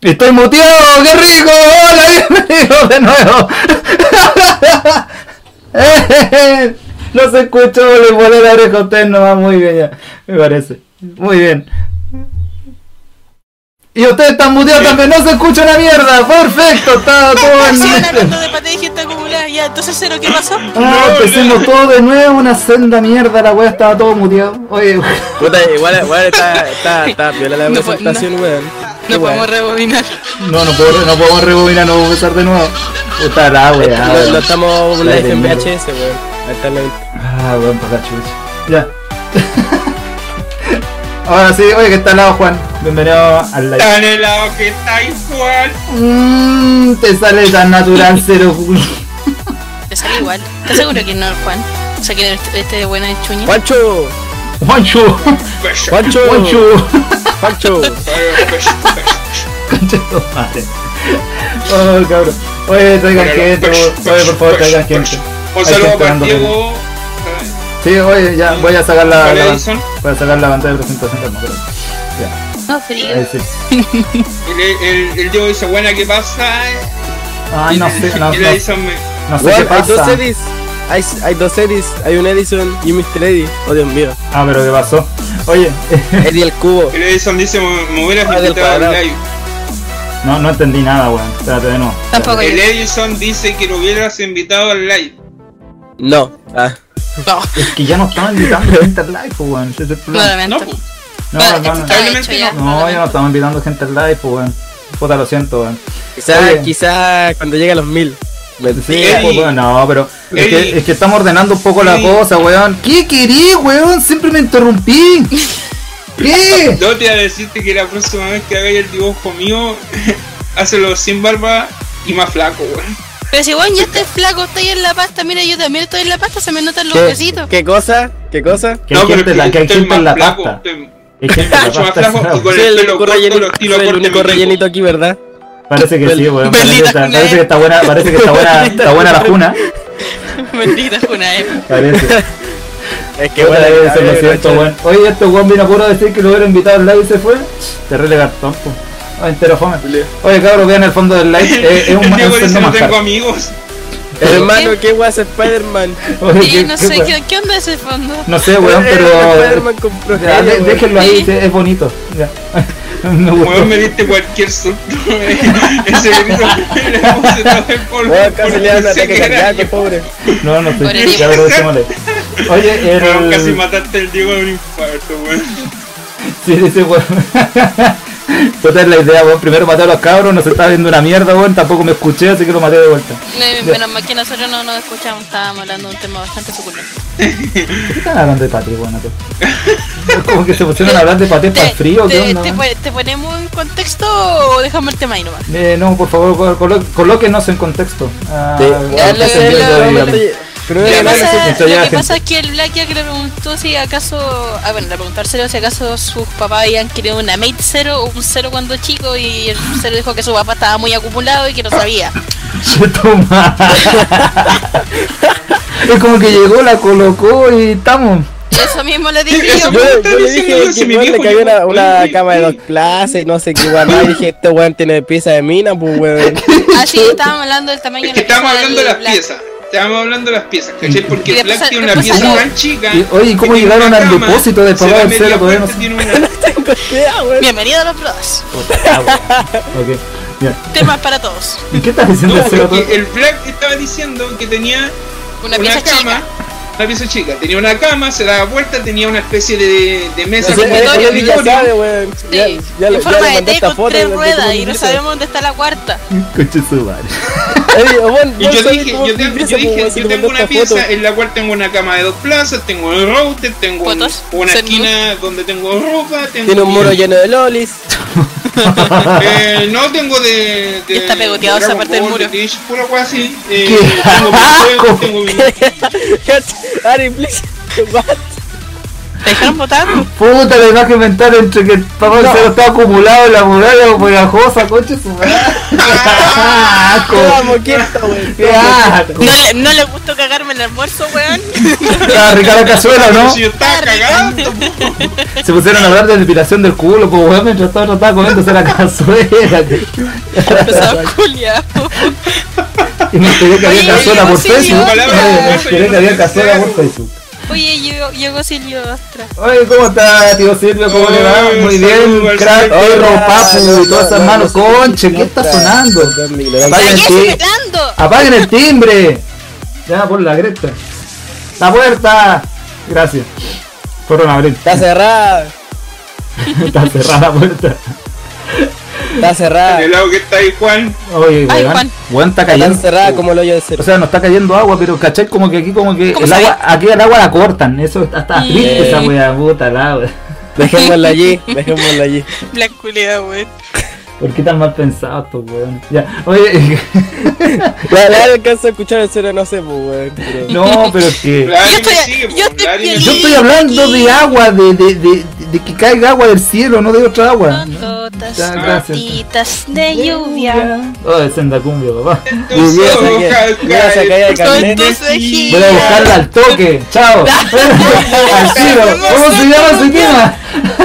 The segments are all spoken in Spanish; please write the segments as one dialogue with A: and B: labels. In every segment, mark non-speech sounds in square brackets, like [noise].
A: Estoy muteado, qué rico. Hola, bienvenidos de nuevo. [laughs] no se escuchó, le volé la oreja a usted nomás muy bien ya, me parece. Muy bien. Y ustedes están muteados también, no se escucha una mierda. Perfecto, está todo
B: [laughs] Sí, una
A: en...
B: ronda de paté de gente acumulada. Ya, entonces cero, ¿qué pasó?
A: Ah, empecemos todo de nuevo, una senda mierda, la wea estaba todo muteado. Oye,
C: Puta, igual, igual está, está, está, viola la
B: No fue-
C: presentación, weón.
B: No podemos rebobinar.
A: no, no, puedo, no podemos rebobinar, no podemos empezar de nuevo. Puta la wea.
C: Lo, lo
A: weón.
C: Ah, estamos live en
A: teniendo.
C: VHS, weón. Ahí está la...
A: Ah, weón, para la chucha. Ya. [laughs] Ahora sí, oye, que está al lado, Juan. Bienvenido al live.
D: Tan helado que está igual.
A: Mmm, te sale tan natural, [laughs] cero. cul-
B: Te sale igual. ¿Estás seguro que no, Juan? O sea, que este este de buena es chuña.
C: ¡Juancho!
A: Juancho,
C: ¡Juancho!
A: Juancho.
C: ¡Juancho!
A: Concha de tu madre. Oh, cabrón. Oye, traigan gente,
D: pues,
A: oye, por favor, traigan gente. Hay
D: Un
A: gente
D: pues, saludo para
A: dando pena.
D: Diego.
A: Sí, oye, ya, voy a sacar la,
D: ¿Vale,
A: la-
D: Edison?
A: voy a sacar la pantalla de presentación del micrófono. Ya,
B: No,
A: ahí
B: frío.
A: sí.
D: El, el, el Diego dice, buena, ¿qué pasa?
A: Ay, no sé, no, no,
D: Y le dicen, me-
A: no sé qué
C: Weón, hay dos
A: pasa.
C: Edis. Hay, hay dos Edis. Hay un Edison y un Mr. Eddy. Oh, Dios mío.
A: Ah, pero qué pasó. Oye, [laughs]
C: Eddie el cubo.
D: el Edison dice, me me hubieras
C: Ah, del
D: invitado al
C: cuadrado.
D: live.
A: no, no entendí nada, weón. Espérate de nuevo.
B: Tampoco
D: El
A: eh,
B: yo.
D: Edison dice que lo hubieras invitado al live.
C: No. Ah.
B: No,
A: Es que ya no estamos invitando gente al live, pues, weón. Ese es el problema.
B: claramente.
D: No,
B: No,
D: pues,
A: No,
B: Vale,
A: no,
B: esto
A: no.
B: está hecho ya.
A: No, ya no estamos invitando gente al live, pues, weón. Puta, lo siento, weón. Oye.
C: Quizá, quizá cuando llegue a los mil.
A: Sí,
C: Mentira.
A: pues, weón, no, pero es que,
D: Ey.
A: es que estamos ordenando un poco la
D: Ey.
A: cosa, weón. ¿Qué querés, weón? Siempre me interrumpí. ¿Qué?
D: No te iba a decirte que la próxima vez que hagáis el dibujo mío, hazlo sin barba y más flaco, weón.
B: Pero si Juan ya estás flaco, estoy en la pasta. Mira, yo también estoy en la pasta, se me notan los
C: ¿Qué,
B: huesitos.
C: ¿Qué cosa? ¿Qué cosa?
A: Que hay
D: pero
A: gente en la-
D: es
A: que hay
D: estoy
A: gente en la
D: más flaco,
A: pasta.
D: estoy
A: Hay gente en la
D: mucho más
A: pasta,
D: flaco
A: weón.
D: y con
C: Soy
D: el
C: el
D: pelo
C: único,
D: corto,
C: relleni-
D: los tiros
C: soy el
D: cortos
C: único
D: me quedo.
C: rellenito aquí, ¿verdad?
A: Parece que sí, weón. Parece que
B: Perlita
A: está,
B: con
A: parece que
B: él.
A: está buena, parece que está buena, está buena la juna.
B: [laughs] Bendita una vez.
D: [laughs]
A: Parece.
C: Es
A: Qué buena es, lo siento, weón. Oye, este weón vino puro a decir que lo hubiera invitado al live y se fue. Terrible cartón, po. Ah, entero fome. Oye, cabrón, vean el fondo del
D: [laughs]
A: live. eh, Es, un
D: El
A: ma- es
D: Diego
A: un
D: dice, no
A: manjar.
D: tengo amigos.
C: Hermano, qué guasa Spider-Man.
A: Oye,
B: Y
A: qué-
B: no
A: qué
B: sé,
A: weón.
B: ¿qué, qué onda ese fondo?
A: No sé,
D: [laughs]
A: weón, pero.
C: [laughs]
A: eh,
C: Spider-Man con
A: Ya, de-
C: progeria, weón.
A: déjenlo ahí,
B: Sí.
A: es bonito. Ya. [laughs] Me gustó.
D: Weón, me diste cualquier susto. [laughs] Ese grito le puse todo el polvo.
C: Weón, casi le da un
D: Pensé
C: ataque
D: que era
C: cardíaco,
D: yo.
C: pobre.
A: No, no
B: Por
A: sé.
B: el-
A: Ya, pero dejémosle. Oye,
D: [laughs] Weón, casi
A: el.
D: mataste al Diego de un infarto, weón.
A: Sí, sí, sí, weón. [laughs] Esa es la idea, weón. Primero maté a los cabros, no se estaba viendo una mierda, weón. Tampoco me escuché, así que lo maté de vuelta.
B: Eh, Menos mal que nosotros no nos escuchamos, estábamos hablando de un tema bastante suculento.
A: ¿Qué están hablando de Patrick, weón? acá? Es [laughs] como que se pusieron a hablar de paté para el frío, ¿qué
B: te,
A: onda?
B: te
A: weón?
B: pone- te ponemos en contexto o dejamos el tema ahí nomás?
A: Eh, no, por favor, colo- colo- colóquenos en contexto. Ah,
C: Sí.
A: weón,
B: Ya,
A: estás
B: lo-
A: en vivo,
B: lo-
A: digamos.
B: lo-
C: Pero eh,
B: Lo
C: era
A: Mira,
B: que
C: la-
A: mira,
B: pasa,
A: se- se oye
B: lo
A: la
B: que
A: gente.
B: pasa es que el Black Jack le preguntó si acaso, ah bueno, le preguntó al cero si acaso sus papás habían querido una Mate Zero o un cero cuando chico y el cero dijo que su papá estaba muy acumulado y que no sabía.
A: [laughs] Se toma. [laughs] es como que llegó, la colocó y estamos.
B: Eso mismo
D: [laughs]
B: le dije yo.
D: Eso-
C: Yo,
D: está
C: yo le
D: diciendo
C: dije
D: si
C: que
D: mi
C: igual le
D: viejo
C: cayó
D: llegó,
C: una, una
D: weón,
C: cama de dos
D: sí.
C: clases y no sé qué guarda. Y dije, este weón tiene pieza de mina, pues
B: [laughs]
C: weón.
B: Así estábamos hablando del tamaño
D: Es que
B: de la
D: estábamos
B: pieza
D: hablando de
B: del
D: las
B: Black.
D: piezas. Estábamos hablando de las piezas, ¿cachai?
B: Y
D: Porque
B: después-
D: Black tiene una
B: después
D: pieza
B: salió-
D: tan chica.
A: Y, oye, ¿y cómo
D: que tiene
A: llegaron
D: una
A: al
D: cama,
A: depósito de
D: se
A: pagar
D: da
A: el
D: media
A: cero? Todavía no
D: vuelta,
A: sé.
D: tiene una-
C: Ya, weón.
B: Bienvenido a los bros.
A: Ok, ya.
B: Temas para todos.
A: ¿Y qué estás diciendo
D: No,
A: el cero?
D: porque el Black estaba diciendo que tenía
B: Una,
D: una
B: pieza
D: cama.
B: chica.
D: Una pieza chica, tenía una cama, se daba vuelta, tenía una especie de, de mesa
C: Entonces,
B: Ese-
C: eh,
B: escritorio,
C: Eddie ya
D: escritorio.
C: sabe, weón. Ya-
B: Sí,
C: ya le-
B: en
C: ya
B: forma
C: le
B: de
C: mandé
B: T
C: esta
B: con
C: foto, le
B: tres
C: mandé
B: ruedas
C: como
B: y no
C: un [laughs]
B: sabemos dónde está la cuarta.
A: Coche su madre.
C: Eddie, vos-
D: Y
C: vos
D: yo
C: sabés
D: dije,
C: cómo
D: yo,
C: es mi
D: tengo-
C: pieza,
D: yo dije,
C: pues, weón,
D: yo
C: si le
D: tengo
C: mandé
D: una
C: esta
D: pieza eh".
C: foto.
D: en la cual tengo una cama de dos plazas, tengo un router, tengo un-
B: Fotos,
D: una
B: son
D: esquina donde tengo ropa, tengo
C: Tiene un muro lleno de lolis. [laughs]
D: Eh, no tengo de, de-
B: Está pegoteado
D: de
B: esa
D: Dragon
B: parte del
D: Ball,
B: muro.
D: de Bleach, pura wea así. eh,
A: ¡Qué
D: tengo
C: [laughs]
A: asco!
D: videojuegos, tengo video-
C: Ari, please. [laughs] What?
B: ¿Te dejaron
C: [laughs]
B: votar?
A: Puta la imagen mental entre que el papá del cero estaba acumulado en la muralla pegajosa, coche su madre.
C: Ah,
A: asco!
C: Vamos, quieto, wey.
A: ¡Qué
B: Ah.
A: asco!
B: No le, no le gustó cagarme el almuerzo, weón.
A: Estaba rica la Ah, cazuela,
D: Pero
A: ¿no?
D: si yo [laughs] estaba cagando, po.
A: Se pusieron a hablar de depilación del culo, pues weón, mientras estaba, estaba comiéndose la cazuela. [laughs]
B: Empezaba culiao.
A: Y me enteré que había
B: Oye,
A: cazuela
B: yo
A: por
B: sí, yo
A: Facebook.
B: sí, yo
A: Me
D: sí.
A: enteré que había cazuela por Facebook.
B: [laughs] Oye, llegó, llegó Silvio Ostra.
A: Oye, ¿cómo está, tío Silvio? ¿Cómo le va?
D: Oye,
A: Muy bien,
D: saludos al
A: crack,
D: Silvio.
A: perro, papu y todas esas
C: No,
A: manos.
C: no, no,
A: Conche,
C: no,
A: ¿qué está
C: no,
A: sonando?
C: no, no, no, no.
A: Apaguen
B: ¡Ay,
A: el,
B: ya se
A: ti-
B: pelando!
A: apaguen el timbre. Ya, por la greta. La puerta. Gracias. Fueron a abrir.
C: Está cerrada,
A: [laughs] Está cerrada la puerta.
C: está cerrada.
D: El lado que está ahí, Juan.
A: Oye,
B: Ay,
A: weón.
B: Juan.
A: Weón está
C: Está
A: cayendo.
C: cerrada como el hoyo de
A: O [laughs]
C: cero.
A: sea, no está cayendo agua, pero ¿cachai? Como que aquí como que
B: ¿Cómo
A: el
B: sabe?
A: agua, aquí el agua la cortan, eso está, está
B: Mm.
A: triste
B: [laughs]
A: esa wea puta la wea.
C: Dejémosla allí, dejémosla allí.
B: La culiao, weón.
A: ¿Por qué tan mal pensado estos weones? Ya, oye, [laughs]
C: La verdad alcanza a escuchar el cero, no sé, pues, weón. pero-
A: no, pero es que.
B: [laughs]
D: La Ari
B: estoy-
D: me sigue, po.
B: yo estoy
D: La Ari me
A: Yo
D: sigue.
A: estoy hablando de agua, de, de, de, de que caiga agua del cielo, no de otra agua.
B: Gotas,
A: Ya, gracias.
B: gotitas de lluvia.
A: Oh, es senda cumbia, papá.
C: Y mira esa
D: oh,
C: que- mira esa caída de
B: Con
C: camioneta.
B: tus
A: Voy a
B: mejillas.
A: buscarla al toque, chao.
B: [laughs]
A: al tiro. ¿Cómo se llama ese tema?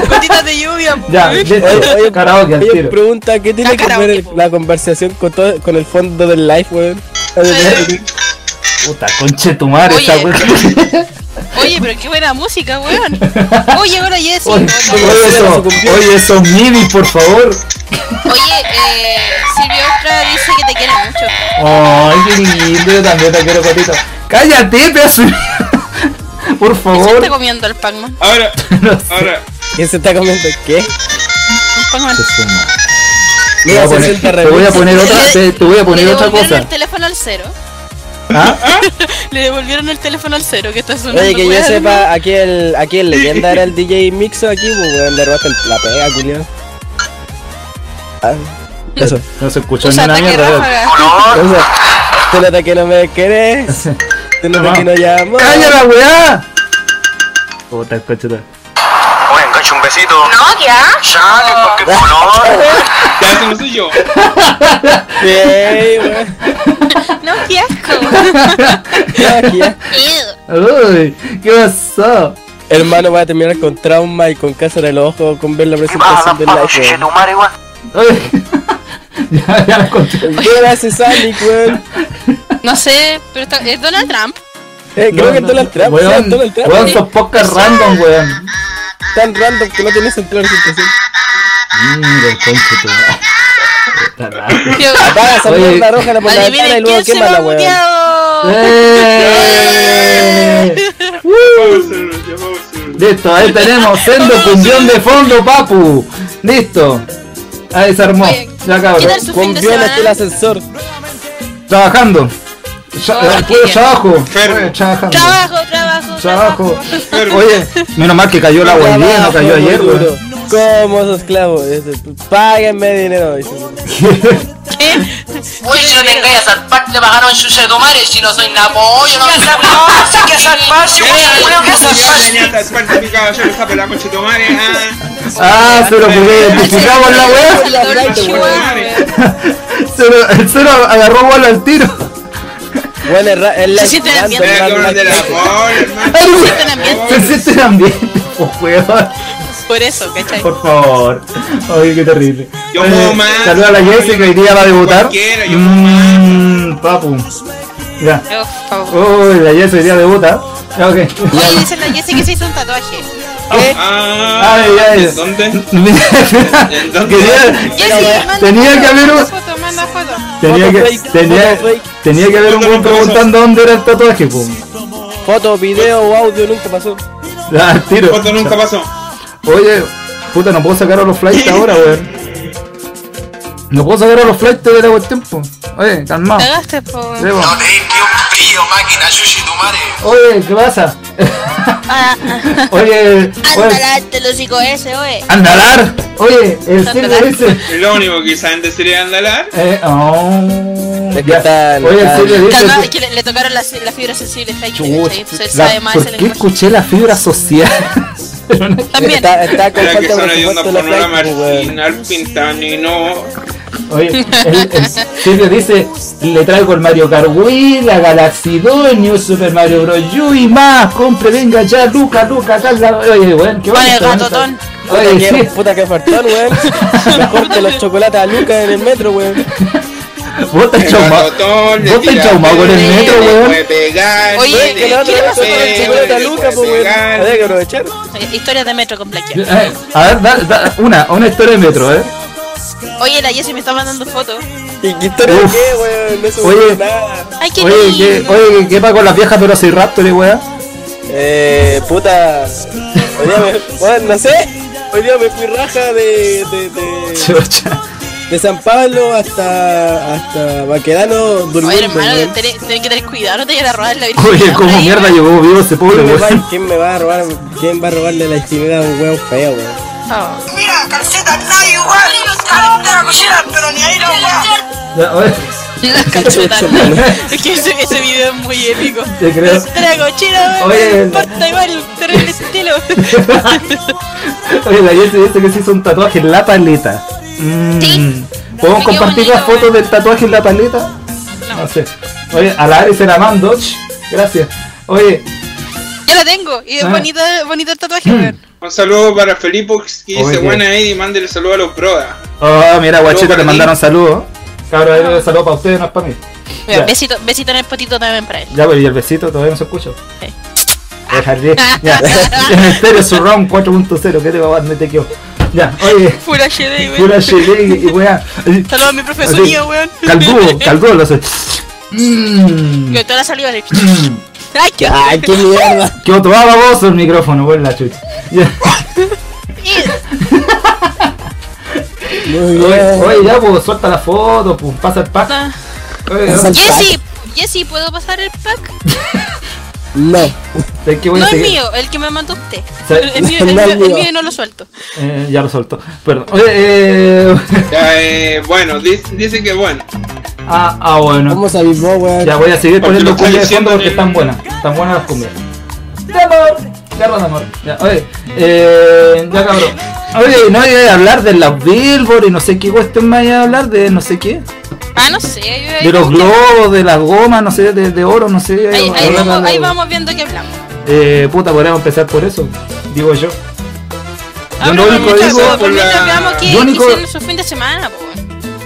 B: Gotitas de lluvia, po,
A: [laughs] Ya,
B: weón.
A: listo.
C: Oye, oye,
A: Karaoke al
C: Oye,
A: tiro.
C: pregunta, ¿qué tiene
B: La
C: que ver
B: karaoke,
C: el-
B: po.
C: la conversación con, todo, con el fondo del live,
B: [laughs]
C: weón?
A: Puta conche tu madre esa
B: Oye.
A: wea. [laughs]
B: Oye, pero qué buena música, weón. Oye, ahora Jessy.
A: Oye,
B: Oye,
A: oye, eso, oye, eso, Midi, por favor.
B: eh, Silvio Ostra dice que te quiere mucho.
A: Ay, qué lindo, yo también te quiero, patito. Cállate, pedazo. [laughs] Por
B: ¿Qué se
A: favor.
B: está comiendo el Pac-Man?
D: Ahora,
A: No sé.
D: ahora.
C: ¿Quién se está comiendo qué?
B: Un Pac-Man.
A: Te voy a
C: Mira,
A: poner-
C: 60
A: te voy a
C: remixes.
A: poner otra, te, te voy a poner
B: Le
A: otra
B: devolvieron
A: cosa.
B: el teléfono al cero.
A: ¿Ah?
B: [laughs] Le devolvieron el teléfono al cero, que está [laughs] sonando.
C: Oye, que yo
B: weón.
C: sepa, aquí el, aquí el leyenda era el DJ Mixo, aquí, pues, weón, le robaste el- la pega, culiao. Ah, eso.
B: [laughs]
A: No se escuchó ni
B: Usa
A: una
B: ataque
A: mierda.
B: ráfaga.
A: [laughs]
C: Eso. Tú nota que no me querés.
A: [laughs]
C: Tú nota que no llamo.
A: ¡Calla la weá! Oh, Puta, escucha.
E: Bueno, engancha un besito. No, ya. Ya, después
D: [laughs]
E: que
D: Ya, eso no
C: [laughs]
D: soy yo.
C: Ey, weón.
B: No,
A: [laughs]
B: qué asco.
C: Ya, aquí ya.
A: Uy, ¿qué pasó?
C: Hermano, voy a terminar con trauma y con cáncer en los ojos con ver la presentación del live, weón.
A: Oye, [laughs] ya, ya la escuché.
C: ¿Qué hace Sonic, weón?
B: no sé, pero está- es Donald Trump.
C: Eh, creo que todo el trap,
A: weón.
C: todo el trap.
A: Weón,
C: es
A: son pocas random, weón.
C: Tan random que no tiene sentido la presentación.
A: Mira, conche tu madre. Puta la-
B: Tío,
C: Apaga esa
A: Oye.
C: mierda roja, la por la ventana y
B: Adivinen
C: luego
B: quién se va
C: quémala, weón.
A: [laughs]
B: muteado.
A: ¡Eh!
D: Vamos a hacerlo, ya vamos a hacerlo.
A: Listo, ahí tenemos sendo cumbión de fondo, papu. Listo. Ahí se armó.
B: Oye,
A: Ya
B: ¿qué
A: cabrón.
B: tal su fin
C: Con
B: de
C: viola está el
B: semana?
C: ascensor.
A: Trabajando. Ya,
B: Oye,
A: eh, puro
B: Oh, qué
A: trabajo.
D: Fermo.
A: Oye, Trabajando.
B: Trabajo, trabajo,
A: Trabajo.
B: trabajo.
A: Oye, menos mal que cayó la agua hoy día, no cayó ayer, pues.
C: Trabajo
A: weón. [laughs]
C: duro. Como esos clavos. este, Páguenme dinero. dice.
B: ¿Qué?
F: Oye, no te engañas al pack, le pagaron sus edomares si no soy Napo. Yo no soy Napo. ¡Ah, que salvarse!
D: Mañana está el partido caballero, esa pelada, conchetumare, ah.
A: Ah, se lo jugué, identificamos la
B: [laughs]
A: weá. [laughs]
B: El Donald
C: Weón.
B: Trump, weón.
A: Se lo- El cero agarró bola al tiro.
C: Bueno, el ra- el
B: Se
C: live
B: siente la
C: random,
D: Mira, que
C: random,
D: hablan del
C: random.
A: [laughs]
D: amor, hermano.
A: Ay, weón.
B: siente el ambiente.
A: Se siente el ambiente, [laughs] po, weón.
B: Por eso, ¿cachai?
A: Por favor. Ay, qué terrible.
D: Yo puedo más.
A: Saluda a la Jessie que hoy día va a debutar.
D: Cualquiera, yo puedo
A: Mmm, papu. Ya.
B: Oh, favor.
A: Uy, la Jessie hoy día debuta. Ya, ok.
B: Oye, dice la Jessie que se hizo un tatuaje.
D: Ah,
A: Ay, ay. [laughs]
D: ¿Dónde? ¿En dónde?
A: Quería-
B: Jessie, manda
A: tenía que haber
B: una
A: un-
B: foto, manda foto.
A: Tenía que,
C: Foto fake,
A: tenía,
C: foto fake.
A: tenía que haber un buen preguntando dónde era el tatuaje, pum.
C: Foto, video o audio nunca pasó.
A: Ah, al tiro.
D: Foto nunca pasó.
A: Oye, puta, no puedo sacar a los
C: [laughs]
A: flights ahora, weón. No puedo sacar a los flights de la cuestión, po. Oye, calmado.
B: Cagaste, po.
A: Sí, po.
E: No tenéis que un brillo, máquina, sushi tu madre.
A: Oye, ¿qué pasa?
B: Ah,
A: [laughs] Oye, oye,
B: ándala, Ah, te lo digo ese, oe.
A: Ah, andalar. Oye, el
B: Andalar.
A: Silver ese.
D: Lo único que saben decir es andalar.
A: Eh, oh,
C: Es que
A: ya.
C: está-
A: Oye, el
C: está-
A: Silver dice.
B: Calma, que le, le tocaron las, las fibras sensibles, ¿cachai?
A: Chuch,
B: Entonces él
A: la-
B: sabe más
A: ¿Por
B: ese
A: qué
B: lenguaje.
A: escuché la fibra social? Pero no-
B: [laughs] También. ¿eh?
C: Está, está con
D: Era que
C: falta de
D: son ahí unos
C: presupuesto la
D: panorama
C: flight, pues, weón.
D: marginal pintando y no.
A: Oye, el, el sitio dice, le traigo el Mario Kart Wii, la Galaxy 2, New Super Mario Bros. U y más, compre, venga ya, Luca, Luca, acá la... Oye, weón, qué
B: Con el
A: bonito, bonito.
B: gatotón.
C: Puta
A: Oye,
C: que,
A: sí,
C: puta que fartón, weón. Mejor que los chocolates a Lucas en el metro, weón.
A: vos estás
D: El
A: traumado.
D: ratón, le
A: Vos estás
D: tira
A: traumado con el
D: pelo,
A: metro,
D: le
A: weón.
D: puede pegar,
B: Oye,
D: le
C: Oye, que la otra
D: tira
C: vez pasó con el
D: pelo,
C: chocolate a
D: le
C: Lucas, pues,
D: puede
C: weón.
D: pegar.
C: Había que aprovechar.
B: Historias de Metro con Blackjack.
A: Eh, A ver, da- da- una, una historia de metro, eh.
B: Oye, la Jessie me está mandando fotos.
C: ¿Y qué historia de
A: Uf.
C: qué, weón? No subí
A: Oye.
C: nada.
B: Ay, qué
A: Oye, ¿qué,
B: lindo.
A: oye, ¿qué pasa con las viejas velociraptores, weón?
C: Eh, puta. Hoy día me, bueno, no sé. Hoy día me fui raja de, de,
A: [laughs]
C: de,
A: Chucha.
C: de San Pablo hasta, hasta Baquedano durmiendo.
B: Oye, hermano,
C: weón.
B: tenés tenés que tener cuidado, no te vayan a robar la
A: Oye,
B: virginidad.
A: cómo
B: Ahí,
A: mierda llegó vivo ese pobre,
C: ¿Quién me,
A: weón.
C: va, quién me va a robar? ¿Quién va a robarle la intimidad a un weón feo, weón?
B: oh.
G: Mira, calceta, nadie igual. Calceta a cocinar, pero ni ahí la weá.
A: Ya, oye,
B: Cachetada. Es que ese, ese video es muy épico.
A: Te creo.
B: Es Trago chino,
A: Oye,
B: no
A: el-
B: importa igual,
A: [laughs]
B: terrible estilo.
A: oye, la gente dice que se hizo un tatuaje en la paleta. Mm.
B: Sí.
A: ¿Podemos
B: Ay, qué
A: compartir
B: bonito, ¿eh?
A: las fotos
B: weón.
A: del tatuaje en la paleta? No, sé. Oye, a la Ari se la mando. ch, Gracias. Oye,
B: Yo la tengo, y es
A: Ah.
B: bonita, bonito el tatuaje, weón.
D: Un saludo para Felipo que
A: Oye.
D: dice buena Eddie, mándele saludo a los brodas.
A: oh, mira, guachito,
D: para
A: te
D: ti.
A: mandaron saludos. Cabrón, eh, saludos para ustedes, no es para mí.
B: Mira,
A: Ya.
B: Besito, besito en el potito también para él.
A: Ya, pero y el besito todavía no se escucha.
B: Sí.
A: Dejaré.
B: [laughs]
A: Ya. [laughs] En estéreo surround 4.0, que te va a meter yo. Ya, oye.
B: Full HD, weón.
A: Pura chile y y weá.
B: Saludos a mi profe
A: Así.
B: sonido, weón. [laughs]
A: Caldudo, caldudo lo hace. Mmm.
B: Que toda la saliva de.
A: [clears throat]
B: Ay, qué
C: ¡Ay, qué mierda!
A: Que otoaba Ah, vos el micrófono, weón, la chucha. [laughs] Ya. [laughs]
C: Muy
A: Oye,
C: bien.
A: oye, ya, pues, suelta la foto, pues, pasa el pack.
B: mierda.
A: Oye,
C: Pasa el-
B: Jessy, Jessy, ¿puedo pasar el pack?
C: No.
A: es que voy
B: No
A: a
B: es
A: seguir.
B: mío, el que me mandó usted.
A: Sí.
B: El mío, el
C: No es
B: mío- el
C: mío.
B: mío y no lo suelto.
A: Eh, ya lo soltó. Perdón. Oye, eh. [laughs]
D: Ya, eh, bueno, di- dice que bueno.
A: Ah, ah, bueno.
C: ¿Cómo sabís vos, weón?
A: Ya voy a seguir
D: Porque
A: poniendo
D: lo
A: cumbias de
D: estoy
A: fondo
D: diciendo
A: porque
D: en-
A: están buenas. Están buenas las cumbias. De amor. Garra de amor. Ya, oye, eh, ya cabrón. Oye, no voy a hablar de las Billboard y no sé qué cuestión me voy a hablar de no sé qué.
B: Ah, no sé. ahí- ahí
A: De los
B: vamos-
A: globos, de las gomas, no sé, de, de oro, no sé.
B: Ahí, ahí
A: hablar de
B: vamos,
A: algo.
B: ahí vamos viendo qué hablamos.
A: Eh, puta, podríamos empezar por eso, digo yo. Yo lo
B: Ahora,
A: único
B: muchachos,
A: digo-
B: por mientras veamos qué
A: Yo único-
B: hicieron su fin de semana, po.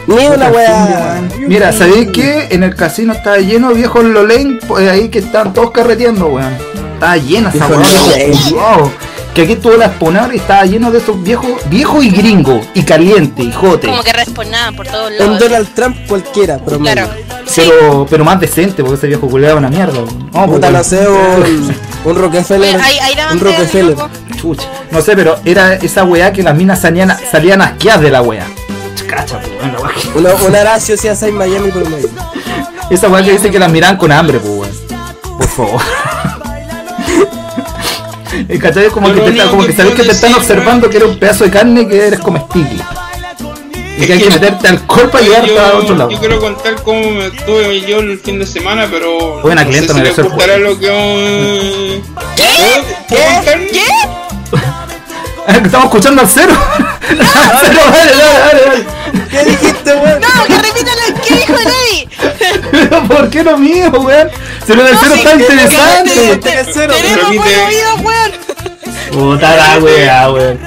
C: Ni una weá.
A: Mira,
B: Mm,
A: ¿sabéis qué? En el casino estaba lleno de viejos Lolén, pues ahí que estaban todos carreteando, weón. Estaba llena esa
C: Viejos
A: weón.
C: Lolén.
A: Wow. Que aquí estuvo la exponar y estaba lleno de esos viejos, viejo y gringo, y caliente, y jote.
B: Como que responaban por todos
C: Un
B: lados.
C: Donald Trump cualquiera, pero
B: Claro. Sí.
A: Pero, pero más decente, porque ese viejo culeado era una mierda. weón. No,
C: Puta,
A: porque-
C: no sé, un, un Rockefeller.
B: Oye, ahí, ahí la
C: un
B: bandera del
C: Rockefeller.
B: grupo.
A: Chucha. No sé, pero era esa weá que las minas salían, salían asqueadas de la weá. Cacha, pues, weón, la weá que-
C: Una, un Horacio si hace en Miami por medio.
A: Esa weá que dice que las miran con hambre, pues weón. Por favor. [laughs] El cachai como
D: Yo
A: que,
D: lo
A: te está-
D: único
A: como
D: que
A: que sabes que
D: puedo
A: te están
D: decir,
A: observando que eres un pedazo de carne que eres comestible. Y que hay que meterte alcohol para llevarte a otro lado. [laughs]
D: yo quiero contar cómo me estuve yo el fin de semana, pero
A: Buena
D: no
A: clienta,
D: sé si les
A: merecer
D: gustará
A: juego.
D: lo que eh,
A: Mm.
D: ¿puedo- puedo contar?
A: Ah, Estamos escuchando al cero. Al [laughs] cero, dale, dale, dale,
C: ¿Qué dijiste, weón?
B: No, que repitan lo que dijo Nadie.
A: Pero ¿por qué lo mío, weón? Si lo del cero está interesante.
B: Tenemos
D: Repite.
B: buen oído, weón.
A: Puta la weá, weón.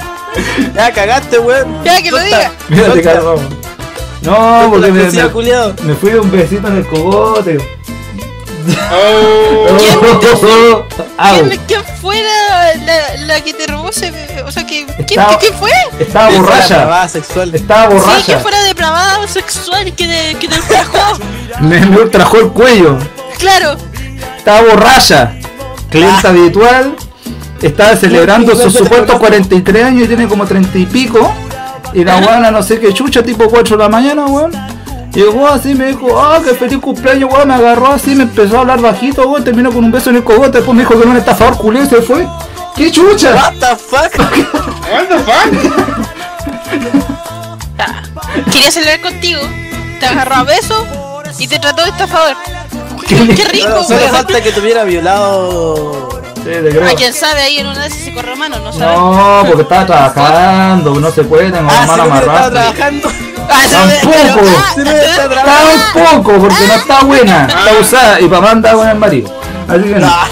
C: Ya cagaste, weón.
B: Ya, que lo diga.
A: Mira, te cago. No, porque me,
C: decía,
A: me,
C: culiado.
A: me fui de un besito en el cogote.
D: Oh,
A: [laughs] Au.
B: ¿Quién, quién fue la, la, la que te robó ese... O sea, que, ¿quién,
A: Estaba-
B: quién fue?
A: Estaba borracha. [laughs]
C: sexual.
A: Estaba
B: Sí, que
A: borracha.
B: fuera depravada sexual que te, que te ultrajó.
A: Me, me ultrajó el cuello.
B: Claro.
A: Estaba borracha. Clienta habitual. Estaba celebrando sus supuestos 43 años y tiene como 30 y pico. Y la guana no sé qué chucha, tipo 4 de la mañana, weón. Llegó así, me dijo, ah, qué feliz cumpleaños, weón. Me agarró así, me empezó a hablar bajito, weón. Terminó con un beso en el cogote. Después me dijo que era un estafador culé y se fue. ¡Qué chucha!
C: What
A: [laughs]
C: the fuck?
D: what the fuck?
B: Ah, Quería celebrar contigo. Te agarró a beso y te trató de estafador. Qué, rico,
C: Solo
B: weón.
C: falta que te hubiera violado.
A: Sí, te creo.
B: A quien sabe, ahí en una de esas se corre mano, no sabe.
A: No, porque estaba trabajando, no se puede, tengo la
C: Ah,
A: mano
C: sí, que estaba
A: amarrada.
C: trabajando.
B: Ah, se me- pero-
A: Tampoco.
B: ah,
C: Se me está
A: Tampoco, porque no está buena. Está usada y papá anda con el marido. Así que no.
D: Ah,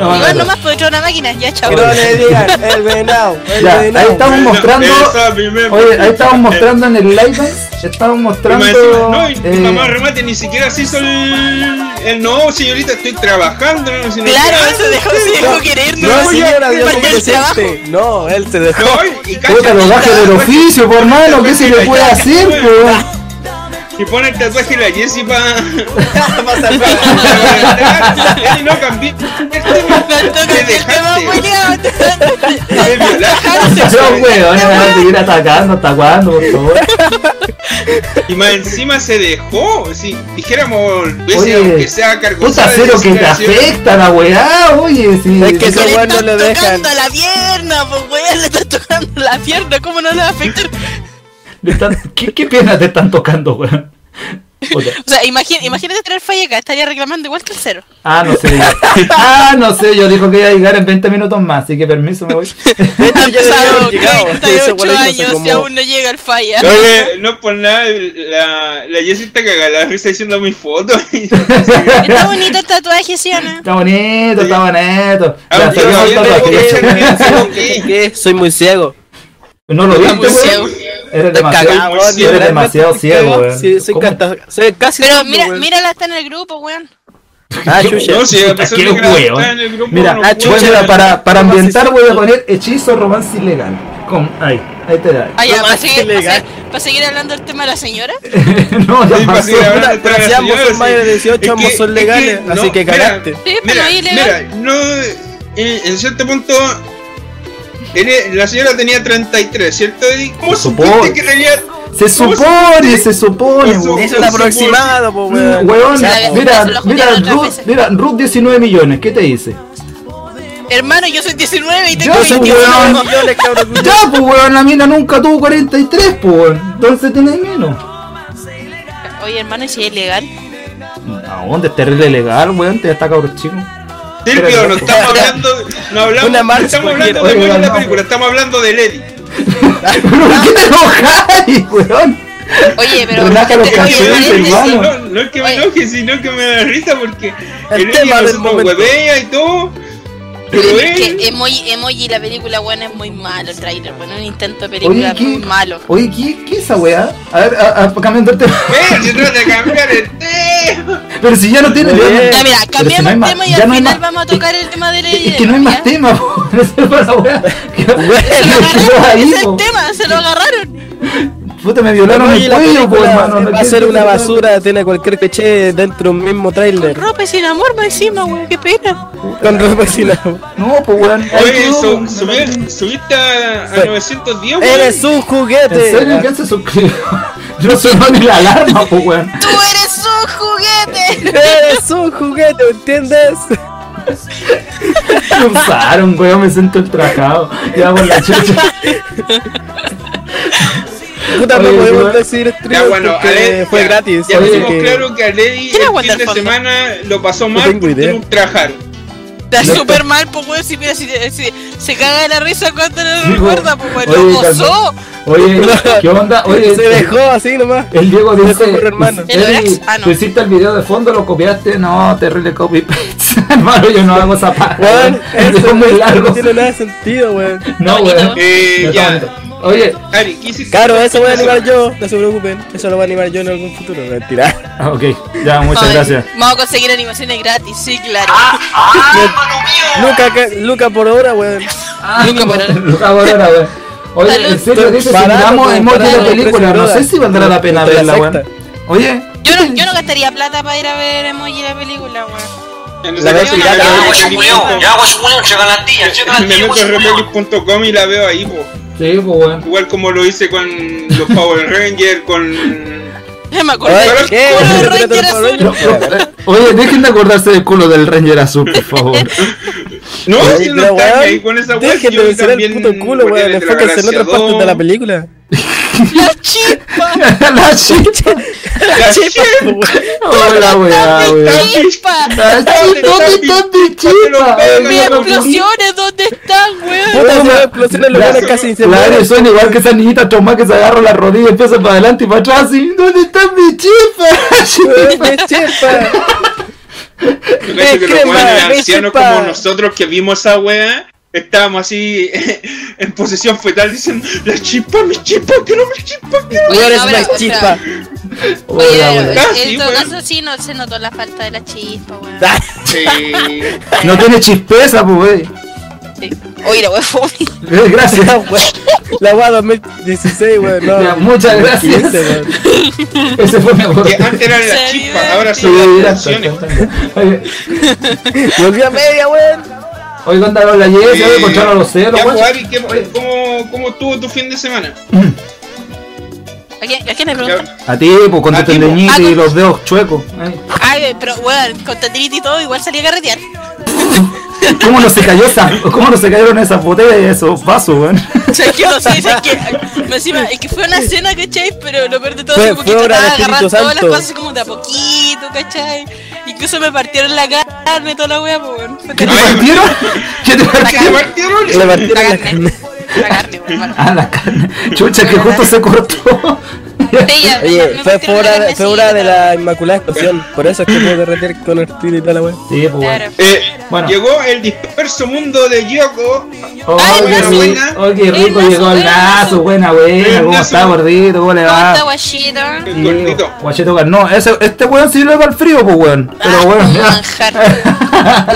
A: No, no,
B: Igual
A: no.
B: nomás por una máquina, ya chao.
C: Que no le digan el venado. El
A: Ya, ahí
C: venado.
A: estamos mostrando.
D: Ah. Esa primera
A: Oye, ahí estamos
D: Eh,
A: mostrando en el live. Estamos
D: y más encima-
A: mostrando.
D: No, y mi
A: eh,
D: mamá remate ni siquiera se hizo el, el no, señorita, estoy trabajando. No, si no-
B: Claro,
D: Ah,
B: eso dejó, se dejó querer, no,
C: No, señora, Dios
B: Faltó
C: me
B: el trabajo.
C: presente. No, él se dejó. [laughs]
D: No, y, y
A: Puta,
D: cacha,
A: lo bajo del oficio, por hermano, ¿qué se le puede hacer, po?
D: Y pone el tatuaje de la
B: [laughs]
D: Jessie para.
C: Pasa el trabajo.
D: eh, no cambié.
B: Faltó
D: Te
B: cambiar el tema, pues,
D: dejaste.
B: weón.
D: Te
A: [laughs]
D: violaste.
A: Yo, weón, me van a seguir atacando, hasta cuándo, por favor.
D: Y más encima se dejó. Si dijéramos,
A: Oye,
D: hubiese, aunque sea cargo.
A: Puta cero que te afecta la weá, oye, si.
C: Es que
B: Que
C: [laughs] esos
B: le
C: weón no
B: estás
C: lo dejan.
B: tocando la pierna, pues weón, le estás tocando la pierna, ¿cómo no le va a afectar?
A: le están- ¿Qué, qué piernas te están tocando, weón? Puta.
B: O sea, imagínate, imagínate tener falla acá, estaría reclamando igual que el cero.
A: Ah, no sé. Ah, no sé, yo dijo que iba a llegar en 20 minutos más, así que permiso,
C: [laughs]
A: me voy. [laughs]
C: De
B: Han
C: hecho, yo debería haber
B: pasado
C: llegado. Ese
B: 38
C: weón hizo
B: años y
C: como-
B: aún no llega el falla.
D: Oye, no por nada, la, la Jessie está cagada, la risa diciendo mi foto. [laughs]
B: Está bonito el tatuaje, ¿sí o no?
A: Está bonito, está bonito. Ya,
D: Ah, yo
A: se vio el
D: no, yo
A: tatuaje.
D: tengo que-
C: [laughs] ¿Qué? Soy muy ciego.
A: ¿No lo
B: Está
A: viste,
B: muy ciego.
A: weón? Eres demasiado,
D: cagado, weón.
A: eres demasiado ciego, weón.
C: Sí, soy,
A: ¿Cómo?
C: canta- soy casi
B: Pero
C: sordo,
B: mira,
C: pues, weón.
B: mírala, está en el grupo, weón.
C: Ah, chucha.
D: No, si a
A: Puta,
D: pesar
A: qué
D: de que la-
A: weón.
D: está en el grupo,
A: Mira,
D: no
A: ah,
D: puede.
A: chucha, para, para
C: Romance
A: ambientar
C: ilegal.
A: voy a poner hechizo romance ilegal. Con, ahí, ahí te da.
B: Ah, ya,
C: No,
B: para
C: más
B: seguir, para,
C: ilegal.
B: seguir- para seguir hablando del tema de la señora.
A: [laughs] no, ya
D: Sí, para
A: pasó.
D: seguir hablando
C: Pero- pero
D: de
C: si ambos
D: señora,
C: son
D: sí.
C: mayores de 18,
D: Es
C: ambos
D: que-
C: son
D: es que
C: legales,
D: no,
C: así que
D: mira,
C: cagaste.
B: Sí, pero
D: Mira,
B: ahí le
D: mira, no. En, en cierto punto. eres- La señora tenía 33, ¿cierto? ¿Y cómo
A: Supongo.
D: supiste que tenía.?
A: Se supone, se supone,
D: Eso-
A: weón.
C: Eso es aproximado, po, weón.
A: Weón,
B: se la-
A: mira,
B: se la
A: mira,
B: juntaron otras
A: Ruth,
B: veces.
A: mira, Ruth 19 millones, ¿qué te dice?
B: Hermano, yo soy 19 y tengo
A: Yo soy
B: 21.
A: weón.
C: Millones, cabrón.
A: Ya, pues weón, la mina nunca tuvo 43, pues weón. Entonces tenés menos.
B: Oye, hermano, ¿y si es ilegal?
A: ¿A dónde? Es terrible legal, weón, te está cabrón chico.
B: [laughs]
D: Silvio,
C: [laughs]
D: no estamos hablando. No hablamos,
C: Una marcha
D: estamos hablando de
C: cualquiera.
D: Goyo en la
A: Oiga,
D: película, estamos hablando de Lady.
A: ¿Pero por qué te enojáis, weón?
B: Oye, pero.
A: Relaja los
B: Oye,
D: No es que me
A: calzones,
B: oye,
D: enoje,
A: hermano.
D: no, no es que me
B: Oye.
D: enoje, sino que me da risa porque
C: El
D: Lady
C: tema del
D: nosotros
C: momento.
D: huevea y todo. Pero
B: Pero es
D: él.
B: que emoji, emoji, la película weón es muy malo el trailer, bueno, un intento de película
A: Oye, ¿qué?
B: muy malo.
A: Oye, ¿qué, qué es esa weá? A ver, a, a- cambiando el tema.
D: Bueno, se trata de cambiar el tema.
A: [laughs]
C: [laughs]
A: Pero si ya no tiene.
C: Oye,
A: weón.
B: Ya mira,
A: Pero si no
B: cambiamos
A: hay
B: el
A: más-
B: tema y
A: ya
B: al
A: no hay
B: final
A: más-
B: vamos a tocar el tema de Lady
A: Es que no hay
B: Gaga,
A: más
B: ¿ya?
A: tema, [laughs] po. Esa es la weá. Que-
B: Se
A: me
B: lo
A: quedó
B: [laughs]
A: ahí,
B: agarraron, ese es
A: po.
B: el tema, se lo agarraron.
A: Puta, me violaron
C: Oye,
A: el
C: la
A: cuello, po,
C: película
A: hermano. no
C: Va a ser
A: quiero-
C: una basura, tiene cualquier cliché dentro de un mismo
B: Con
C: trailer.
B: ropa y sin amor más encima, weón, qué pena.
C: Con ropa vacilada.
A: No, pues weón. ahí
D: Oye,
A: quedó,
D: su-
A: weón.
D: subí- subiste a, a
C: Sí.
D: 910. weón.
C: Eres un
A: ¿En serio?
C: juguete.
A: ¿Quién se suscribió? [laughs] Yo sonó ni la alarma, po, weón.
B: ¡Tú eres un juguete!
C: Eres un juguete, ¿entiendes?
A: Me usaron, weón. Me siento ultrajado. Ya, por la chucha.
C: Puta, no
A: Oye,
C: podemos
A: weón.
C: decir
D: Ya
C: stream
D: bueno, a
C: porque
D: Lady
C: fue gratis.
D: Ya
A: oye,
C: así
D: tenemos
C: que-
D: claro que a Lady
B: ¿Quién
D: el
B: aguanta
D: fin
B: el
D: de
B: fondo?
D: semana lo pasó mal
C: tengo
D: porque
C: idea.
D: lo ultrajaron.
B: Está súper mal, pues weón, si mira, si, si- se caga de la risa cuando no
A: Sí,
B: lo [laughs] recuerda,
A: po.
B: pues weón,
A: Oye,
B: lo
A: calma.
B: gozó.
C: [laughs]
A: Oye, [laughs] ¿qué onda? Oye, este-
C: Se dejó
A: [laughs]
C: así nomás.
A: El Diego dice,
C: Mejor hermano.
A: "Ey,
B: ¿El Orax? Ah, no.
A: tú hiciste el video de fondo, lo copiaste, no, terrible copy paste, [laughs] hermano, yo no hago esa paja, [laughs]
C: Weón,
A: el
C: eso
A: video es muy
C: no
A: largo,
C: tiene nada de sentido, weón.
A: no,
B: No,
A: weón,
D: Eh,
A: No,
D: ya.
A: está bonito. oye,
D: Ari, ¿qué hiciste?
C: Claro, eso voy a animar yo, no se preocupen. Eso lo voy a animar yo en algún futuro, mentira.
A: ah, ok, ya, muchas
B: Ay,
A: gracias, [laughs] Ah,
B: Vamos a conseguir animaciones gratis, sí, claro. [laughs]
G: Ah,
C: Luca, que- Luca por ahora,
D: [laughs]
C: weón.
A: ah.
B: Nunca parar.
A: Luca Borona, weón. Oye,
B: Salud.
A: en serio, dice, si
C: Barato
A: miramos
C: como
A: emoji de
C: barato,
A: película, no
C: precio
A: sé si valdrá la pena
C: de la
A: verla, weón,
C: secta.
A: oye,
B: Yo no, yo no gastaría plata para ir a ver emoji la película, weón.
D: La
C: veo pirata,
F: Ya hago ese weón, ya hago ese weón, checa la tía, checa
D: Me
F: la tía,
D: meto
F: ese
D: a
F: weón.
D: remedio.com y la veo ahí, po.
A: sí, pues, weón,
D: Igual como lo hice con los Power Rangers, con.
B: Me acuerdo.
C: Oye,
D: Pero-
C: ¿qué?
B: Pero
C: Pero
B: Ranger
C: tú no
B: azul.
C: por ahora.
A: oye, dejen de acordarse del culo del Ranger Azul, por
B: [laughs]
A: favor, [laughs]
D: No,
C: Oye,
D: si no
C: pero,
D: están
C: weón,
D: ahí con esa weá,
C: Dejen
D: si yo
C: de vencer el
D: también
C: puto culo,
D: guardianes
C: weón.
D: de la
C: Enfóquense en otras
D: Galaxia
C: partes de
D: 2.
C: la película.
A: la chucha,
D: La chica,
A: hola, weón, weón.
B: Ah, ¡Chispa!
A: Ah, ¿Dónde está mi
D: Te lo
A: chispa?
D: pego,
A: Eh,
B: ¡Mi
A: me lo
B: explosiones! ¿Dónde están? weón.
C: Puta, si no explosión en los
A: La-
C: buenos casi se
A: La
C: mueren.
A: Ares son igual que esa niñita traumada que se agarra la rodilla y empieza para adelante y para atrás y ¿Dónde está mi
C: Weón,
A: chifa?
C: me chepa.
D: Yo cacho que los
C: Eh, crema,
D: buenos
C: me
D: ancianos
C: sepa.
D: como nosotros que vimos esa wea, estábamos así [laughs] en posición fetal diciendo, la chispa, mi chispa, quiero mi chispa, quiero.
B: Oye,
C: Weón,
B: no,
C: es
B: pero,
C: una
B: o sea,
C: chispa. [laughs]
B: Oye,
A: [laughs] Hola,
B: pero
A: hola.
D: Ah, sí,
B: en todo
D: weón.
B: caso sí no se notó la falta de la chispa, weón.
C: Ah,
D: Sí.
A: No tiene chispeza, pues, wey.
B: Sí. Oye, la weón fue
A: Eh, [laughs]
C: La
A: Gracias.
C: wea- La wea 2016, weón. no.
A: Ya, muchas gracias.
C: 15, weón.
A: Ese fue mi
D: Que
A: aporte.
D: antes eran
B: Se
D: las chispas,
B: vive.
D: ahora
A: [laughs] Sí,
D: son las
A: era-
D: canciones.
C: Volví a media, weón.
A: Hoy contaron la Jess, hoy
D: Eh,
A: encontraron los ceros,
D: ya,
A: weón.
D: pues, Ari, ¿qué- ¿cómo, ¿cómo estuvo tu fin de semana?
B: ¿A quién, ¿A quién le
D: Ya-
B: preguntan?
A: A ti, pues, con
D: A
A: tu
D: ti, po.
A: tendeñita
B: Ah,
A: y
B: con-
A: los dedos chuecos. Ay.
B: Ay, pero weón, con tendinita y todo, igual salí a carretear.
A: ¿Cómo no se cayó esa, cómo no se cayeron esas botellas y esos vasos, weón?
B: O sea, es que no sé, es que. me Encima, es que fue una cena, ¿cachai? Pero lo peor de todo
C: Fue-
B: es que
C: fue obra
B: trataba de
C: del
B: agarrar
C: Espíritu
B: todas las
C: Santo.
B: cosas como de a poquito, ¿cachai? Incluso me partieron la carne, toda la weá, pues, weón. Fue
A: ¿Qué te
B: terrible.
D: [laughs]
A: partieron? ¿Qué te partieron?
D: partieron?
C: Le partieron
B: La
C: la
B: carne.
C: carne.
B: La carne, weón.
A: Ah, la carne. Chucha, que justo se cortó.
B: Ella,
C: Oye,
B: me
C: fue
B: partieron la
C: fuera,
B: carne
C: fue
B: así,
C: hora de
B: toda
C: la Inmaculada Explosión. Por eso es que puedo derretir con el espíritu y toda [laughs] la wea.
A: [laughs] Sí, pues, weón.
B: Claro.
D: Eh,
A: Bueno.
D: Llegó el disperso mundo de Yoko.
A: Oh,
B: Ay,
A: qué
D: lazo,
A: rico,
D: buena.
A: oh, qué
B: El
A: rico
B: lazo,
A: llegó el
B: el
A: lazo,
B: lazo.
A: buena, buena,
D: El
A: cómo
D: lazo.
A: está gordito, cómo le
B: ¿Cómo
C: Ah.
A: va.
B: está,
A: Sí,
B: guachito?
A: pues,
D: Gordito.
A: guachito, gar- no, ese, este weón sirve para el frío, pues weón. Pero
B: Ah,
A: weón,
B: un
A: ya. [laughs]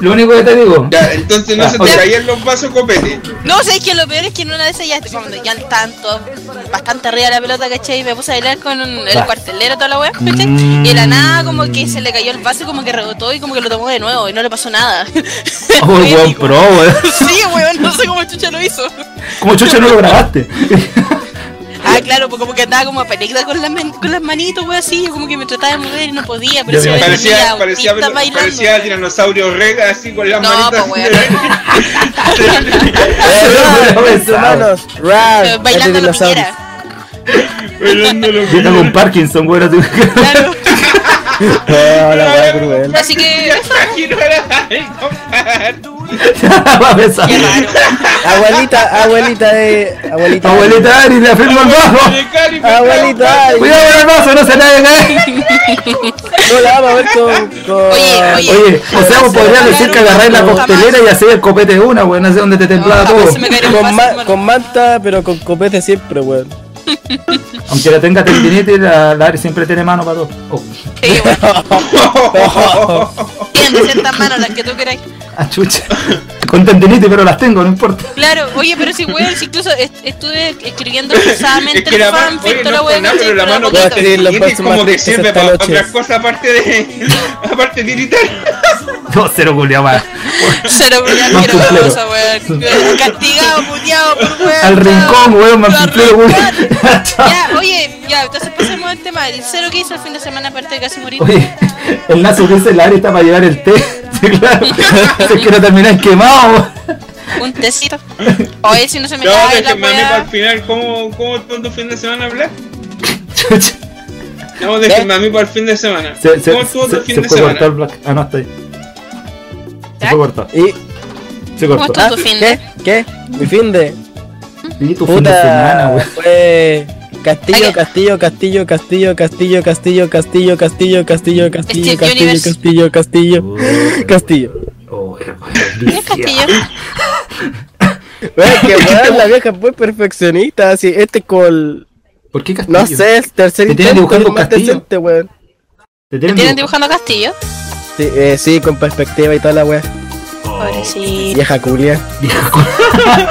A: Lo único que te digo,
D: Ya, entonces no
A: Ya,
D: se te
A: oye.
D: caían los vasos copete.
B: No, sé que lo peor es que en una de esas ya, cuando ya estaban todos bastante arriba de la pelota, ¿cachai? Me puse a bailar con un- el
A: Ah.
B: cuartelero, toda la weá, ¿cachai? Y de la nada, como que se le cayó el vaso, como que rebotó y como que lo tomó de nuevo y no le pasó nada.
A: oh,
B: [laughs] Fue
A: weón
B: épico.
A: pro, weón. [laughs]
B: Sí, weón, no sé cómo Chucha lo hizo.
A: Como chucha no lo
B: [laughs] Eh,
A: grabaste.
B: Ah, claro, pues como que andaba como a película con las, man- con las manitos, weón, así. Yo como que me trataba de mover y no podía, pero
A: Ya,
B: se
A: ya.
B: me
D: Parecía,
B: veía
D: parecía,
B: autista bailando.
D: parecía dinosaurio rega así con las
B: No,
D: manitas.
B: pues, weón.
D: [laughs]
C: Hermanos,
B: Eh,
C: rap,
B: bailando lo
C: dinosaurio. [laughs]
B: piñera.
D: Bailando los
A: Viendo con Parkinson, weón. así.
B: Claro.
C: Oh, la wea cruel.
B: Así que eso,
A: [laughs] Va a pesar.
B: qué raro.
C: Abuelita, abuelita de. Abuelita.
A: Abuelita Ari, le afirmo el bajo.
D: [laughs]
C: Abuelita, ay,
A: Cuidado con el vaso, no se ¿eh? la deje.
C: no la vamos a ver con. con-
B: Oye, [laughs] oye. [laughs]
A: Oye, o sea, vos podrías decir que agarráis la costelera y hacéis el copete de una, weón. No sé dónde te templaba
B: No, jamás
A: todo.
B: se Ah, pues me cayó un
C: Con,
B: vaso,
C: ma-
B: hermano.
C: con manta, pero con copete siempre, weón.
A: Aunque la tenga tendinitis, la, la Ari siempre tiene mano para todo. Oh. [laughs]
B: Sí, weón.
C: Oh,
B: Bien, de ciertas manos, las que tú queráis.
A: Ah, chucha. Con tendinitis, pero las tengo, no importa. [laughs]
B: Claro, oye, pero si weón, si incluso est- estuve escribiendo
D: Es
B: pesadamente
D: que la
B: el
D: mano,
B: fanfic,
D: oye,
B: toda la
D: no es
B: weón,
D: nada, pero la mano
C: Voy a escribir los
D: es
C: próximos
D: como que
C: textos
D: sirve
C: esta
D: para
C: noche.
D: otras cosas aparte de. [laughs] aparte de gritar.
A: No, cero culiao, va.
B: [laughs]
D: [laughs]
B: Cero
A: Más
B: asqueroso, weón. Castigado, puteado, por weón.
A: Al rincón, weón,
B: Lo
A: manfiflero, weón.
B: arrancaron.
A: [laughs]
B: Ya, oye, ya, entonces pasemos al tema. El cero que hizo el fin de semana, aparte de casi morir.
A: Oye, el lazo que dice el Ari está para llevar el té. [laughs] Sí, claro. Es que no termináis quemado, weón.
B: Un tecito. Oye, si no se me
D: No,
B: cae
D: es
B: la
D: que mané para el
B: weá.
D: final. ¿Cómo, cómo todo tu fin de semana, Black?
A: [laughs] Chucha.
D: No, déjenme a mí para el fin de semana.
A: Se, se,
D: ¿Cómo estuvo tu
A: se,
D: fin
A: se
D: de
A: fue cortado el
D: semana?
A: black. Ah, no, está ahí. Se
B: ¿Ya?
A: fue cortado.
C: y.
A: Se
B: ¿Cómo
A: cortó.
B: estuvo? tu fin de?
C: ¿Qué? ¿Qué? Mi fin de.
A: Y tu fin de semana,
C: Puta.
A: weón.
C: Fue. Castillo,
B: Ay,
C: castillo, castillo, castillo, castillo, castillo, castillo, castillo, castillo, castillo,
B: Steve
C: castillo,
B: Universe.
C: castillo, castillo, castillo.
A: Oh, weón,
B: ¿Qué castillo?
C: [laughs] Güey, que weón, la vieja fue perfeccionista, así, este col.
A: ¿Por qué castillo?
C: No sé, el tercer
A: Te tienen
C: intento
A: dibujando
C: es más
A: castillo.
C: decente, weón.
A: ¿Te tienen
B: ¿Tienen
A: dibujo?
B: dibujando castillo?
C: Sí, eh, sí, con perspectiva y toda la weá.
B: Pobrecito.
C: Vieja culia. [laughs]
B: Era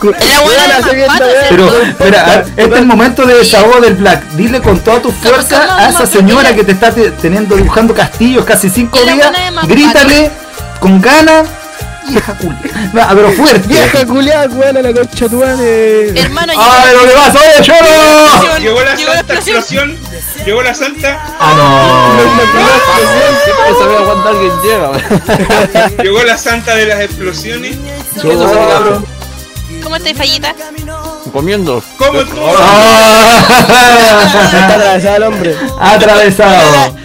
C: Weón, eh.
B: buena
C: hace bien la
B: zapata,
C: weá.
A: Pero, espera, a ver, este es el momento de desahogo del Black. Dile con toda tu fuerza
B: calma,
A: a esa
B: calma,
A: señora
B: tranquila.
A: que te está te- teniendo dibujando castillos casi cinco
B: Y la
A: días.
B: buena de Mapache.
A: Grítale con ganas. Vieja culia. No, ah, pero fuerte.
C: Vieja culia, weón, a la concha tu madre.
B: Hermano,
A: ¡Ay, lo que pasa! ¡Oye, choro!
D: Llegó la
B: Llegó la
D: santa explosión. Llegó la santa.
A: ¡Ah, no!
H: Eso veo cuando alguien llega, weón.
D: Llegó la santa de las explosiones.
B: ¿Cómo estáis, fallita?
H: Comiendo.
D: ¿Cómo estuvo?
C: Está
A: Ah,
C: atravesada el [laughs] hombre.
A: [laughs] Atravesado.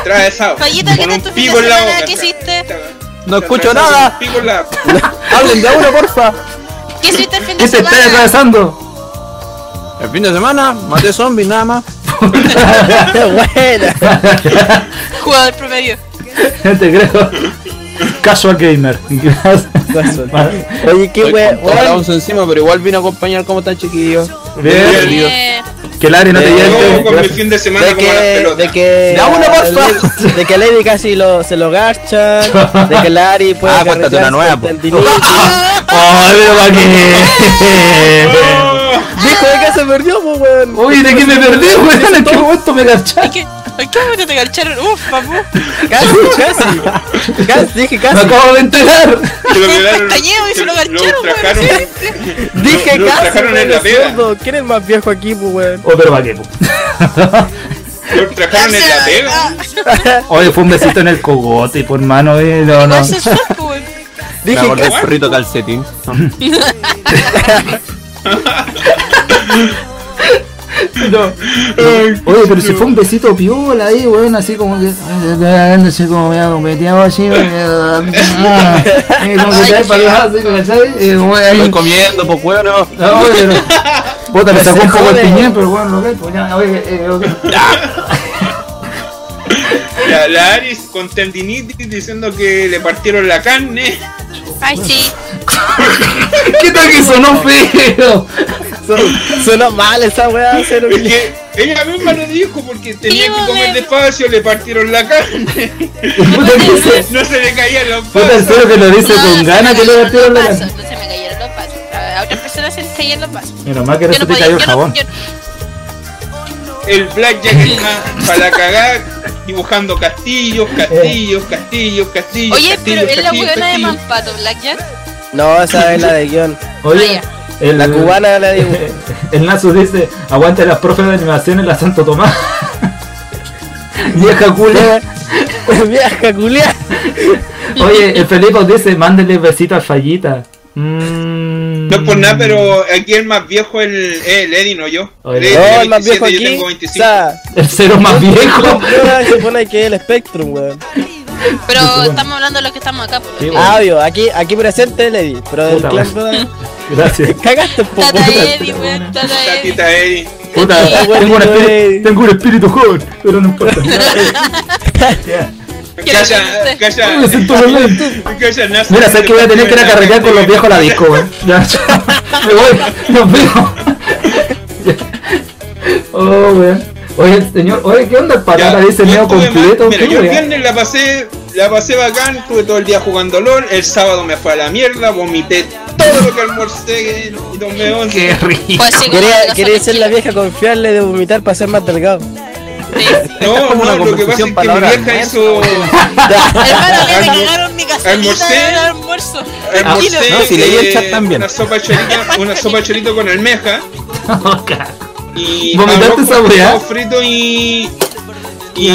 D: Atravesado.
B: Fallita, ¿qué
D: Con
B: tal
D: un
B: tu fin
D: pico
B: de
D: en la
B: semana
D: boca.
B: que hiciste?
H: No escucho
D: Atravesando
H: nada.
D: un pico en la-
H: Hablen de a uno, porfa.
B: ¿Qué hiciste el fin de
A: ¿Qué te estás
B: semana?
A: atravesando?
H: El fin de semana maté zombies nada más.
C: Buena.
B: Jugador promedio.
A: Te creo. Casual gamer. [laughs]
C: Oye, qué
H: Estoy
C: wea.
H: con toda la once encima, pero igual vine a acompañar cómo están chiquillos.
A: Bien.
D: Dios.
B: Eh,
A: Que el Ari no te
C: Eh,
D: Yo con mi
A: lleve.
D: fin de semana
C: de
D: como las
C: que, de
D: pelotas. [laughs]
C: que
H: Da una, porfa.
C: de que Lady casi lo, se lo garcha de que
D: [laughs]
C: Larry puede
H: Ah, cuéntate
C: carretear
H: una nueva,
C: con
H: po.
D: pues.
C: tendinitis.
A: [laughs] Ah. ¡Ay, pero pa' qué!
D: Oh,
C: dijo de que se perdió po, weón
A: Uy, ¿de qué me perdí, weón? ¿En qué momento me
B: ¿Ay,
A: cachaste?
B: qué? ¿Ay, qué bueno te engancharon? Uf,
A: [laughs]
B: papu.
C: casi casi casi dije
A: Me
C: casi
A: acabo de enterar.
D: se lo quedaron-
B: Pestañeo y se lo
D: Lo
B: gancharon,
D: trajeron.
C: dije
D: lo- lo
C: casi
D: trajeron
C: po,
D: en la
C: eres
D: pega.
C: zurdo. quién es el más viejo aquí po, weón
A: Oh, pero pa' qué, po. [laughs]
D: Lo trajeron en la pega.
B: ah.
A: Oye, fue un besito en el cogote, por mano, eh. No, no.
B: Igual se fue, po, pues, weón.
H: Me
C: dije
H: acordé del
C: casi
H: perrito calcetín.
A: Oye, pero si fue un besito piola ahí, weón, así como que. Así como me acometeado así, como que. Como que cae para el lado, así, ¿cachai? Y, weón, ahí-
H: Estoy comiendo, pues huevo.
A: No, oye, no. Puta,
B: [laughs]
A: me
C: Pero
A: sacó
C: se
A: un poco el
C: jode.
A: piñén, pero bueno, lo que, pues ya, oye, eh, ok.
D: La, la Aris con tendinitis diciendo que le partieron la carne.
B: Ay, sí.
A: [laughs] ¿Qué tal que sonó feo?
C: Su- suena mal esa weá cero que-
D: Porque ella misma lo dijo porque tenía
B: Digo,
D: que comer
B: me-
D: despacio, le partieron la carne.
A: Puta que se-
D: No se le caían los
A: Puta el
D: pasos.
A: feo que lo dice
B: No,
A: con
B: se
A: ganas
B: me
A: que le
B: cayeron
A: partieron la
B: los
A: cara.
B: vasos, No se me cayeron los pasos. A otras personas se les cayeron los pasos.
A: Mira, más que ahora
B: Yo
A: se
B: no
A: te
B: podía.
A: cayó el
B: Yo no,
A: jabón.
B: yo,
D: El
B: [laughs]
D: blackjack es más para cagar, dibujando castillos, castillos, castillos, castillos.
B: Oye, pero
D: castillos,
B: es la
D: castillos,
B: buena de
D: castillos.
B: Mampato, Blackjack.
C: no esa es la de guión
A: Oye,
B: Ah,
A: el, [laughs]
C: la cubana la de
A: El Nasu dice: Aguante las profes de animación en la Santo Tomás. Vieja culia.
C: [laughs] vieja culia
A: Oye, el Felipe dice: Mándele besito a Fallita. Mm.
D: No es por nada, pero aquí el más viejo es el, es el Eddie, no yo.
A: Oye,
D: El Eddie
A: no,
D: tiene
C: no el más viejo
D: 27, yo
C: aquí
D: tengo
C: o
D: 25.
C: sea
A: El cero
D: [laughs]
A: más viejo.
C: comprueba se supone que es el Spectrum weón
B: Pero estamos hablando de los que estamos acá. Porque...
A: pues, Sí, pues. bueno.
C: Ah, obvio, aquí, aquí presente Lady, pero del
A: Puta,
C: clan
A: Gracias.
C: Cagaste un
A: pues,
C: poco.
B: Tata Eddie, weón, Tata Eddie.
D: Tatita Eddie. [laughs]
A: Puta, tengo, un espíritu, tengo un espíritu joven, pero no importa.
D: Calla, calla.
A: Me siento muy
D: [laughs]
A: bien.
D: Calla, Nazo.
A: Mira, sabes que voy a tener que ir a carretear con los viejos a la disco, weón. Ya, chao. Me voy, los veo. [laughs] Oh, weón. Oye, el señor, oye, ¿qué onda el
D: Ya,
A: patata? Dice
D: yo
A: medio
D: estuve
A: completo,
D: mal- Mira,
A: ¿qué
D: yo el
A: weón?
D: viernes la pasé, la pasé bacán, estuve todo el día jugando LOL, el sábado me fue a la mierda, vomité todo lo que almorcé y tomé once.
A: Qué rico.
B: Pues así como
C: Quería,
B: la
C: quería
B: gasolina.
C: ser la vieja confiarle de vomitar para ser más delgado.
D: No,
H: como una
D: no, lo que pasa es
H: conversación
D: que mi
H: palabra
D: vieja hizo
A: Ah,
B: Hermano, que me
D: Almo-
B: cagaron mi
D: almorcé.
B: gasolina en el almuerzo.
D: almorcé
H: no, si leí el
D: eh,
H: chat también.
D: una sopa chorita, una sopa chorita con almeja y
A: ¿Vomitaste
D: arroz con
A: esa weá?
D: pescado frito y y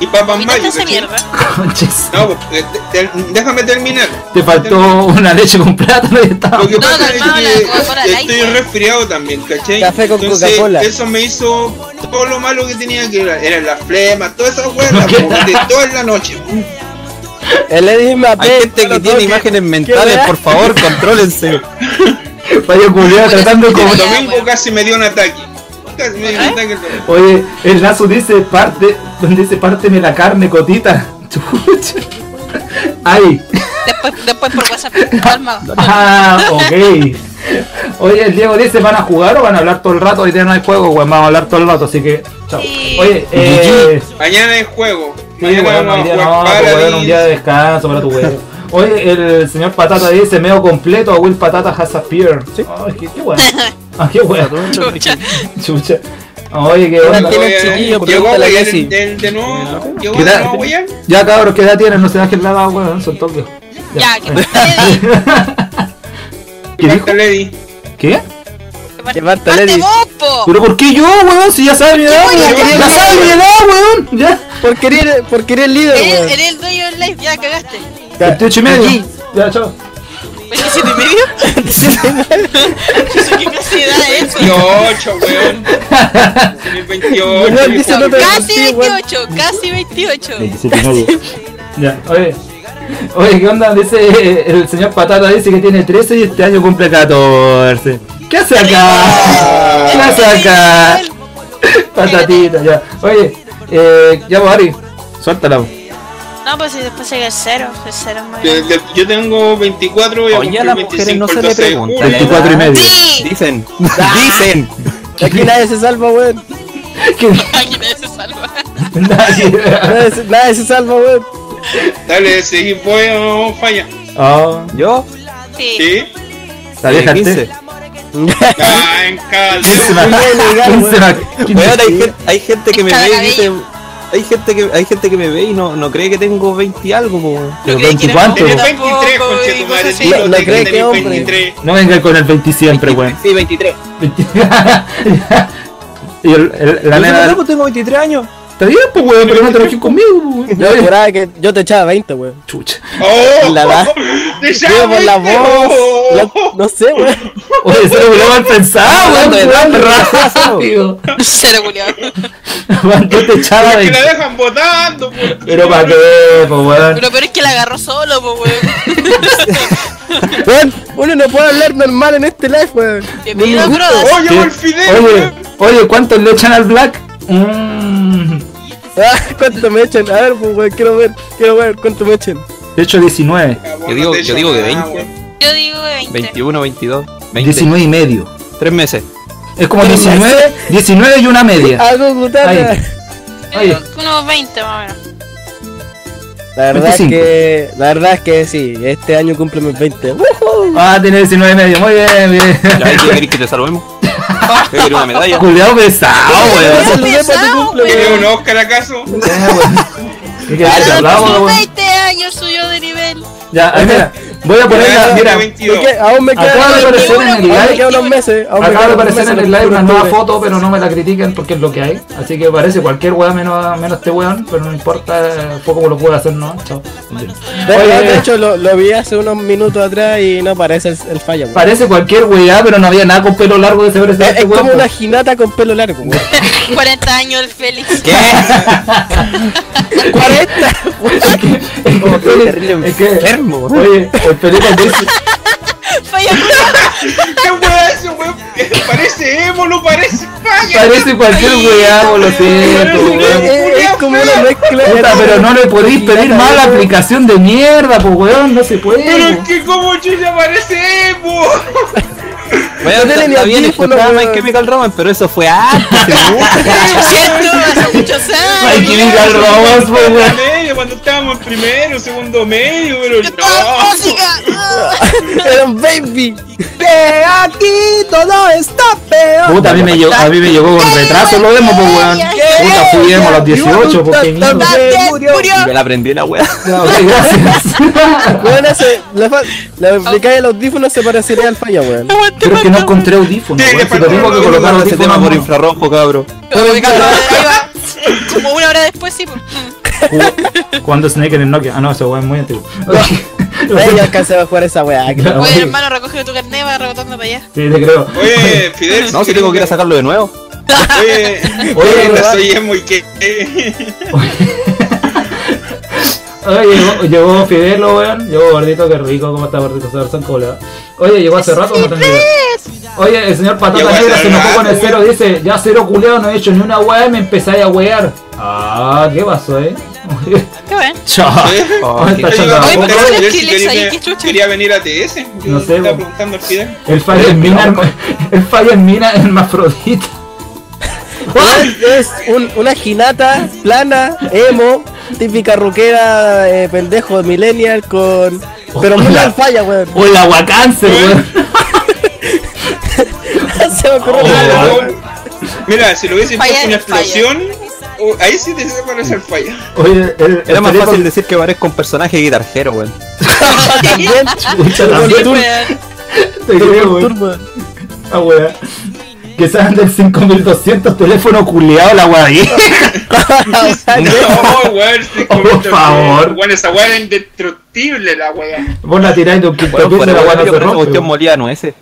D: y papas
B: Vomitaste
D: mayo.
B: esa
D: ¿cachai?
B: mierda.
A: [laughs] Conches.
D: No, pues, te- te- déjame terminar.
A: Te faltó una leche con plátano y estaba.
D: Lo que
B: No,
D: pasa es
B: calmado, la Coca-Cola
D: que
B: light.
D: estoy resfriado también, ¿cachai?
C: Café con
D: Entonces,
C: Coca-Cola.
D: Eso me hizo todo lo malo que tenía que era, eran las flemas, todas esas weas, las vomité toda
B: [laughs]
D: la noche.
C: El Lady me apesta.
H: Hay gente que tiene imágenes mentales, por favor, contrólense.
A: Vaya culiado tratando de
B: Como
D: El
A: comer.
B: la
D: domingo
B: wea.
D: casi me dio un ataque. Casi me dio
B: ¿Eh?
D: un ataque. el domingo.
A: Oye, el lazo dice parte, dice párteme la carne, cotita. Chucha. Ay.
B: Después, después por WhatsApp, calma.
A: Ah, ok. Oye, el Diego dice, ¿van a jugar o van a hablar todo el rato? Hoy día no hay juego, weón, vamos a hablar todo el rato, así que chao.
B: Sí.
A: Oye, eh,
D: Mañana hay juego.
A: sí, weón,
D: Mañana
A: hoy
D: vamos a
A: día
D: jugar
A: no, pues,
D: Paladins.
A: weón, un día de descanso para tu weón. Oye, el señor Patata dice, medio completo, a Will Patata has appeared. Ay, qué, qué [laughs] weón. Ah, qué weón.
B: Chucha.
A: Chucha. Oye, qué
C: Ahora
A: onda.
C: tiene-
D: Oye,
C: chiquillo,
D: Llegó
C: pregúntale a
D: weón,
C: Jessy.
D: de, de nuevo. Llegó
A: ¿Qué
D: de
A: edad?
D: nuevo weón.
A: Ya cabros, ¿qué edad tienen? No se bajen la edad, weón, son toques.
B: Ya,
A: [laughs]
B: que parte Eddie.
A: ¿Qué dijo?
D: Falta Lady.
A: ¿Qué?
C: Que Marta
B: Parte
C: Lady.
B: vos, po.
A: ¿Pero por qué yo, weón? Si ya sabe mi edad, weón. Ya sabe mi edad, weón. Ya.
C: Por querer, por querer líder,
B: Eres
C: weón.
B: eres el dueño del live, ya cagaste. Pues
A: 28 y medio. Ya, chao.
B: ¿27 y
C: [laughs]
B: medio? Chucha, ¿Qué clase de edad es eso?
C: [laughs]
D: 28, weón. El 28.
C: Weón, dice no te-
B: Casi
C: Sí, bueno.
B: 28, casi 28.
A: 27 y medio. Ya, oye. Oye, ¿qué onda? Dice eh, el señor Patata dice que tiene 13 y este año cumple 14. ¿Qué hace acá?
D: Ah.
A: ¿Qué hace acá? Patatita, ya. Oye, eh, ya vos, Ari, suéltala. vos.
B: No, pues si después llega el cero, el cero es muy
D: De-
B: grande.
D: de- Yo tengo 24 voy a
H: Oye, a
D: cumplir
H: las mujeres
D: 25
H: no se
D: el
H: le
D: 12 de
H: pregunta.
D: julio.
A: 24 y medio.
H: Dicen, dicen.
C: Aquí nadie se salva, weón.
A: Que [laughs]
B: Ay, nadie se salva.
A: nadie-
B: [laughs]
C: Nadie, se- nadie se salva, weón. [laughs]
D: Dale, seguí, voy o falla.
A: Oh,
H: Yo,
B: Sí.
D: ¿Sí?
A: la vieja
H: eh,
A: te-
H: 15.
D: Ah,
A: quince
D: en caldo.
A: más- quince más-
H: Weón, hay,
A: quince-
H: gen- hay gente que me
B: Cada
H: ve y dice.
B: cabello.
H: Hay gente que hay gente que me ve y no, no cree que tengo 20 y algo, po. weón.
A: pero
B: Yo creí que era
A: 24.
D: Tenés
B: hombre
D: 23,
B: tampoco, y
D: conchetumare.
B: cosas así.
D: dilo,
C: No
D: te-
C: cree
D: tenés
C: que hombre.
D: 23.
A: No venga con el 20 siempre, weón.
H: Sí, 23.
A: y el, el- la
H: Yo
A: nena.
H: tampoco tengo 23 años.
A: Está bien, pues, weón, pero no trabajes conmigo, pues,
C: Yo
A: weón. Ya,
C: juraba que yo te echaba 20, weón.
A: Chucha.
D: ¡Oh! [laughs]
C: La da-
D: ¡Te
C: Yo por la
D: llamaste!
C: voz.
D: ¡Oh!
C: la- no sé, weón.
A: Oye, eso lo volvemos a pensar, weón.
C: Hablando de
A: jugando
C: edad,
A: rápido.
B: Cero, culiado.
A: [laughs] Weón, yo te echaba
D: Es que la
A: de.
D: dejan votando, pues. por-
A: Pero para qué, pues, weón.
B: Lo peor es que la agarró solo, po,
C: [laughs]
B: weón.
C: Weón, uno no puede hablar normal en este live, weón.
B: Bienvenido, Brodas.
D: ¡Oh, llegó el fideo!
A: Oye,
D: weón.
A: oye, ¿cuántos le echan al Black? Mm,
C: Ah, ¿Cuánto me echan? A ver, pues, weón, quiero ver, quiero ver cuánto me echan.
A: de hecho, 19.
H: Yo digo-
D: Te
H: yo digo que
D: llamaste,
H: 20.
D: weón.
B: Yo digo 20.
H: 21, 22, 20.
A: 19 y medio.
H: 3 meses.
A: Es como 19, 19 y una media.
C: Algo gutana.
A: Ahí.
B: Yo
A: Oye.
B: digo que Unos 20 más o menos.
C: La verdad es
A: 25.
C: que. La verdad es que sí, este año cumple mis 20. ¡Woohoo!
A: Ah, tiene 19 y medio. Muy bien, bien.
H: Ya, ¿qué querés que
A: [laughs]
H: te salvemos? Yo quería una medalla.
A: Culeado pesado,
C: Te
A: weón.
C: saludé por tu
B: pesado,
C: cumple,
B: weón.
D: ¿Tiene
C: weón.
D: un Oscar acaso?
A: ¿Qué querés que
B: Pero
A: hablamos,
B: sus
A: weón?
B: 20 años subió de nivel. [laughs]
A: Ya, ahí mira, voy a poner la,
D: Ya,
A: mira,
D: 22.
C: ¿Qué? Aún me quedan.
A: Acaba de aparecer en el
C: aún me
A: live.
C: quedan unos meses. aún
A: acaba
C: me quedan
A: de
C: unos
A: aparecer en
C: meses,
A: el live una nueva
C: octubre.
A: foto, pero no me la critiquen porque es lo que hay. Así que parece cualquier weón menos, menos este weón, pero no importa, fue como lo puedo hacer, ¿no? Chao.
C: De,
A: Oye.
C: de hecho, lo, lo vi hace unos minutos atrás y no aparece el, el falla, weón.
A: Parece cualquier weá, pero no había nada con pelo largo de ese
C: Es-
A: parece a
C: es
A: este weón.
C: como
A: po.
C: una ginata con pelo largo, weón.
B: 40 años el Félix. [laughs]
H: ¿Qué?
C: 40.
A: Es que-
H: terrible
A: es que-
H: enfermo.
A: Oye, el pelito dice,
B: Falla,
A: [laughs]
D: ¿Qué weá es eso, weón? [laughs] Parece emo, no parece falla.
A: parece cualquier weá, po, lo siento, weón.
C: es, es como una mezcla.
A: Puta, pero no le podéis pedir más la aplicación de mierda, pues weón, no se
D: Pero
A: puede.
D: es que como chucha parece emo.
H: Bueno,
C: tiene
H: está,
C: ni
H: está bien
C: audífono,
H: escuchar
C: weón.
H: My Chemical Romance, pero eso fue
A: [laughs]
H: antes.
B: lo siento, hace muchos
A: Ay,
B: años.
A: que venga
B: [laughs]
A: el Robos, po,
D: Cuando
A: weón.
D: medio, Cuando estábamos en primero, segundo medio, pero
B: ¡Que toda
D: no.
B: música!
A: [laughs]
C: Era un baby.
H: Que aquí todo está peor.
A: Puta, a mí me llegó, a mí me llegó con retraso lo vemos, pues weón. Puta, fuimos a los 18, porque mierda. [laughs]
B: ¡También murió!
H: Y me la aprendí la wea.
A: Ya, ok, gracias.
C: Weón, ese. Le, fa- le aplicáis el audífono, se parecería al falla, weón.
A: Pero es que no encontré audífonos.
D: Sí,
A: weón,
D: le
A: si
D: faltó
A: te digo que
D: el
A: colocar este
H: Colocaron ese tema por
A: audífonos.
H: infrarrojo, cabro.
B: Como una hora después, sí. pues.
A: Cu- Cuando Snake en el Nokia. Ah, no, ese weón es muy antiguo. [laughs]
C: Nadie yo alcancé a jugar esa weá. que-
A: Ya,
B: Oye,
A: oye,
B: hermano, recoge tu carnet, va rebotando para allá.
A: Sí, te creo.
D: Oye, Fidel.
H: No, si tengo que ir a sacarlo de nuevo.
D: Oye,
A: Oye,
D: oye,
A: ¿verdad?
D: soy emo y que.
A: Oye, llegó, llegó Fidelo, weón. Llegó Gordito, que rico. ¿Cómo está Gordito? Se son cola. Oye, llegó hace rato, no tengo idea. Oye, el señor
D: Llegó
A: Patata
D: hace
A: Negra se enojó
D: rato,
A: con el
D: weón.
A: cero. Dice, ya cero culeado, no he hecho ni una weá y me empezáis a wear. Ah, ¿qué pasó, eh? [laughs]
B: Qué bueno.
A: Chao.
H: Oh,
A: Ah, está
D: Yo
A: chato.
D: iba a
B: Oye,
D: preguntar
B: pero
D: a
B: ¿sabes
D: Fidel
B: qué
D: si
B: le
D: quería
B: sale?
D: que-
B: ¿Qué chucha?
D: Quería venir a TS. Yo
A: No sé,
D: Estaba
A: weón.
D: preguntando al Fidel.
A: El fallo en mina, [laughs] herma- el fallo en mina hermafrodita.
C: Weón, es un- una ginata plana, emo, típica rockera, eh, pendejo, millennial, con. Pero muy
A: Hola.
C: al falla, weón. [laughs]
A: O el [laughs] aguacáncer, weón.
C: Se me ocurrió.
A: Oh.
D: Claro, weón. [laughs] Mira, si lo hubiese hecho
B: Falla,
D: una
B: falla.
D: explosión, oh, ahí sí te desaparece el falla.
A: Oye, el, el
H: Era más
A: Felipe-
H: fácil
A: [laughs]
H: decir que parezco un personaje guitarjero, weón.
C: También.
A: Pucha,
B: Sí,
A: también tú-
B: weón.
A: te creo, weón.
C: Turbo. [laughs]
A: Ah, weón. Que sean del 5200 teléfono culeado la weá vieja.
D: [laughs]
A: Ah,
D: [laughs] No, weón, sí,
A: Por
D: comenta,
A: favor.
D: Weón, esa weá era indestructible, la weá.
A: [laughs] Vos la tiráis de un
H: Bueno,
A: quintapié
H: por
A: de la weá
H: el
A: no
H: barrio,
A: se
H: pero esa
A: rompe.
H: cuestión
A: weón.
H: molía nueces.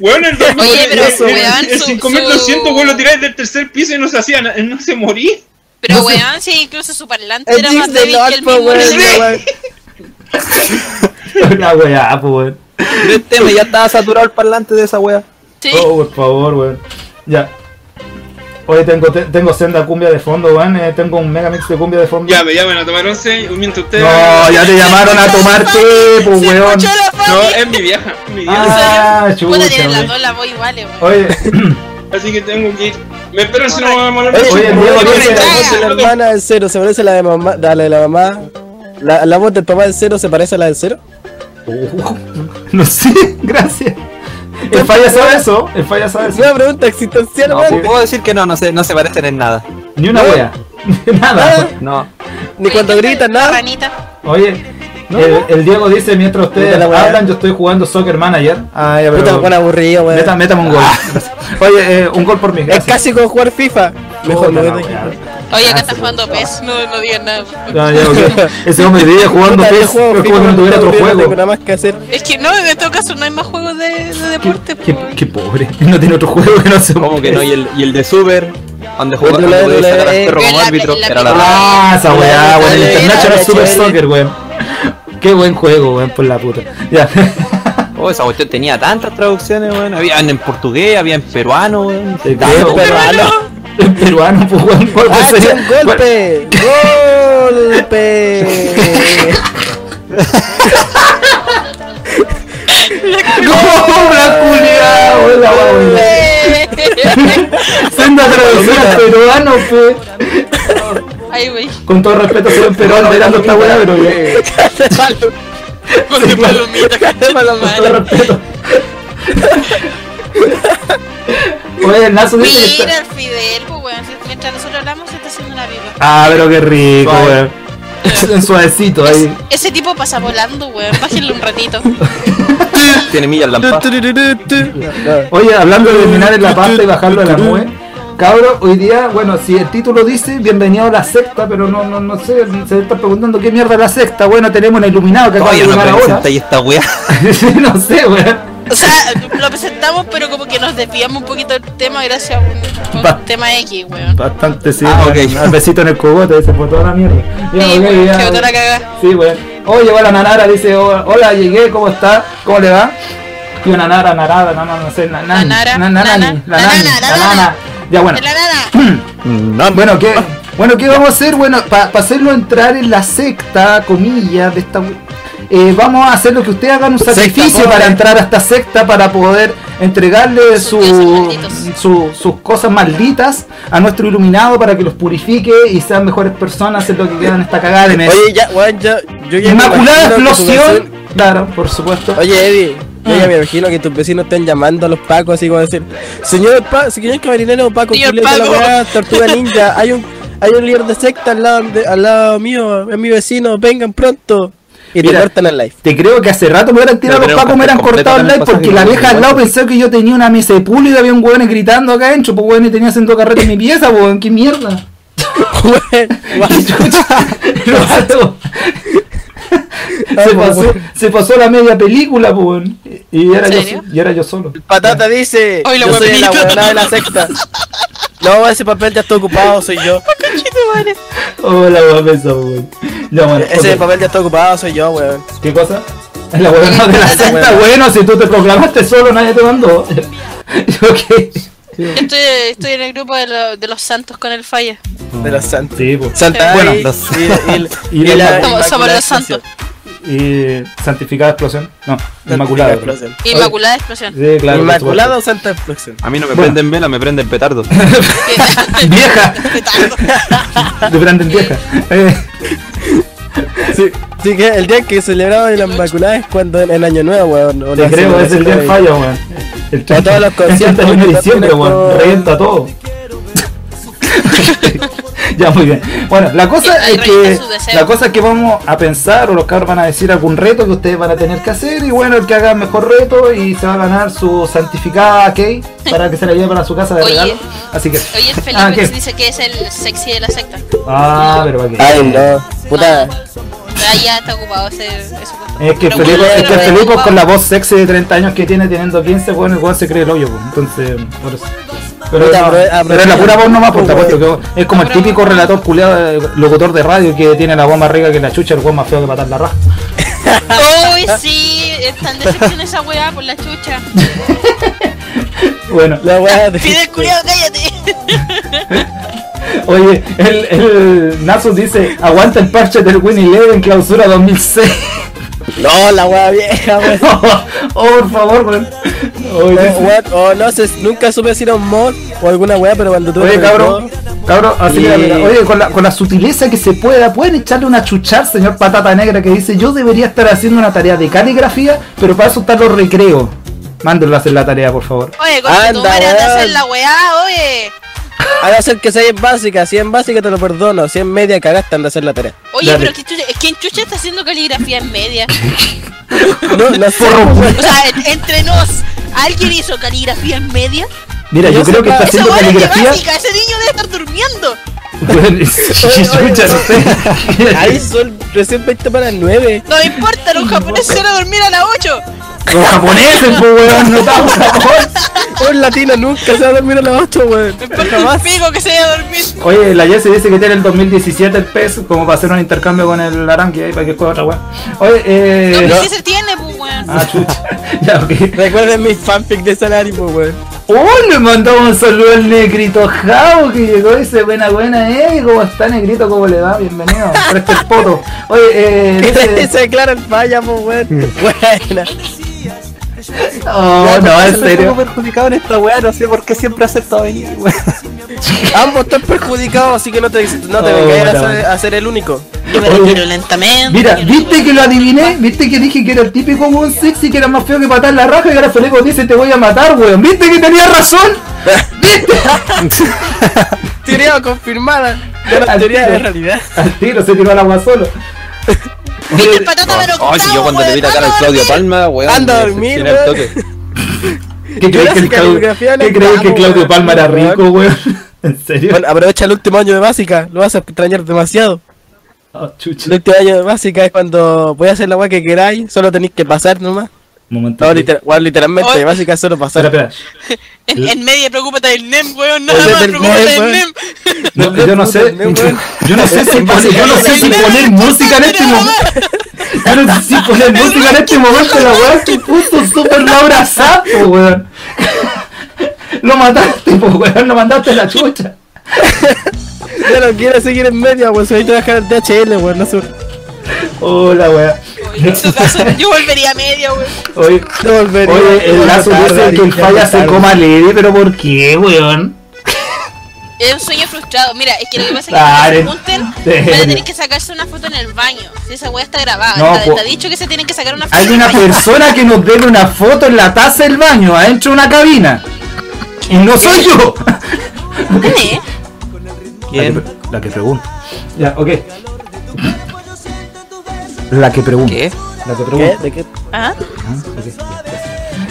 D: Weón, el
B: Oye, pero
D: el-
B: su
D: el-
B: weón,
D: El
B: su-
D: 5200,
B: su-
D: weón, lo tiráis del tercer piso y no se hacía, na- no se moría.
B: Pero
A: No sé.
B: weón, sí, incluso su parlante
C: El
B: era
C: Dix
B: más
C: de
B: débil que
C: Lord,
B: el
C: po,
B: mismo.
C: weón.
B: Luis.
C: la weá.
A: [laughs] Una weá, po, weón.
H: Pero el tema ya estaba saturado el parlante de esa wea.
B: Sí.
A: Oh, por favor, weón. Ya. Oye, tengo, te- tengo senda cumbia de fondo, weón. eh, tengo un megamix de cumbia de fondo.
D: Ya me llaman a tomar once, mientras ustedes.
A: no, ya te llamaron a tomarte, pues,
B: Se
A: weón.
B: escuchó la Fabi.
D: No, es mi vieja, es mi vieja.
A: Ah,
B: Puta,
A: chucha.
B: tienen las
A: weón.
B: dos la voz iguales, weón.
A: Oye, [laughs]
D: Así que tengo que ir. Me espero si no me van a morir.
C: Es
A: Oye,
C: un
A: Diego,
C: problema,
A: dice-
C: la voz de la hermana del cero se parece a la de mamá, a la de la mamá. La, la voz del papá del cero se parece a la del cero.
A: no sé, gracias. El falla sabe eso, el falla sabe
C: Es
A: eso.
C: una pregunta existencial,
H: No,
C: weón.
H: puedo decir que no, no se, no se parecen en nada.
A: Ni una wea. [laughs] Nada.
H: No.
C: Ni cuando gritan,
B: La
C: nada.
B: ranita.
A: Oye, el, el Diego dice mientras ustedes
C: Puta la wea.
A: hablan, yo estoy jugando Soccer Manager. Ah, ya,
C: Puta, weón, aburrido, weón.
A: Meta, métame un gol. Oye, eh, un gol por mí,
C: Es
A: gracias.
C: casi como jugar FIFA. Mejor
A: Puta la
C: me voy de aquí.
A: wea.
B: Oye,
A: Ah,
B: acá está jugando PES, no, no digan nada.
A: Ya, ya, ok. Ese hombre vive jugando
C: Puta, yo
A: PES,
C: juego
A: pero
C: FIFA
A: como no
C: cuando
A: tuviera otro
C: estoy aburrido, No tengo
A: juego.
C: nada más que hacer.
B: Es que no, en todo caso no hay más juegos de, de deporte, pues,
A: Qué,
B: po, weón.
A: qué pobre, [laughs] no tiene otro juego que no se
H: ¿Cómo que no? Y el, y el de Super, donde jugaba
C: Pero
H: cuando
C: la-
H: podía
C: la-
H: sacar al
C: eh,
H: perro como
B: la-
H: árbitro,
B: la-
H: era la verdad.
A: Ah, esa weá, weón. El
C: Dale,
A: International
C: dale,
A: Super
C: dale.
A: Soccer, weón. Qué buen juego, weón, por la puta. Ya. [laughs]
H: Oh, esa cuestión tenía tantas traducciones, weón. Había en portugués, había en peruano, weón.
A: Te creo,
H: Tanto
A: peruano. El peruano, pues, weón. ¿cuál
C: ¡Ah,
A: [laughs] sería?
C: un golpe! ¡Golpe!
A: [laughs] ¡No, [laughs] la culia! weón, la
C: [laughs]
A: weá, weón. Senda traducción al peruano, pues.
B: [laughs] Ay, wey.
A: Con todo respeto, soy un peruano mirando esta weá, pero weón,
B: [laughs] Con mi palomita, cacha
A: Con todo respeto. Oye, el Nazo dice que está-
B: Mira el Fidel, pues weón. si- Mientras nosotros hablamos, se está haciendo una viva.
A: Ah, pero qué rico,
H: Suave.
A: weón. En suavecito ahí.
B: Ese tipo pasa volando, weón. Bájenle un ratito.
H: Tiene millas lampas.
A: Oye, hablando de terminar en la pasta y bajarlo a la nube. Cabro, hoy día, bueno, si el título dice bienvenido a la secta, pero no, no, no sé, se está preguntando qué mierda es la secta. Bueno, tenemos un iluminado que acaba de
H: Todavía no
A: llegar ahora. [laughs]
H: presenta ahí esta
C: [laughs]
H: weá.
A: no sé, weón.
B: O sea, lo presentamos, pero como que nos desviamos un poquito del tema gracias a un, un
A: Va.
B: tema X, weón.
A: Bastante, sí.
H: Ah,
A: weón.
H: ok.
A: Al besito en el cogote, ese fue toda la mierda. Ya,
B: Sí,
A: ok,
B: weón,
A: ya,
B: que botó
A: weón.
B: la cagada.
A: Sí, weón. Oye, llegó la Nanara, dice, "Oh, hola, llegué, ¿cómo está? ¿Cómo le va? Y una Nara, Narada, no, no, no sé, na- nani,
B: Nanara,
A: na- na-
B: nana,
A: nani, la
B: la
A: nani,
B: nana,
A: la
B: la
A: nana.
B: nana.
A: Ya, bueno. Hmm.
B: De la nada.
C: [laughs]
A: Bueno, ¿qué, bueno, ¿qué vamos a hacer? Bueno, para hacerlo entrar en la secta, comillas, de esta... we- eh, vamos a hacer lo que ustedes hagan un
C: Secta,
A: sacrificio
C: pobre.
A: para entrar a esta secta para poder entregarle
B: Sus
A: su-
B: dioses malditos.
A: su- sus cosas malditas a nuestro iluminado para que los purifique y sean mejores personas en lo que quedan esta cagada de mes.
C: Oye, ya, weón, ya. Yo ya me
A: Inmaculada
C: imagino que tus
A: explosión. Claro, por supuesto.
C: vecinos- Oye, Eddie. Yo
B: Ah.
C: ya me imagino que tus vecinos estén llamando a los pacos así como decir: Señor Paco, señor caballero Paco,
B: Señor
C: Julio de la
B: Paco.
C: weá, Tortuga Ninja, hay un, hay un líder de secta al lado, de- al lado mío, es mi vecino, vengan pronto. Y te
A: Mira.
C: cortan el
A: [laughs]
C: live. [laughs]
A: Te creo que hace rato me hubieran tirado
H: No,
A: los
H: pero
A: pacos, me hubieran
H: completo
A: cortado el
H: también
A: live porque
H: pasaje
A: la
H: de
A: vieja al
H: igual.
A: lado pensó que yo tenía una mesa de pulo y había un hueón gritando acá adentro, pues hueón, y tenía haciendo carrete en mi pieza, hueón, qué [laughs] mierda.
C: Weón,
A: Lo mató. se, pasó, se pasó la media película, pues, hueón. Y era,
B: ¿En
A: yo,
B: serio?
A: y era yo solo.
C: Patata dice:
B: Ay, la
C: Yo soy el
B: huevonita.
C: abuelado de la secta. No, ese papel ya está ocupado, soy yo.
A: Hola, hueón, beso, hueón. pues, Ya, bueno,
C: Ese
A: ok.
C: papel ya está ocupado, soy yo, weón.
A: ¿Qué cosa? La
C: [laughs]
A: huevona de la secta, bueno, si tú te proclamaste solo, nadie te mandó. [laughs] ok.
B: Yo estoy, estoy en el grupo de, lo- de los santos con el falla.
C: De los santos.
A: Sí, pues.
C: Santa
A: Bueno,
C: y,
A: los-
C: y-
A: [laughs] y
C: y la
A: la-
B: Somos- somos
C: Inmaculada
B: los santos.
C: Explosión.
A: y santificada explosión. No,
C: Santa
A: inmaculada.
C: Explosión.
B: Inmaculada Explosión.
A: Sí, claro.
C: Inmaculada o Santa Explosión.
H: A mí no me
A: Bueno.
H: prenden vela, me prenden
B: [laughs]
H: petardo.
A: por supuesto. [laughs]
C: [laughs]
A: Vieja, de Brandon vieja. Eh,
C: Sí, sí que el día que celebraban la Inmaculada es cuando en, en Año Nuevo, weón. o
A: te
C: la
A: creo, es el día del
C: celebración
A: fallo, weón. El
C: todos los conciertos
A: el 31 de diciembre,
C: con-
A: weón. Revienta todo. [laughs] ya, muy bien. Bueno, la cosa
B: Y- y
A: es que
B: realiza su deseo.
A: la cosa es que vamos a pensar o los cabros van a decir algún reto que ustedes van a tener que hacer y bueno, el que haga el mejor reto y se va a ganar su santificada cake para que se la lleve para su casa de
B: Oye.
A: regalo. Así que
B: Oye, Felipe
A: Ah, ¿qué?
B: dice que es el sexy de la secta.
A: Ah, pero para qué.
C: Ay, no. Puta.
B: Ah, ya está ocupado ese, ese puesto.
A: Es que
B: Pero
A: Felipe,
B: bueno,
A: es que
B: pero
A: Felipe
B: ocupado.
A: con la voz sexy de 30 años que tiene teniendo 15, bueno, el weón se cree el hoyo, pues. Entonces, por eso. Pero,
C: Puta,
A: no,
C: apro-
A: pero es la
C: aprovecha.
A: pura voz nomás, pues, te apuesto que es como el
B: Pero-
A: típico relator culiado, locutor de radio que tiene la voz más rica que la chucha, el voz más feo que patar la raja.
B: Uy, sí, están decepción esa weá por
A: [laughs]
B: la chucha.
A: Bueno,
C: La [laughs] weá de.
B: Fidel culiado, cállate.
A: oye, el, el Nasus dice, aguanta el parche del Win Eleven clausura 2006.
C: No, la weá vieja, weón.
A: [laughs] oh, por favor, weón. Oye,
C: No,
A: dice-
C: weón, o no sé, nunca supe si era un mod o alguna weá, pero cuando tuve.
A: Oye,
C: el
A: cabrón.
C: mod-
A: Cabrón, así
C: Y-
A: que, mira, oye, con la, con la sutileza que se pueda, pueden echarle una chuchar, señor Patata Negra, que dice, yo debería estar haciendo una tarea de caligrafía, pero para eso están los recreos. Mándenlo a hacer la tarea, por favor.
B: Oye, con tu
C: Anda,
B: madre anda a hacer
C: weón.
B: la weá, oye.
C: A no ser que sea en básica, si es en básica te lo perdono, si es en media cagaste anda a hacer la
A: [laughs]
C: tarea.
B: Oye,
A: Dale.
B: pero ¿quién chucha, ¿quién chucha está haciendo caligrafía en media?
A: [laughs]
C: No, no sé.
B: O sea, en- entre nos, ¿alguien hizo caligrafía en media?
A: Mira, yo,
C: Yo
A: creo que está
C: sepa-
A: haciendo
B: Esa weá es de
A: caligrafía.
B: básica, ese niño debe estar durmiendo.
A: Bueno, [laughs] chucha, no sé. [laughs]
C: Ahí son recién 20 para las 9.
B: No me importa, los japoneses se van a dormir a las 8.
A: Los japoneses, pues, weón, no estamos
C: Un latino nunca se va a dormir a las 8, weón.
B: Me importa un pico que se vaya a dormir.
A: Oye, la Jessie dice que tiene el 2017 el PES como para hacer un intercambio con el Aranqui ahí para que juegue otra weón. Oye,
B: No,
A: eh.
B: pero ¿qué se tiene, pues, weón?
A: Ah, chucha. [laughs] Ya, ok.
C: Recuerden mis fanfic de salario, weón.
A: ¡Oh! Le mandamos un saludo al negrito Jao que llegó y dice buena buena, eh, ¿cómo está negrito? ¿Cómo le va? Bienvenido, presta el poto. Oye, [laughs]
C: [laughs]
A: eh, dice-
C: Se declara el falla, po, weón. Buena.
A: Oh, no, en serio.
H: perjudicado en esta weá, no sé por qué siempre aceptado venir, weón.
C: [laughs] Ambos están perjudicados, así que no te, no te
A: Oh,
C: vengas
A: la
C: a ser,
A: buena.
C: a ser el único.
B: Yo me
A: Oye.
B: retiro lentamente.
A: Mira,
B: quiero-
A: ¿viste que lo adiviné? ¿Viste que dije que era el típico weón sexy que era más feo que patar la raja y ahora Felipe dice te voy a matar, weón? ¿Viste que tenía
C: [laughs]
A: razón? ¿Viste?
C: Teoría confirmada. Ya la
A: Al
C: teoría
A: tiro.
C: de realidad.
A: Al tiro se tiró al agua solo.
B: ¿Viste el patata pero
H: Ay, si yo cuando te vi la cara al Claudio Palma, weón.
C: Anda a
H: me
C: dormir,
H: decepcioné al
C: weón.
H: toque.
A: ¿Qué crees que, el
C: la caligrafía
A: Clau-
C: la
A: ¿Qué crees que
C: amo,
A: Claudio
C: weón.
A: Palma era rico, weón? [laughs] ¿En serio?
C: Bueno, aprovecha el último año de básica, lo vas a extrañar demasiado.
A: Oh, chucha.
C: El último año de básica es cuando podéis hacer la weá que queráis, solo tenéis que pasar nomás.
A: Momento.
C: No, literal- weón, literalmente,
B: Oye.
C: básica es solo
A: Espera,
C: pasar.
A: espera.
B: En, en media, preocúpate del NEM, weón. Nada
C: Oye,
B: más,
C: del
B: preocúpate
C: NEM,
B: del
C: weón.
B: NEM.
A: No, yo no sé, [laughs] yo no sé si poner, yo no sé si poner música en este momento. Yo no sé si poner música en este momento, la weá se puso super Laura Sapo, weón. [laughs] Lo mataste, po, weón, lo mandaste a la chucha.
C: Ya no quiero seguir en media, weón, se va a trabajar en DHL, weón, no sé.
A: Hola, weá.
B: En su caso, yo volvería a media, weón.
A: Oye,
C: No volvería.
A: oye, el lazo dice que el falla se coma leve, pero ¿por qué, weón?
B: Es un sueño frustrado. Mira, es que lo que pasa es que
A: Claro,
B: cuando se
A: en
B: junten,
A: serio.
B: van a tener que sacarse una foto en el baño. Si esa weá está grabada,
A: No,
B: está,
A: po-
B: está dicho que se tienen que sacar una foto.
A: Hay
B: en el
A: una
B: baño.
A: persona que nos debe una foto en la taza del baño, adentro de una cabina. Y no soy yo.
B: ¿Quién es?
A: La
H: ¿Quién?
A: que, pre- la que pregunta. Ya, ok. La que pregunta.
H: ¿Qué?
A: La que
C: ¿Qué?
A: pregunta.
C: ¿De qué?
B: Ajá.
A: Ah, ok,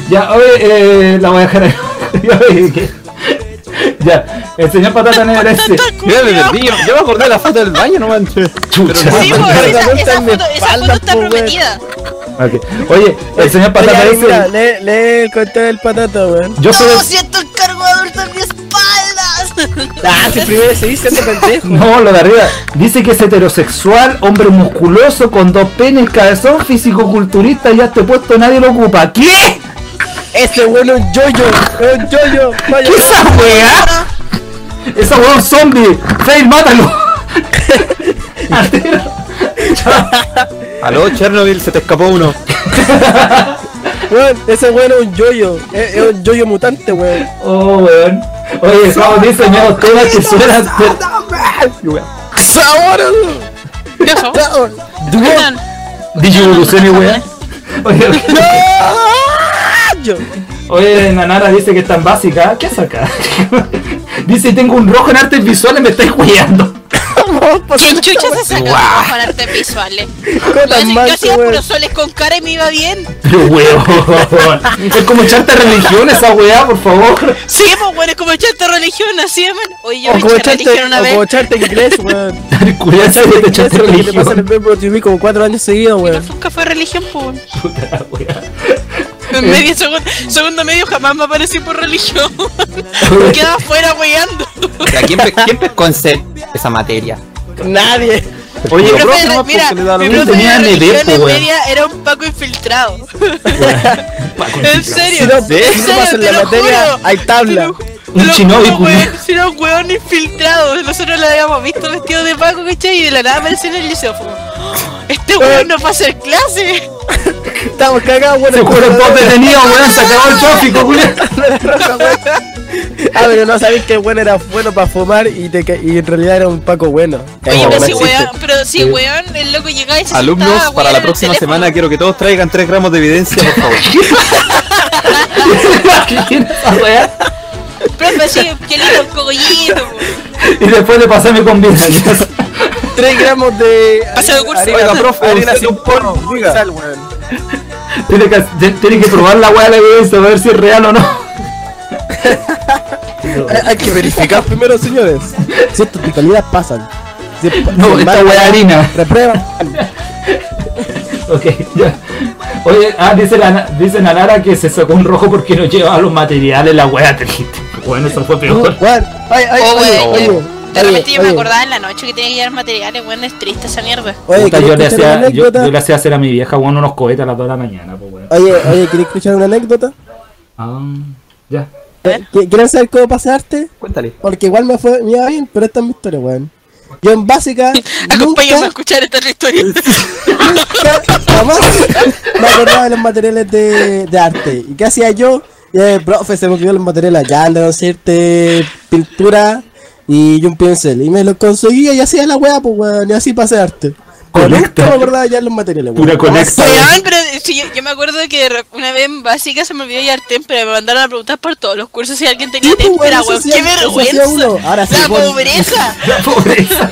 A: ya. Ya, oye, eh, la voy a dejar ahí. [laughs] Ya, oye, ¿qué? ya, el señor Patata Negra dice.
H: Yo me perdí, yo, yo me acordé de la foto del baño, no manches.
A: Chucha.
H: Pero no,
A: [laughs]
B: Sí, weón,
C: Pero
B: esa, esa
C: también está en mi
B: foto, esa foto
C: espalda,
B: está
C: po, weón.
B: prometida.
A: Ok. Oye, el señor Patata
C: Oye, mira,
A: dice.
C: lee, lee el cuento del patata, weón.
A: Yo soy.
B: No, siento el cargo adulto en mi espalda.
C: Ah, si primero se dice ese pendejo.
A: No, lo de arriba. Dice que es heterosexual, hombre musculoso, con dos penes, cabezón, físico culturista, ya este puesto nadie lo ocupa. ¿Qué?
C: Ese Este weón es un yoyo, es un yoyo. Vaya,
A: ¿Qué es esa weá? Esa weá es un zombie. Fail, mátalo. Al tiro.
H: Aló, Chernobyl, se te
B: [laughs]
H: escapó uno.
C: weón, ese weón es un yoyo. Es, es un yoyo mutante, weón.
A: Oh, weón. Oye, estamos diseñados todas que suenan.
C: ¡Sabor!
B: ¿Qué pasó?
C: ¡Sabor!
A: [laughs]
B: Weón,
A: Digivoluciones, weón. Oye,
C: Yo.
A: oye, Nanara dice que es tan básica. ¿Qué saca? [laughs] Dice, tengo un rojo en artes visuales, me estáis cuidando.
C: Vamos, por
B: ¿Quién chucha se saca
H: Guau.
B: para eh. artes visuales?
C: Cosas
B: Yo,
C: mal,
B: yo hacía
C: weón.
B: puros soles con cara y me iba bien.
A: Pero weón. [laughs] Es como echarte religión esa weá, por favor.
B: Sí, pues bueno, es como echarte religión, así de mal. Oye, yo
C: O
B: me
C: como
B: eché
C: echarte,
B: religión una
C: o como
B: vez.
C: echarte inglés, weón.
A: Cuidado,
C: Echarte
A: te
C: inglés
A: echaste
C: es lo que te pasa en el
A: religión.
C: verbo TV como cuatro años seguidos,
B: Pero
C: weón.
B: nunca fue religión, pues.
A: Puta la weá.
B: medio segundo, segundo medio jamás me aparecí por religión. Me quedaba afuera weyando.
H: O sea, ¿quién, pe- ¿Quién pescó en ser esa materia?
C: Nadie.
B: Mi
A: Oye,
B: profe
A: profe,
B: de-
A: no,
B: mira,
A: porque le da lo
B: mi
A: mismo.
B: profe de
A: Tenía ND,
B: religión
C: pues,
B: en
A: po, weón.
B: media era un Paco infiltrado. [laughs] en
C: Si
B: serio,
C: no,
B: en
C: si no
B: serio,
C: pasa en
B: te
C: la
B: lo
C: materia,
B: juro.
C: hay
B: Te
C: tabla.
B: lo ju- te
A: Un
B: lo
A: chinobi,
B: juro,
A: culiao.
B: weón, si Era un weón infiltrado. Nosotros lo habíamos visto vestido de Paco, ¿cachai? Y de la nada apareció en el liceo. fue como, Este weón no va a hacer clase.
C: Estamos cagados, bueno.
A: Se fueron dos detenidos, weón, se acabó el tráfico, culiao. [laughs]
C: Ah, pero no sabéis que el bueno era bueno para fumar y, te, ca- y en realidad era un Paco bueno.
B: Oye,
C: Como
B: pero
C: no
B: sí,
C: existe.
B: weón, pero sí, weón, el loco llegaba y se
H: Alumnos,
B: sentaba,
H: para
B: weón, en
H: la
B: el
H: próxima
B: teléfono.
H: semana quiero que todos traigan 3 gramos de evidencia, por favor.
B: Profe, sí, que lindo el cogollito.
A: Y después le pasé mi convivencia.
C: Tres gramos de.
B: Paseo de curso.
H: Oiga, profe,
C: harina
H: usted
C: sin
H: un porno,
C: polvo,
H: diga.
C: sal, weón.
A: Tiene que, de- tiene que probar la weá de la evidencia para ver si es real o no.
C: Hay- Hay que verificar primero, señores. Si estas totalidades pasan. Si-
A: No,
C: si
A: esta
C: mal-
A: weá de harina.
C: Reprueba.
A: [laughs] Ok, ya. Oye, ah, dice la, Na- dice la Nara que se sacó un rojo porque no llevaba los materiales, la weá triste. Bueno, eso fue peor.
C: Weón, ay, ay,
B: Oh,
C: oye,
B: weón,
C: oye,
B: yo-
C: oye,
B: De repente yo me
C: oye,
B: acordaba en la noche que tenía que llevar materiales, weón, es triste esa mierda.
C: Oye,
A: Puta,
C: ¿queréis
A: yo, le
C: escuchar una
A: hacía, yo,
C: anécdota?
A: yo le hacía hacer a mi vieja weón unos cohetes a las 2 de la mañana, pues weón.
C: Oye, oye, ¿queréis escuchar una anécdota?
A: Ah, ya.
C: ¿Qui- ¿Quieren saber cómo pasarte?
H: Cuéntale.
C: Porque igual me fue me iba bien, pero esta es mi historia, weón. Yo en básica
B: [laughs] Acompáñame a
C: nunca,
B: escuchar esta
C: [laughs]
B: historia.
C: nunca, jamás me acordaba de los materiales de, de arte. ¿Y qué hacía yo? Eh, profe, se me olvidó los materiales allá, anda a decirte pintura y un pincel. Y me los conseguía y hacía la weá, pues weón, y así pasé arte. Pero
A: Conecta.
C: nunca me acordaba ya de los materiales, weón.
A: Pura conecta.
B: Weón, pero sí, yo, yo me acuerdo que de re- una vez en básica se me olvidó llevar témpera, me mandaron a preguntar por todos los cursos si alguien tenía
C: Sí, pues,
B: témpera,
C: weón,
B: weón.
C: eso
B: ¡Qué
C: hacía- eso hacía
B: vergüenza!
C: uno. Ahora sí, pues,
B: ¡La
C: weón. [laughs]
B: pobreza!
A: La pobreza.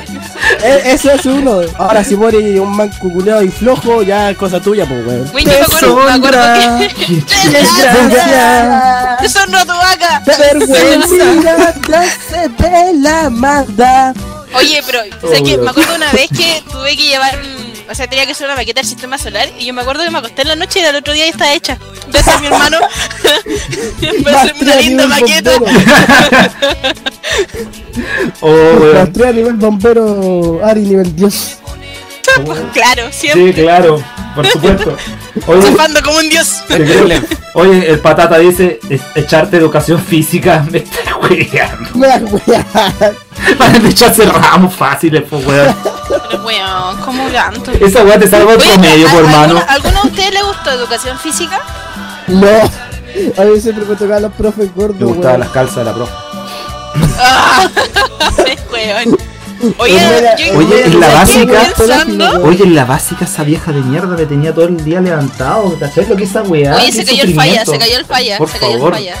C: E- Eso es uno. Ahora si muere un man cuculeado y flojo, ya es cosa tuya, pues weón.
B: Güey, yo me acuerdo, me acuerdo que. [laughs]
C: Desgracia.
B: ¡Eso no tu vaca!
C: Vergüenza, clase de la maldad.
B: Oye, pero, o sea, que me acuerdo una vez que tuve que llevar un. O sea, tenía que hacer una maqueta del sistema solar y yo me acuerdo que me acosté en la noche y al otro día ya estaba hecha.
A: [laughs]
B: Entonces mi hermano [laughs] me hacer una
C: Rastreo a
B: linda
C: nivel
B: maqueta.
C: bombero.
A: [laughs] Oh, weón.
C: Rastreo a nivel bombero, Ari nivel Dios.
B: [laughs] Pues claro,
A: Sí,
B: siempre
A: claro, por supuesto. Oye,
B: zafando como un dios.
A: te creo- oye, el patata dice "Es- echarte educación física. [laughs] Me está weando.
C: Me [laughs] da weá.
A: [laughs] Para de echarse ramos fáciles, pues weón.
B: Pero weón, ¿cómo tanto?
A: Esa weá te salva el
B: Oye,
A: promedio,
B: ¿a-
A: pues hermano.
B: ¿alguno, ¿Alguno de ustedes le gustó educación [laughs] física?
C: No. A mí siempre me tocaban los profes
A: Me
C: gordos,
A: gustaban
C: weón.
A: las calzas de la profe.
B: Ah, weón. Oye, yo
A: Oye, en la
B: estoy
A: básica-
B: pensando-
A: Oye, en la básica esa vieja de mierda me tenía todo el día levantado. ¿Cachai lo que esa weá?
B: Oye,
A: Qué
B: se cayó el falla,
A: sufrimiento.
B: se cayó el falla,
A: Por
B: se cayó el
A: favor.
B: falla.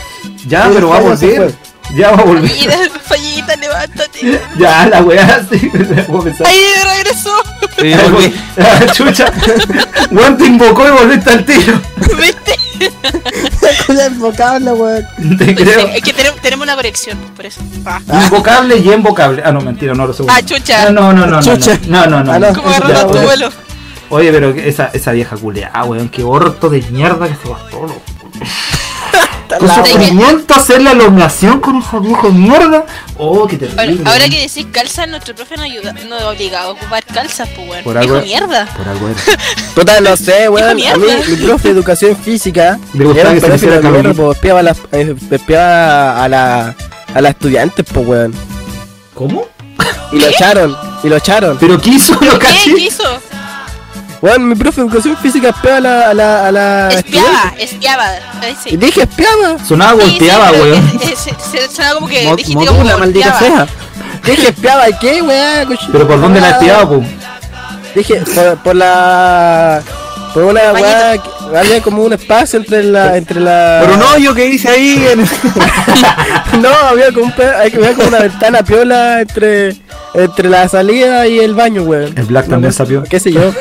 A: Ya,
C: El
A: pero va a
C: falla se
A: volver. Ya va a
B: [laughs]
A: volver.
B: Mira, fallita, levántate.
A: Ya, la weá, [laughs] sí. la voy a pensar.
B: Ahí regresó.
H: Sí, volví.
A: Ah, Chucha. Weón te invocó y volviste al tiro.
B: [laughs] ¿Viste?
C: [laughs] enfocable, weón.
A: Te creo.
B: Es que tenemos, tenemos una conexión, por eso. Ah.
A: Invocable y invocable. Ah, no, mentira, no lo segundo.
B: Ah, chucha.
A: Ah, No, no, no, no.
C: Chucha.
A: No, no, no.
C: Ah,
A: no.
C: no.
B: Como
C: Ya,
B: agarrando a tu
A: weón.
B: vuelo.
A: Oye, pero que esa, esa vieja culeada, weón, qué orto de mierda que se gastó, loco. Con
B: la-
C: [laughs]
A: sufrimiento hacer la elongación con esa vieja de mierda. Oh, qué
B: Ahora,
A: terrible.
B: ahora
A: weón.
B: que decís calzas, nuestro profe no ayuda, no es obligado a ocupar calzas, pues weón.
A: Por
B: Dijo
A: algo-
B: mierda.
A: Por algo era.
C: Total, no sé, weón.
B: Hijo
C: A mí,
B: mierda.
C: mi profe de educación física.
A: Le gustaba
C: era un
A: que se hiciera
C: pedófilo de mierda,
A: calomita.
C: pues, espiaba a las- eh, espiaba a la. A las estudiantes, pues, weón.
A: ¿Cómo?
C: Y lo echaron, y lo echaron.
A: ¿Pero qué hizo? ¿Lo
B: ¿Qué? ¿Qué
A: caché?
B: hizo?
C: Weón, mi profe de educación física espiaba a la. A la, a la
B: Espiaba,
C: estudiante.
B: espiaba. Ahí sí.
C: Y dije, espiaba.
A: Sonaba
B: Sí, sí,
A: golpeaba,
B: pero
A: weón.
B: que- eh, Se, se- sonaba como que
C: Mo-
B: dijiste como
C: Modula, maldita
B: golpeaba.
C: sea. Dije, espiaba, ¿y ¿qué, weá? cochi-
A: Pero por dónde la espiaba, po.
C: Dije, por, por la. Por una
B: Bañito.
C: weá. que- Había como un espacio entre la. Entre la
H: Por un hoyo que hice ahí en
C: [laughs] no, había como, un pe- había como una ventana piola entre. Entre la salida y el baño, weón.
A: El Black también sapió.
C: ¿Qué sé
B: [laughs]
C: yo?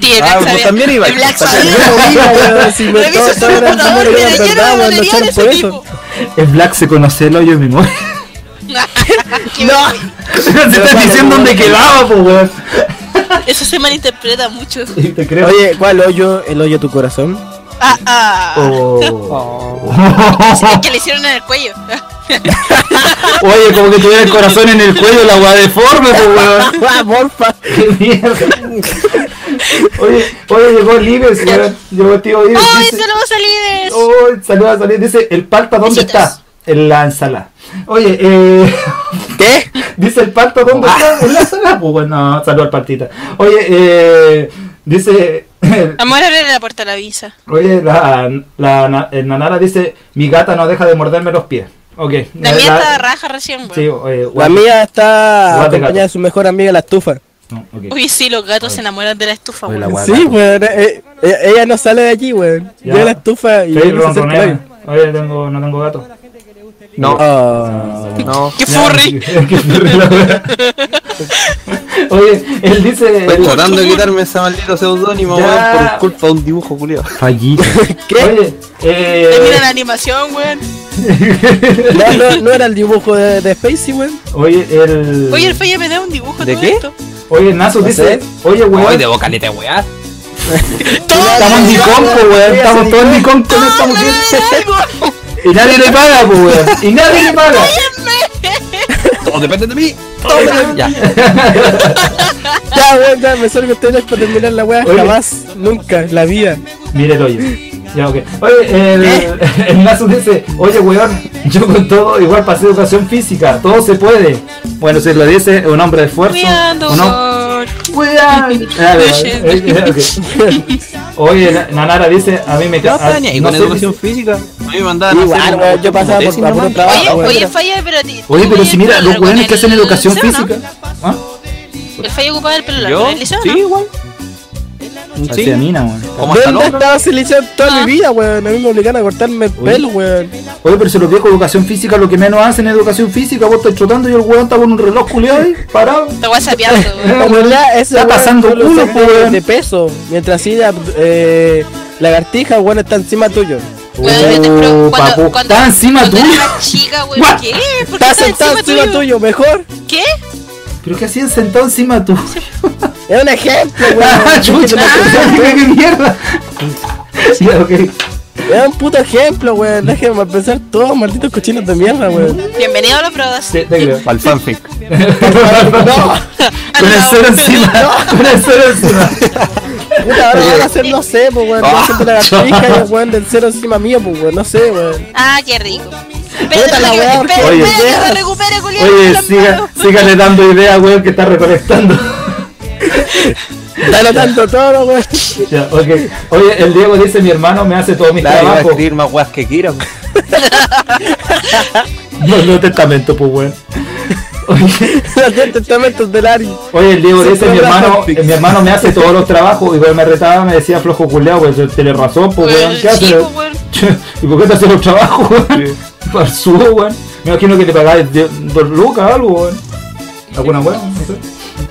B: Sí, el
H: Ah,
B: Black
H: vos
B: sabía-
H: también ibas.
B: el Black
H: También
B: sabía.
C: Yo no vi,
B: [laughs]
C: weón, si me-
B: Reviso
C: todo-
B: su
C: todo era-
B: computador,
C: todo era
B: mira, lleno de
C: apretado, weón, lo
B: material
C: echaron
B: ese
C: por
B: tipo. [laughs]
C: eso.
A: [laughs] El Black se conoce el hoyo de memoria. [laughs]
B: Qué vergüenza.
A: Se estás diciendo dónde quedaba, po, weón.
B: Eso se malinterpreta mucho.
A: Te creo.
B: [laughs]
C: [laughs] Oye, ¿cuál hoyo? ¿El hoyo de tu corazón?
B: Ah, ah.
A: Oh.
B: Sí, que le hicieron en el cuello.
A: [laughs]
B: Ah.
A: Oye, como que tuviera el corazón en el cuello, la weá deforme, pues weón.
C: Ah, porfa.
A: Qué mierda. Oye, oye, llegó Libes, weón. Llegó tío Libes.
B: ¡Ay,
A: dice-
B: saludos a Lides!
A: Uy, saluda, saluda. Dice, el palta, ¿dónde
B: Besitos.
A: está? En la ensalada. Oye, eh. [laughs]
I: ¿Qué?
A: Dice el palta, ¿dónde está? En la ensalada. Pues bueno, saluda al partita. Oye, eh. Dice. [laughs]
B: Amor, abre la puerta a la visa.
A: Oye, la, la, na- el Nanara dice, mi gata no deja de morderme los pies. Ok.
B: La mía está pues. raja recién,
A: Sí, eh,
B: güey.
A: oye,
C: La
A: guay.
C: mía está
A: Guate
C: acompañada
A: gato.
C: de su mejor amiga, la estufa.
A: No, ok.
B: Uy, sí, los gatos se enamoran de la estufa,
A: Oye,
B: güey.
A: la guay,
C: Sí,
A: gato.
C: weón. eh, eh, ella no sale de allí, weón.
A: Ya.
C: Yo la estufa y
A: Sí,
C: yo no se acerca a
A: ronronea.
C: nadie.
A: Oye, tengo, no tengo gato.
H: No,
C: Ah.
H: no.
B: ¡Qué
A: Ya, [laughs]
B: furry!
A: qué furry la wea.
B: [laughs]
A: Oye, él dice...
H: Estoy tratando de quitarme ese maldito seudónimo,
A: Ya.
H: weón, por culpa de un dibujo culiado.
A: Fallí. Oye,
B: Termina la
A: eh...
B: animación, güey.
C: No, no, no era el dibujo de, de Spacey, weón.
A: Oye, el...
B: Oye, el Falla me da un dibujo
H: ¿De
B: todo
H: qué?
B: esto.
A: Oye, Nazo
C: No
A: dice...
C: sé.
A: Oye,
H: Ay, de
A: weón.
H: boca neta, weá.
A: Estamos en Nicón, po, weón. Estamos todos en Nicón con esta mujer. Y nadie le paga, po, weón. Y nadie le paga.
H: Todo depende de mí. Ya.
A: [laughs]
C: Ya, weón, ya me salgo ustedes para terminar la weá.
A: Oye.
C: Jamás, nunca, en la vida.
A: Mire el hoyo. Ya, ok. Oye, el, [laughs] el Nasu dice, oye, weón, yo con todo igual pasé educación física, todo se puede. Bueno, si lo dice un hombre de esfuerzo.
B: Cuidando,
A: un hom-
B: amor.
A: Cuidado.
B: [laughs] Ah,
A: [laughs] Ya, ya, ya, ok. Oye, Na- Nanara dice, a mí me
H: No,
A: ca- a-
H: Tania, y
A: Ah, no
H: con
A: sé,
H: educación
A: dice-
H: física. A mí me mandaban a
C: Igual,
H: hacer
C: weón, yo
H: una-
C: pasaba por,
H: una décima,
C: por puro
H: man.
C: trabajo,
B: Oye,
C: weón.
B: oye, Falla, pero... ti-
A: Oye,
B: tú
A: pero
B: ibas
A: si mira,
B: con
A: los
B: algo
A: weones
B: en
A: que hacen
B: el
A: educación
B: liceo, ¿no?
A: física. ¿Ah?
B: El Falla ocupaba el pelo largo
H: Yo,
B: en el liceo,
H: sí,
B: ¿no?
H: igual. Sí.
A: Hacía mina, weón.
H: Como hasta
C: ¿Dónde
H: loco.
C: estaba silenciado toda
B: Ah.
C: mi vida, weón? A mí me obligaron a cortarme el
A: Oye.
C: pelo, weón.
A: Oye, pero si los viejos de educación física lo que menos hacen es educación física, vos estás trotando y el weón está con un reloj culiado ahí, parado.
B: Te voy a
A: [laughs]
B: sapeando, güey.
C: En realidad, ese
A: Está
C: weón
A: pasando
C: solo
A: culo,
C: saca
A: po,
C: de-
A: weón.
C: De peso, mientras sí, la- eh, lagartija, weón, está encima tuyo.
B: Weón, yo te
A: Oh,
B: pro-
A: papu.
B: cuando- cuando-
A: Está encima
B: cuando
A: tuyo.
B: era más chica, güey,
A: What?
B: ¿qué? ¿Por qué
C: Está
B: estás
C: sentado encima tuyo, mejor.
B: ¿Qué?
A: ¿Pero qué hacían sentado encima tú? [laughs]
C: Es un ejemplo,
A: Ah,
C: weón.
A: chucha, qué mierda. [laughs] Ya, ok.
C: Es un puto ejemplo, weón. Déjenme pensar todos, malditos cochinos de mierda, weón.
B: Bienvenido a los prodas.
A: Te, te [laughs] creo.
H: Para el fanfic.
A: [laughs] Con el cero encima. Con el cero encima.
C: Puta, ahora van a hacer, no sé, pues, weón. Van a hacer de
H: Ah.
C: lagartija y
H: [laughs]
C: el weón del cero encima mío, pues, weón. No sé, weón.
B: Ah, qué rico.
C: Puta la weá,
B: Espérate, espérate,
A: Oye.
B: espérate que se recupere, Julián.
A: Oye, siga, sígale dando idea, weón, que está recolectando.
C: Está notando todo, weón. [laughs]
A: Ya, ok. Oye, el Diego dice, mi hermano me hace todo mi
H: Claro, iba a
A: trabajo.
H: escribir más weas que
B: [laughs]
H: quiera. weón.
A: No, no testamento, pues, weón. Oye,
C: Los testamentos del Ari.
A: Oye, el Diego
C: Se
A: dice, mi
C: fue la
A: hermano, eh,
C: fanfic.
A: mi hermano me hace todos los trabajos. Y weón me retaba, me decía flojo culeado, weón. Yo tenés razón, pues, weón. ¿Qué haces?
B: Chico, weón.
A: Che, [laughs] ¿Y por qué te haces los trabajos, weón? [laughs] Para su, weón. Me imagino que te pagáis de- dos lucas o algo, weón. ¿Alguna weón? No sé.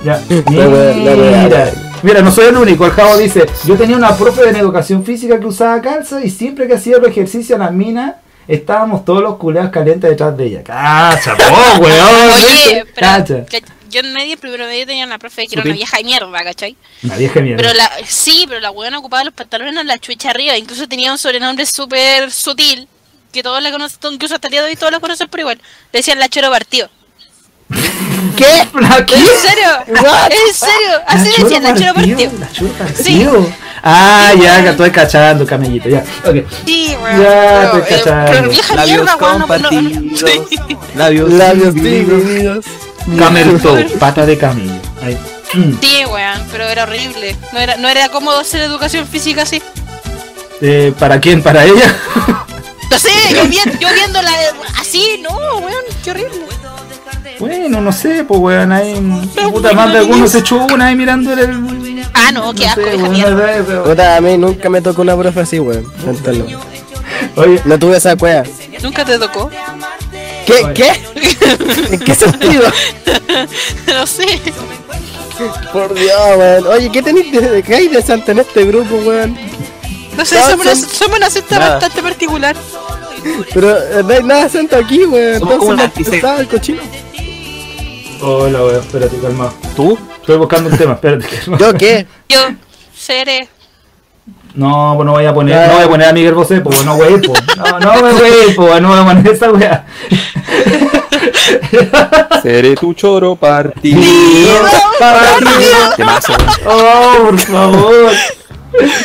A: Ya.
C: [laughs] La wea, la wea, la
A: Mira. Mira, no soy el único. El Javo dice, yo tenía una profe en educación física que usaba calza y siempre que hacía el ejercicio a las minas, estábamos todos los culeados calientes detrás de ella. ¡Cacha,
B: [laughs]
A: po, weón!
B: Oye, pero
A: ¡Cacha!
B: que- yo en medio, primero medio tenía una profe que era una
H: Sutil.
B: vieja de mierda, ¿cachai?
A: La vieja mierda.
B: Pero la, sí, pero la weona ocupaba los pantalones a la chucha arriba, incluso tenía un sobrenombre súper sutil, que todos la conocen, incluso hasta el día de hoy todos la conocen por igual. Le decían la choro partido.
A: ¿Qué? ¿La qué?
B: ¿En serio?
C: What?
B: ¿En serio? Así le decían la choro partido.
A: La choro partido. Ah, ya, que estoy cachando, camellito, ya. Ok.
B: Sí, weón.
A: Ya,
B: pero,
A: te cachai.
B: pero vieja
H: Labios
B: mierda, weón, no, no, no,
H: compartidos.
B: sí.
H: Labios.
C: Labios divididos.
A: Camel toe, pata de camello. Ahí. Mm.
B: Sí, weón, pero era horrible. No era, no era cómodo hacer educación física así.
A: Eh, ¿Para quién? ¿Para
B: [laughs]
A: ella? [laughs]
B: No sé, yo, vi- yo viéndola así, no, weón, qué horrible.
A: Bueno, no sé, pues weón, ahí. Puta, más de alguno se echó una ahí mirando el.
B: Ah, no, qué
A: No sé,
B: asco, vieja
A: weón,
B: mierda.
A: no sé, pero-
C: Puta, a mí nunca me tocó una profe así, weón. Cuéntalo.
A: Oye,
C: No tuve esa cueva.
B: Nunca te tocó. [laughs]
C: ¿Qué? [laughs] ¿Qué? ¿En qué sentido?
B: no sé.
C: Por Dios, weón. Oye, ¿qué tenéis de, qué hay de santo en este grupo, weón?
B: No sé,
C: No,
B: somos, una,
C: son-
B: somos una secta
H: Nada.
B: bastante particular.
C: Pero eh, no hay nada santo aquí, weón.
H: Somos como
C: Entonces
H: una
C: no estaba el cochino.
A: hola weón, espérate, calmado.
H: ¿Tú?
A: [laughs] Estoy buscando un tema, espérate. calmado.
C: ¿Yo qué?
B: Yo seré
A: No, pues no voy a poner,
C: Ya.
A: no voy a poner a Miguel Bosé, pues no voy a ir, po. No, no me voy a ir, po, no voy a poner esa weá.
H: Seré tu choro partido. Temazo, weón.
A: Oh, por favor.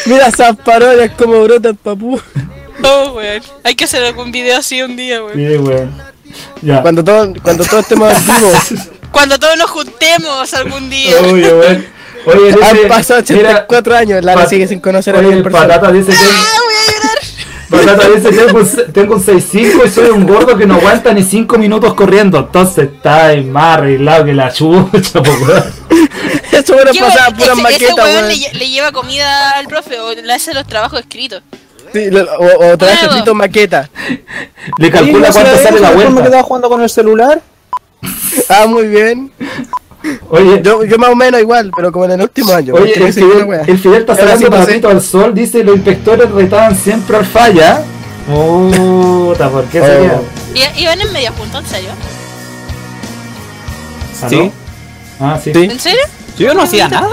C: Mira esas parodias como brota el papú.
B: Oh, weón. Hay que hacer algún video así un día, weón.
A: [laughs] Sí, weón. Ya.
C: Cuando todo, cuando todo este
A: [laughs]
C: estemos activos.
B: Cuando todos nos juntemos algún día.
A: Oye, weón. Oye, dice,
C: Han pasado
A: mira,
C: 84 años, Lara
A: Pat-
C: sigue sin conocer a
A: oye,
C: Miguel
A: el
C: persona.
A: Patata dice que...
B: Ah, voy a
A: [laughs]
B: llorar.
A: Patata dice, tengo un, se- tengo un 6'5 y soy un gordo que no aguanta ni 5 minutos corriendo. Entonces está ahí más arreglado que la chucha, po, weón.
C: [laughs] Eso bueno
B: ¿Qué
C: pasaba
B: weón?
C: pura
B: Ese- ese
C: maqueta,
B: weón
C: weón.
B: le, lle- le lleva comida al profe o le hace los trabajos escritos.
C: Sí, lo- o, o trae
B: Huevo.
C: Tito maqueta.
A: Le calcula cuánto sale la
H: ¿Cómo me
A: vuelta.
H: quedaba jugando con el celular?
C: Ah, muy bien.
A: Oye,
C: Yo, yo más o menos igual, pero como en el último año.
A: Oye,
C: Porque
A: el
C: soy una
A: Fidel,
C: wea.
A: el Fidel está
C: Ahora sí
A: sacando
C: pasé.
A: papito al sol, dice los inspectores retaban siempre al falla. Puta, ¿por qué
C: Oh.
A: sería?
B: Y, y van en media punta, ¿en serio?
A: ¿Aló?
H: Sí.
A: Ah, sí.
C: Sí.
B: ¿En serio?
H: Yo no hacía nada.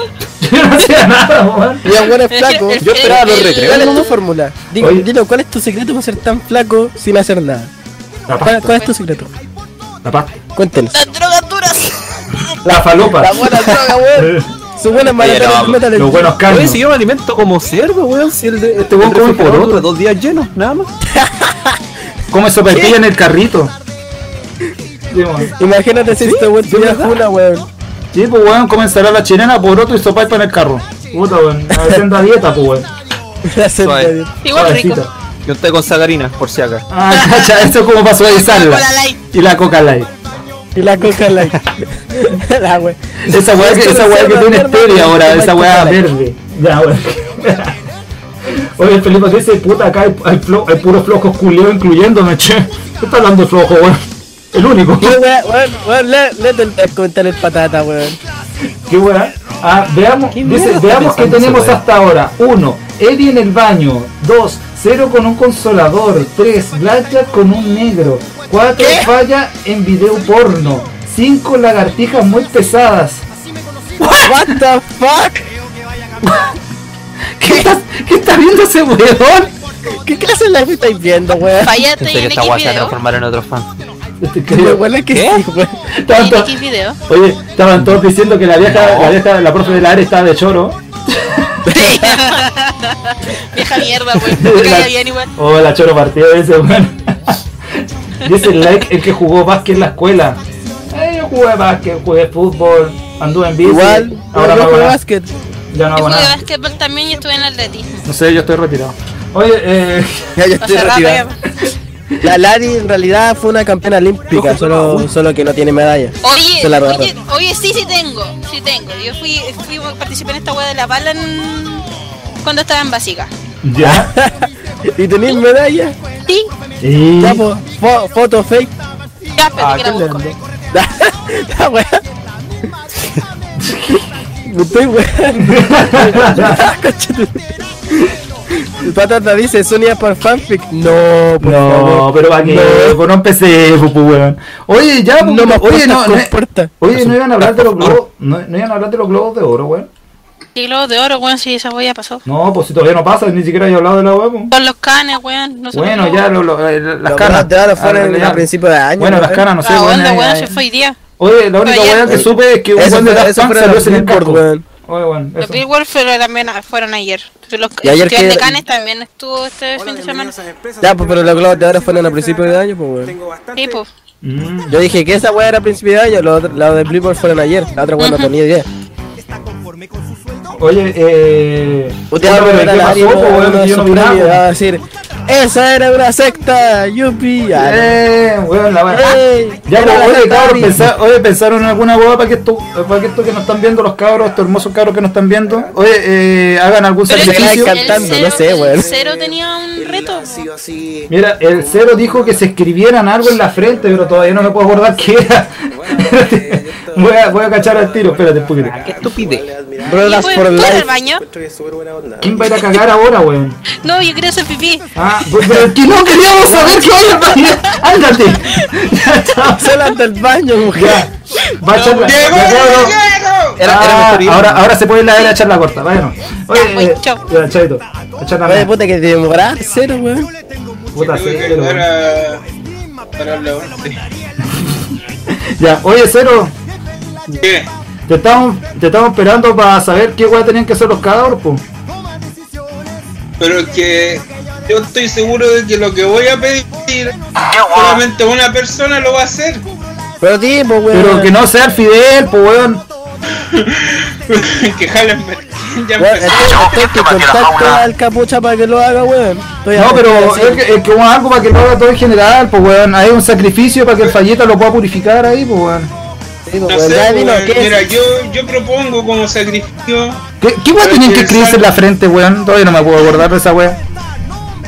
A: Yo [laughs] no hacía nada, weón.
C: Y el weón es flaco.
B: El-
C: Yo-
B: el- [laughs]
H: esperaba los
B: el-
H: recreos.
C: ¿Cuál es tu fórmula? Dilo,
A: Oye.
C: dilo, ¿cuál es tu secreto para ser tan flaco sin hacer nada?
A: La
C: ¿Cuál,
A: pasta,
C: cuál es tu secreto?
A: la pasta.
C: Cuéntenos.
B: Las drogas duras.
A: La falopa.
C: La buena droga,
A: [laughs]
C: weón. Su buena
H: Oye,
C: maratona
H: no,
C: de metal.
A: Los buenos
H: Oye,
A: carnes.
H: si yo me alimento como cerdo, weón. Si el de, este
A: weón
H: weón
A: come
H: come por
A: poroto.
H: otro, dos días llenos, nada más.
A: Come sopaipilla en el carrito. Sí, weón.
C: Imagínate si este weón tuviera
H: ¿verdad?
C: una, weón.
A: Sí, pues weón, comenzará la chilena, poroto y sopaipa en el carro. Puta, weón. Haciendo dieta, pues weón.
C: [laughs] La senda,
H: Suave.
C: Dios.
B: Igual rico.
A: Suavecito.
H: Yo estoy con sacarina, por si acá.
A: Ah, [laughs] cacha, eso es como para suavizarla.
B: Coca Light.
A: Y la coca light.
C: Y la coca light. [laughs] la weón.
A: Esa weá que, esa weá que tiene Stevia ahora, esa weá verde. Ya, weá. Oye, Felipe dice, puta, acá hay, hay, flo- hay puros flojos culeo incluyéndome, che. ¿Qué está hablando el flojo, weón? El único.
C: Yo, weón, weón, weón, le- léete el el comentario del patata, weón.
A: Qué weá. Ah, veamos,
H: ¿Qué
A: dice,
H: mierda está
A: veamos qué
H: pensando
A: tenemos
H: esa weá?
A: hasta ahora. 1. Eddie en el baño. 2. Cero con un consolador. 3. Blackjack con un negro. 4. Falla en video porno. 5. Lagartijas muy pesadas.
C: What the fuck?
A: ¿Qué estás, qué estás viendo ese weón?
C: ¿Qué clase de live estáis viendo, weón?
B: Fallate
H: Pensé
B: y
H: que
B: en
H: esta
B: X
H: weá se va a
B: video.
H: transformar en otro fan.
A: Este,
C: [laughs] Lo
A: creo-
C: bueno es que
H: ¿Qué?
C: sí, weón.
A: Estaban
B: Y en
A: to-
B: X
A: [laughs]
B: video.
A: Oye, estaban todos diciendo que la vieja, la vieja, la profe de la área estaba de choro.
B: Vieja mierda, weón.
A: [laughs]
B: Me
A: La-
B: caía bien igual.
A: Oh, la choro partida ese,
B: [laughs]
A: weón. Dice el like el que jugó básquet en la escuela. Eh, yo jugué básquet, jugué fútbol, anduve en bici.
C: Igual,
A: ahora
C: yo
A: no hago
C: juego
A: nada.
C: básquet.
A: Ya no
B: Yo
A: hago
B: jugué
A: nada.
B: básquetbol también y estuve en atletismo.
A: No sé, yo estoy retirado. Oye, eh,
C: Ya, ya estoy
B: Hace rato
C: retirado.
B: ya.
C: La Lari en realidad fue una campeona [laughs] olímpica, solo, solo que no tiene medalla.
B: Oye,
C: Se la robaron.
B: oye, oye, sí, sí tengo, sí tengo. Yo fui, fui participé en esta weá de la bala en- cuando estaba en básica.
A: [laughs] ya. [laughs]
C: [laughs] ¿Y tenés medalla?
B: Sí,
A: Y
C: Ya, po, fo- foto fake.
B: ya, espérate que la busco.
C: La wea. Me
A: [laughs]
C: estoy weando. Patata dice, Sonia por fanfic. No, por
A: no,
C: favor.
A: pero va que
C: No.
A: pues no empecé, pues, weón. Oye, ya, pues,
C: No
A: oye,
C: me aportas
A: no, no,
C: comporta.
A: oye, no iban a hablar de los globos, no, no iban a hablar de los globos de oro, weón.
B: Y luego de oro, weón, sí, esa weá ya pasó.
A: No, pues si todavía no pasa, ni siquiera he hablado de la web. po.
B: Con los canes, weón, no sé
A: Bueno,
B: cómo.
A: ya lo- lo- eh, las
C: Los
A: canas.
C: globos de oro fueron
A: Ah, ya.
C: a principio de año,
A: Bueno,
C: ¿no?
A: las canas, no sé,
B: La
A: weón,
B: onda,
A: ahí-
B: weón,
A: ahí-
B: Ah, se fue pues. hoy día.
A: Oye, la única
B: Oye,
A: weón que supe es que un
C: eso
A: weón de
C: fue-
A: Daft
C: eso
A: Punk
C: fueron
A: salió
C: los
A: sin el
C: Billboard,
A: casco.
C: weón.
A: Oye, weón,
B: Los
A: eso.
B: Billboard fueron, la mena- fueron ayer. Los
C: Y
B: festivales
C: ayer que-
B: de Canes también estuvo este fin de semana.
C: Ya, pues, pero los globos de oro fueron a principio de año, pues weón.
B: Sí, pues.
A: Mm.
C: Yo dije que esa weá era a principio de año, los lo de Billboard fueron ayer, la otra weá no tenía idea.
A: Oye, eh.
C: Usted
A: bueno,
C: va
A: pero
C: a volver
A: ¿qué
C: a la
A: pasó, po, weón? Yo no vi nada, pues.
C: va a
A: po.
C: decir, esa era una secta, yupi. Ah, no.
A: Eh, weón, la weón.
C: Ey,
A: Ya,
C: era
A: pero,
C: la
A: oye,
C: secta
A: cabros,
C: Barbie.
A: pensá- oye, pensaron en alguna boda para que esto, para que esto que nos están viendo los cabros, estos hermosos cabros que nos están viendo. Oye, eh, hagan algún
B: Pero es que
A: sacrificio.
B: el
C: cantando,
B: cero-
C: no sé,
B: el
C: weón.
B: cero tenía un reto.
A: Mira, el cero dijo que se escribieran algo en la frente, pero todavía no me puedo acordar qué era. Espérate, voy, a, voy a cachar al tiro, espérate un poquito.
H: Qué estupidez.
B: ¿Y
C: Brothers
B: fue-
C: for
B: fue al
C: life.
B: baño?
A: ¿Quién va a ir a cagar ahora, weón?
B: No, yo quería hacer pipí.
A: Ah, pues, pero es que no queríamos saber qué hay en el baño. Ándate. Ya, chao.
C: Solo anda el baño, mujer.
A: Ya. Va a echar la-
D: ¡Llegó!
A: ya, cabros.
D: ¡Llegó!
H: Era, era mejor ir.
A: Ah. ahora, ahora se puede ir la de la charla corta, bueno.
B: Ya,
A: Oye,
B: voy,
A: eh,
B: chao.
A: ya, chaito. La charla
C: Oye,
A: media.
C: puta, que te demoraste cero, weón.
A: Puta,
D: Tuve que
A: cero,
D: ayudar
A: weón.
D: a. Para la
A: Ya, oye, cero.
D: ¿Qué?
A: Te estamos, te estamos esperando para saber qué weá tenían que hacer los cadáveres, po.
D: Pero es que. Yo estoy seguro de que lo que voy a pedir.
E: Qué guapo.
D: Solamente una persona lo va a hacer. [laughs]
C: Pero tipo, weón.
A: Pero que no sea el Fidel, po, weón.
D: que jalen. me- [laughs] Ya
C: Weón,
D: empezó.
C: entonces-
E: Yo,
C: entonces que
E: víctima que la
C: contacto
E: fauna.
C: al capucha para que lo haga, weón. Estoy
A: No,
C: a-
A: pero
C: así.
A: es que, es que bueno, algo para que lo haga todo en general, pues weón. Hay un sacrificio para que el falleta lo pueda purificar ahí, pues weón.
C: Sí, po,
D: No
C: weón,
D: sé,
C: ya
D: weón.
C: dilo, ¿qué es?
D: mira, yo, yo propongo como sacrificio.
A: ¿Qué, qué weón
D: Pero
A: tenían
D: es
A: que
D: que
A: escribirse en la frente, weón? Todavía no me puedo acordar de esa weón.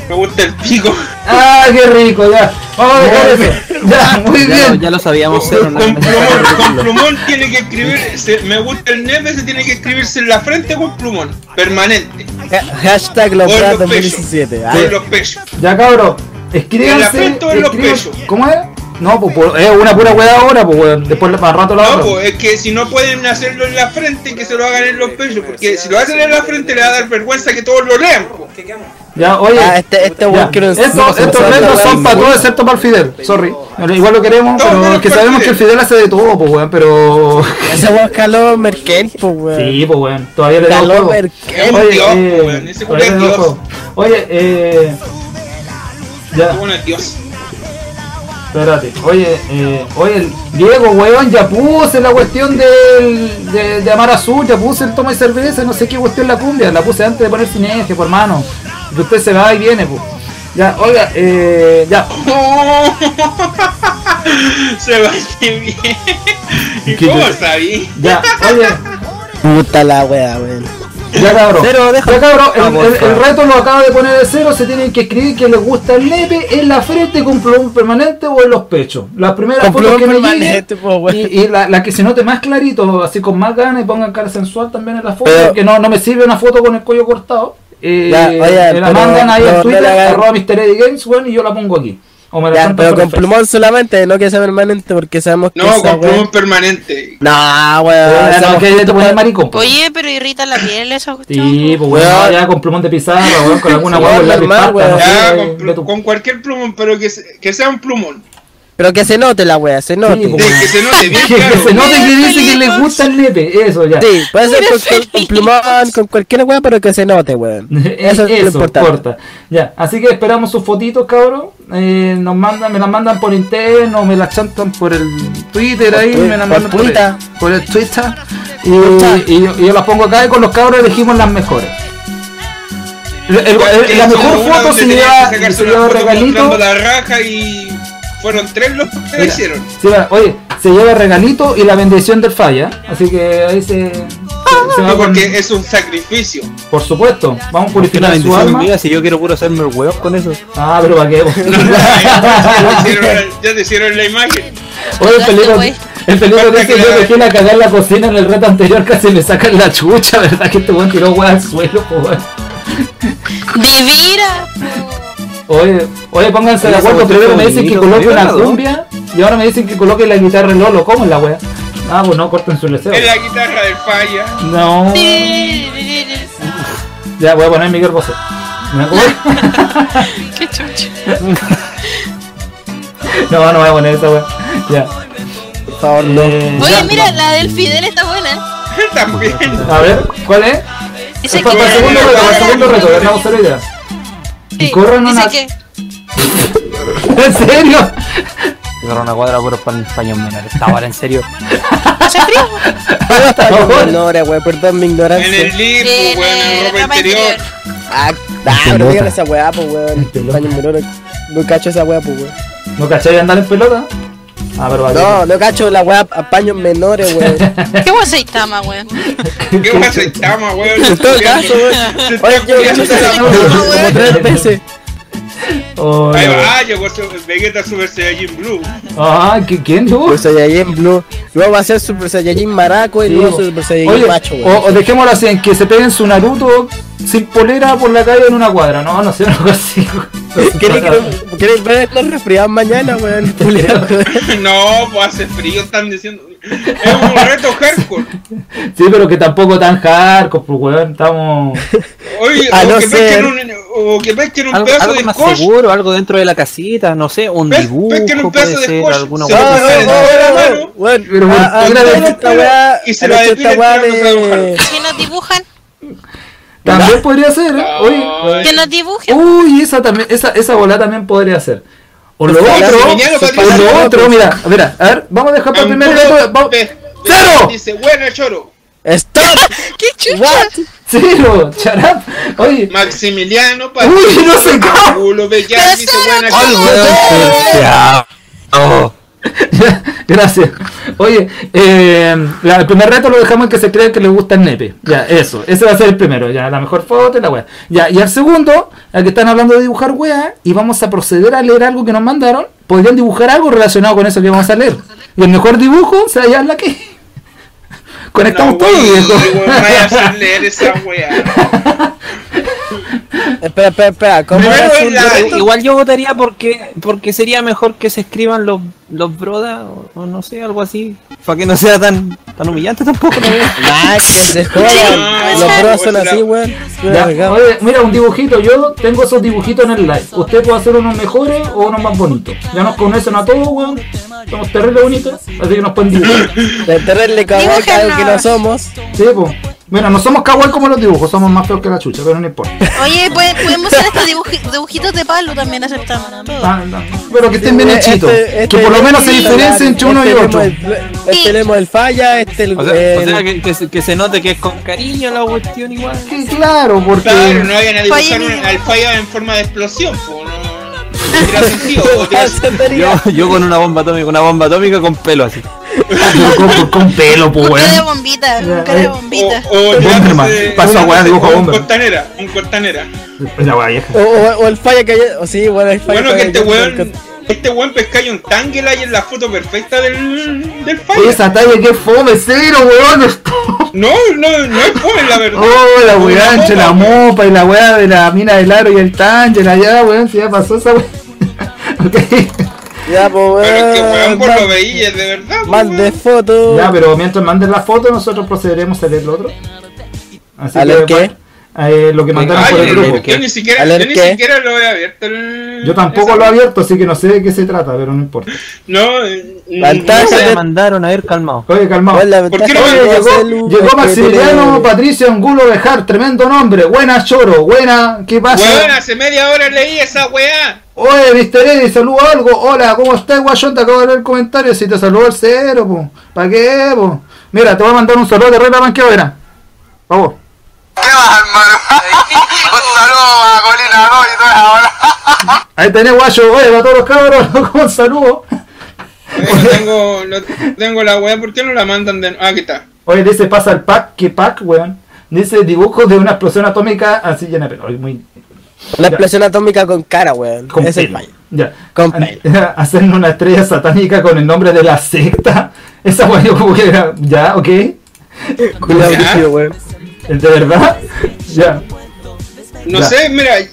D: Me gusta el pico.
A: ¡Ah, qué rico! Ya, vamos a dejar eso. Ya, muy
H: Ya, lo-
A: bien.
H: ya
D: [laughs]
H: lo sabíamos, cero. no-
D: Con
H: no estaba
D: plumón, con
H: repetirlo.
D: plumón tiene que escribirse. Me gusta el nepe, se tiene que escribirse en la frente con plumón. Permanente.
C: Ha- Hashtag los
D: O en
C: Brat
D: los pechos.
C: 2017.
D: O en los pechos.
A: Ya, cabro.
D: En la
A: Escríbanse.
D: frente o en los
A: escriban-
D: pechos.
A: ¿Cómo es? No, pues po- es una pura weá ahora, pues weón. Después más rato la
D: No,
A: otra.
D: pues es que si no pueden hacerlo en la frente, que se lo hagan en los pechos. Porque si lo hacen en la frente, le va a dar vergüenza que todos lo lean. po.
A: Ya, oye.
C: Ah, este, este
A: Ya.
C: weón que no
A: Estos-
C: no se
A: estos
C: sabe la
A: retos
C: weá.
A: son para todos excepto para el Fidel, sorry. Pero Igual lo queremos,
D: No,
A: pero
D: no,
A: es que
D: para el
A: sabemos que el
D: Fidel.
A: Fidel hace de todo, pues weón,
D: [laughs]
A: pero.
C: Ese weón caló Merkel, po, weón.
A: Sí, pues weón, todavía le da
C: Caló
A: juego.
C: Merkel.
D: Es un
A: Oye,
D: dios,
A: eh,
D: weón, ese
A: todavía
D: culiao es
A: le da
D: dios.
A: juego. Oye, eh. Ya,
D: Bueno, Dios.
A: espérate. Oye, eh. Oye, el Diego, weón, ya puse la cuestión del, de, de Amar Azul, ya puse el toma y cerveza, no sé qué cuestión la cumbia, la puse antes de poner sinergia, por hermano. Y usted se va y viene, pues. Ya, oiga, eh. Ya,
D: [laughs] se va a bien. ¿Y
A: ¿Qué
D: cómo
A: yo-
D: sabí?
A: ya, oye.
C: Puta la weá, weón.
A: Ya cabrón.
C: Cero, deja-
A: Ya cabrón, el,
C: Ah, por
A: el- el
C: favor.
A: reto lo acaba de poner de cero, se tienen que escribir que les gusta el nepe en la frente con plumón permanente o en los pechos. Las primeras
C: Con
A: fotos
C: plumón
A: que me lleguen
C: permanente, po, weón.
A: y, y la, la que se note más clarito, así con más ganas y pongan cara sensual también en la foto,
C: Pero-
A: porque no, no me sirve una foto con el cuello cortado. Eh,
C: Ya, oye,
A: me la
C: pero-
A: mandan ahí en
C: pero
A: Twitter,
C: no la hagan-
A: arroba Mr. Eddie Games, weón, y yo la pongo aquí. O me la
C: Ya,
A: cantan
C: pero
A: por
C: con
A: el
C: plumón solamente, no que sea permanente, porque sabemos que
D: No,
C: esa
D: con plumón
C: weá.
D: permanente.
C: No, ah, weón.
A: Facebook.
C: esa
A: Ya, Eh, no,
C: weá-
A: que ahí te pones maricón. po.
B: Oye, pero irrita la piel esa cuestión.
A: Sí, pues
C: Weón.
A: weón, ya con plumón de pizarra, weón,
C: [laughs]
A: con alguna
C: Sí,
A: weón,
C: es
A: la lápiz
C: normal,
A: pasta, no
C: weón.
A: sé,
D: Ya,
A: eh,
D: con, plu-
A: de tu-
D: con cualquier plumón, pero que, se- que sea un plumón.
C: Pero que se note la weá, se note.
A: Sí, po,
D: De
A: weón.
D: que se note bien
A: [laughs] Que, que
D: claro.
A: se note que dice que le
B: Felipe.
A: gusta el nepe, eso ya. [laughs]
C: Sí, puede ser
B: Mira,
C: con, con- con
B: feliz.
C: plumón, con cualquier weá, pero que se
A: [laughs]
C: note, weón. Eso es lo importante.
A: corta. Ya, así que esperamos sus fotitos, cabrón. Eh, nos mandan, me las mandan por interno, me las chantan por el Twitter ahí,
C: Twi-
A: me las
C: por
A: mandan por el-
C: Twitter.
A: por el Twitter. Y, y yo, y yo las pongo acá y con los cabros elegimos las mejores. El- el- el- la
D: Hizo
A: mejor
D: una
A: foto
D: donde
A: se
D: tenía
A: lleva,
D: que sacarse
A: se
D: una
A: lleva
D: foto
A: regalito.
D: mostrando la raja y fueron tres los que la
A: Mira,
D: hicieron.
A: sí, mira, oye, se lleva regalito y la bendición del falla. Así que ahí se, se- se va
D: No,
A: con-
D: porque es un sacrificio.
A: Por supuesto, vamos a
H: La
A: purificar su
H: bendición
A: alma.
H: mía, si yo quiero puro hacerme el huevo con eso.
A: Ah, pero para qué. po?
D: [laughs] No, no, ya, te hicieron, ya te hicieron la imagen.
A: Oye, el peligro,
B: Cagaste,
A: el peligro
D: Falta
A: dice
D: que
A: yo
D: la-
A: dejé la cagar la cocina en el reto anterior, casi me sacan la chucha, ¿verdad? Que este weón tiró weá al suelo, po, weón.
B: Divira.
A: Oye, oye, pónganse
H: Oye,
A: de
H: esa
A: acuerdo,
H: cuestión
A: primero
H: es
A: me dicen que
H: bonito,
A: coloque una
H: violador.
A: cumbia y ahora me dicen que coloque la guitarra en Lolo, ¿cómo es la weá? Ah, pues no, corten su deseo.
D: Es la guitarra del falla. [laughs]
A: No.
B: Qué
A: Ya voy a poner Miguel Bosé. ¿Me acuerdo?
B: chucho.
A: [laughs] No, no voy a poner esa weá. Ya.
C: Por favor, no.
A: Eh,
B: Oye,
A: ya.
B: mira, la del Fidel está buena.
D: También.
A: A ver, ¿cuál es?
B: Dice
A: Es
B: que
A: Pues, para el
B: corran
A: segundo reto, para el
B: una
A: segundo
B: carrera.
A: reto, ya estamos cero ideas.
B: Sí,
A: corran
B: dice
A: una-
B: que-
A: [laughs] ¿En serio?
H: Agarrar una cuadra puro para español menor. Estaba ahora en serio.
A: [laughs]
C: Ay,
A: favor.
C: weón, no, ahora, weón, perdón mi
D: En
C: ignorancia.
D: el libro,
B: en
D: weón, en
B: el
D: ropa
B: ropa
D: interior.
B: interior.
C: Ah, ah,
A: En
C: pero
A: pelota.
C: díganle esa weá, pues weón.
A: En pelota.
C: Español menor, No cacho esa weá, pues weón.
A: ¿No cacháis andar en pelota? Ah, pero vale. [laughs]
C: No, no cacho la weá a paños menores, weón.
B: ¿Qué guasa y tama, weón?
D: ¿Qué pasa, estama, weón?
C: En todo caso, weón.
D: Se está
C: Oye, yo
D: culiando
C: cacho esa
D: la-
C: weá como tres veces.
A: Oh,
D: Ahí
A: no.
D: va, llegó su- Vegeta Super Saiyajin Blue. [laughs]
A: Ah, ¿qui- ¿quién tú?
C: Super Saiyajin Blue. Luego va a ser Super Saiyajin Maraco y
A: Sí,
C: luego
A: po.
C: Super Saiyajin
A: Oye,
C: pues,
A: oh,
C: Macho,
A: o,
C: weón.
A: o dejémoslo [laughs] así, en que se peguen su Naruto sin polera por la calle en una cuadra. No, no sé, no consigo.
C: ¿Queréis
A: oh.
C: que- queréis ver las resfriadas mañana,
A: [laughs]
C: weón? Culeado, weón.
D: No, pues hace frío, están diciendo. Es un reto hardcore.
A: Sí, pero que tampoco tan hardcore, pues weón,
C: [laughs]
A: estamos.
D: Oye,
C: A
D: o,
C: no
D: que
C: ser-
D: pesquen un, o que pesquen un
H: Algo,
D: pedazo
H: algo
D: de
H: más
D: scotch.
H: seguro, algo dentro de la casita, no sé, un
D: Ves-
H: dibujo,
D: ves que en un pedazo
H: puede
D: de
H: ser,
D: scotch
H: alguna
D: se
H: hueá
D: lo
H: que
D: puede-
H: sea-
C: weón, weón.
A: Pero
C: Ah, ah,
A: ¿por qué
C: mira
A: la-
C: esta weá-
D: y se
C: han
D: la
C: hecho esta
D: depila
C: weá
D: tirando
C: de-
B: Que nos dibujan,
A: También podría ser, ¿eh? Oye.
B: que nos dibujen.
A: Uy, esa también, esa, esa bola también podría ser. O lo otro,
D: Ojalá se mañana
A: o
D: podría
A: lo
D: ser.
A: otro, mira, mira, a ver, vamos a dejar para el primer
D: Ampulo
A: reto. vamos-
D: de- de-
A: ¡Cero!
D: Dice, buena choro.
C: ¡Stop!
B: ¡Qué chucha!
C: What?
A: Cero, [laughs] charap. Oye,
D: Maximiliano para
A: uy, no sé cómo.
D: Ampulo Bellán dice buena
H: ¡Ay,
D: choro.
H: weón, terciado! Oh,
A: Ya, Gracias. Oye, eh, la- el primer reto lo dejamos en que se cree que le gusta el nepe. Ya, eso. Ese va a ser el primero. Ya, la mejor foto y la wea. Ya, y al segundo, al que están hablando de dibujar wea, y vamos a proceder a leer algo que nos mandaron, podrían dibujar algo relacionado con eso que vamos a leer. Y el mejor dibujo se va a llevar la que. Conectamos
D: No,
A: todo,
D: güey,
A: viejo.
D: güey, vaya a hacer
A: [laughs]
D: leer esa wea.
C: Espera, espera, espera. ¿Cómo
D: Primero
C: era su-
D: es la-
H: Yo- Igual yo votaría porque porque sería mejor que se escriban los los brodas o, o no sé, algo así, para que no sea tan tan humillante tampoco. ¿no?
C: Nah, Ah, que se jodan.
D: Sí.
C: Los bros son así, weón.
A: Ya, oye, mira, un dibujito. Yo tengo esos dibujitos en el live. Usted puede hacer unos mejores o unos más bonitos. Ya nos conocen a todos, weón. Somos terribles bonitos, así que nos pueden [laughs] dibujar.
C: De tenerle cabrón
B: Dibujen
C: algo que no
B: nomás.
C: somos.
A: Sí, po. Bueno, no somos kawaii como los dibujos, somos más feos que la chucha, pero no importa. [laughs]
B: Oye, pues, podemos hacer estos dibuji- dibujitos de palo también, aceptamos. todo.
A: Ah, no. Pero que estén bien
C: Este-
A: hechitos.
C: este-
A: que por lo menos se
C: este-
A: diferencien entre uno y
C: este
A: otro.
C: tenemos el- Este tenemos el falla, este el.
H: O sea, o
C: el- [laughs]
H: sea, que, que se- que se note que es con cariño la cuestión igual.
A: Sí, claro, porque.
D: Claro, no vayan a dibujar
B: Falla-
D: un- al fallo en forma de explosión, po, no. No tendría sentido, po, tendría
C: Ah, Se
H: Yo,
C: vería.
H: yo con una bomba atómica, una bomba atómica con pelo así.
A: [laughs] con, con- con pelo, pues,
B: Busca de
A: weón.
B: bombita,
A: Ya,
B: busca de
A: eh.
B: bombita.
D: O, o
A: Bomberman.
D: tirarse-
A: Pasó a weá, dibujo
D: o Un
A: Bomberman.
D: costanera, un costanera.
A: La wea vieja.
C: O, o- o el falla que hay. O sí, bueno, el falla.
D: Bueno, que este
C: yo-
D: weón. Este weón pescayo un tanguela y en la foto perfecta del. del
A: Oye,
D: fallo.
A: esa talla que fome, cero, weón.
D: No, no, no es joven, la verdad.
A: Oh, la weá, entre la mopa y la weá de la mina del aro y el tángel allá, weón, si ya pasó esa weá. [laughs] ok.
C: Ya, pues weón.
D: Pero es que weón por lo
C: man-
D: veía, de verdad. po,
C: Mande
D: weón.
C: fotos.
A: Ya, pero mientras manden la foto, nosotros procederemos a leer lo otro. Así
C: ¿A leer
A: que,
C: qué?
A: eh, lo que mandaron
D: Ay,
A: por el
D: Ah, yo-
A: grupo.
D: yo, ni siquiera,
C: ¿A leer
D: yo ni
C: qué?
D: siquiera lo he abierto. el-
A: Yo tampoco
D: esa-
A: lo he abierto, así que no sé de qué se trata, pero no importa.
D: No, eh,
C: Ventaja.
D: no
H: Se
D: sé.
H: la mandaron a ver calmado.
A: Oye, [laughs] calmado.
C: Weón, la
D: ¿Por
C: ventaja
D: qué no
C: es
D: me
C: que
A: Llegó,
C: el-
A: llegó
C: el que
A: Maximiliano
C: tiene-
A: Patricio Angulo Bejar, tremendo nombre. Buena Choro, buena, ¿qué pasa?
D: Weón, hace media hora leí esa weá.
A: Oye, Mr. Eddie, saludo algo. Hola, ¿cómo estás, guayón? Te acabo de leer el comentario. Si te saludó el cero, po. ¿Para qué, po? Mira, te voy a mandar un saludo de Rela Manqueadera. Vamos.
E: ¿Qué más, hermano? Un saludo a Colina Roy y toda esa bola.
A: Ahí tenés, guayo. Oye, para todos los cabros, [laughs] un saludo.
D: Eh,
A: [laughs]
D: No tengo, no tengo la weá, ¿por qué no la mandan de.? Ah, aquí está.
A: Oye, dice, pasa el pack. ¿Qué pack, weón? Dice, dibujos de una explosión atómica así llena de pelo. Oye, muy...
C: Una explosión atómica con cara, weón.
A: Con
C: Es el
A: pelo.
C: falla.
A: Ya.
C: Con
A: An- [laughs] Hacerle una estrella satánica con el nombre de la secta. Esa weón yo como que era... Ya, ok.
C: Cuidado,
D: Ya.
C: brígido, weón.
A: ¿De verdad? Ya.
D: No
A: Ya.
D: sé, mira. eh,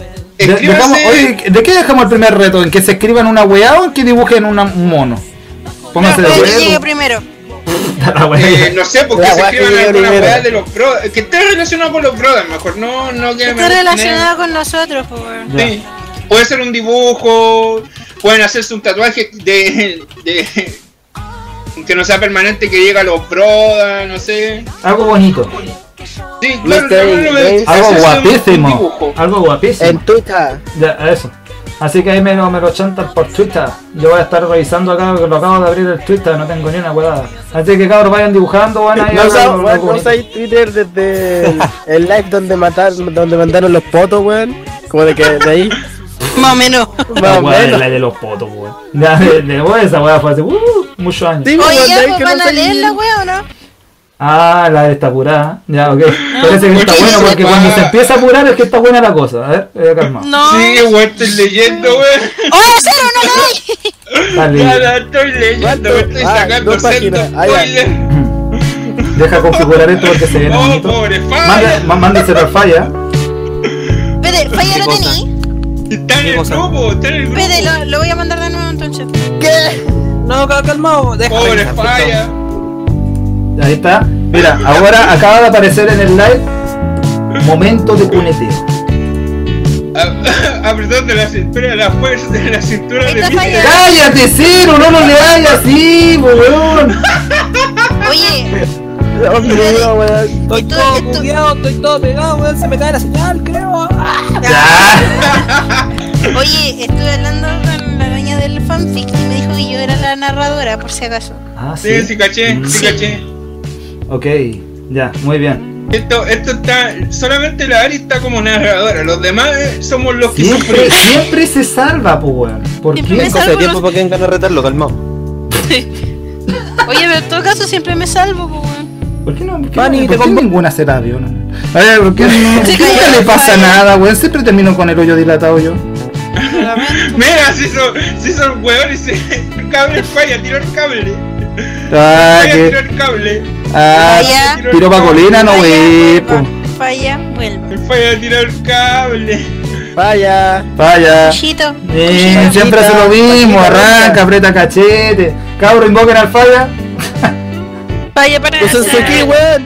A: De, dejamos-
D: Escríbase.
A: oye, [laughs] ¿de qué dejamos el primer reto? ¿En que se escriban una weá o en que dibujen una- un mono? Pónganse de
B: Pero que llegue
A: acuerdo.
B: primero.
A: [laughs] La weá.
D: eh, no sé, porque
C: La
D: se
C: weá que
D: escriban
C: llegó
D: alguna
C: primero.
D: weá de los pro. Que esté relacionado con los brothers, mejor. No, no que
B: Está relacionado con nosotros, pues, por
D: [laughs]
B: favor.
D: Sí. Puede ser un dibujo, pueden hacerse un tatuaje de, de- que no sea permanente, que llega a los brodas, no sé.
A: Algo bonito.
D: Sí,
C: Mr.
D: claro, no, no, no,
C: James.
A: Algo
D: hacerse un- un
A: guapísimo.
D: dibujo.
A: Algo guapísimo.
C: En ah. Twitter.
A: Ya, eso. Así que ahí me lo, me lo chantan por Twitter. Yo voy a estar revisando acá porque lo acabo de abrir el Twitter, no tengo ni una huevada. Así que cabros, vayan dibujando, van ahí
C: No
A: a
C: usa- weón, no usáis Twitter desde el, el live donde mataron, donde mandaron los potos, weón. Como de que de ahí.
B: Más o menos.
C: Más o menos.
A: de los potos, weón. Ya, de, de- bueno, esa weá fue hace uh, muchos años.
C: Sí,
B: Oye,
C: weón,
B: ya,
C: ¿sabes
B: pues,
C: que
B: ¿van
C: no
B: a
C: soy-
B: leer la wea o no?
A: Ah, la de esta apurada. Ya, ok. Parece que está
D: porque
A: bueno
D: se
A: porque
D: va.
A: cuando se empieza a apurar es que está buena la cosa. A ver, eh, calma.
B: No.
D: Sí, güey, estoy leyendo, güey.
B: ¡Oh, cero, no lo doy! [laughs]
D: Ya
A: Dale.
D: la estoy leyendo,
C: ¿Cuánto?
D: me estoy
C: Ah,
D: sacando
C: dos páginas.
D: sendo
C: Ah, ya.
D: spoiler.
A: Deja configurar esto porque se viene
D: Oh,
A: bonito.
D: pobre, falla.
A: Manda- ma- Mándenselo al falla.
B: Espérate, falla
H: ¿Qué
B: lo
H: cosa?
B: tení.
D: Está en el
H: Amigos,
D: grupo, está en el grupo.
B: Espérate, lo, lo voy a mandar de nuevo entonces.
H: No, cal- calmado, déjame.
D: Pobre
H: pensar,
D: falla.
A: Ahí está. Mira, ahora acaba de aparecer en el live. Momento de cuneteo.
D: A- [laughs] Apretando la cintura, la fuerza de la cintura
B: Ahí
D: de
B: está
D: mi-
B: falla.
A: ¡Cállate, Ciro! ¡No lo leáis así, weón!
B: Oye,
H: Estoy
B: Esto-
H: todo
B: esto-
H: bugueado, estoy todo pegado, weón, se me cae la señal, creo. Ah.
A: Ya.
B: oye, estuve hablando con la dueña del fanfic y me dijo que yo era la narradora, por si acaso.
A: Ah,
D: Sí, sí, caché, sí,
B: Sí.
D: caché.
A: Ok, ya, muy bien.
D: Esto, esto está. Solamente la Ari está como narradora. Los demás eh, somos los que
A: Siempre,
D: sufren.
A: siempre se salva, pues, weón. ¿Por
B: Siempre
A: qué?
B: me salvo, no-
H: para que vengan a retarlo, calmado.
B: Oye, pero en todo caso siempre me salvo, po, weón.
A: ¿Por qué no? ¿Por qué,
H: Pani,
A: no-
H: te
A: por qué
H: convo-
A: ninguna se la vio? No? A ver, ¿por [laughs] qué, no-
B: Se
A: ¿por qué
B: cayó
A: nunca le
B: la
A: pasa
B: falla.
A: nada, weón? Siempre termino con el hoyo dilatado yo.
D: [laughs] Mira, si son, si son weones, se- [laughs] el cable falla, tiró el cable.
A: Ah,
D: Falla, tiró
A: que.
D: el cable.
A: Ah,
B: Vaya.
A: tiro pa' colina, no, wey,
B: Falla,
A: po.
B: vuelva. Falla, vuelva.
D: Falla, tiró el cable.
C: Vaya.
A: Vaya.
B: Cuchito,
A: Bien,
B: cuchito.
A: siempre hace lo mismo,
C: Pajita,
A: arranca,
C: pajita.
A: aprieta cachete. Cabro, invoquen al falla.
B: Falla para
C: Eso es aquí, weón.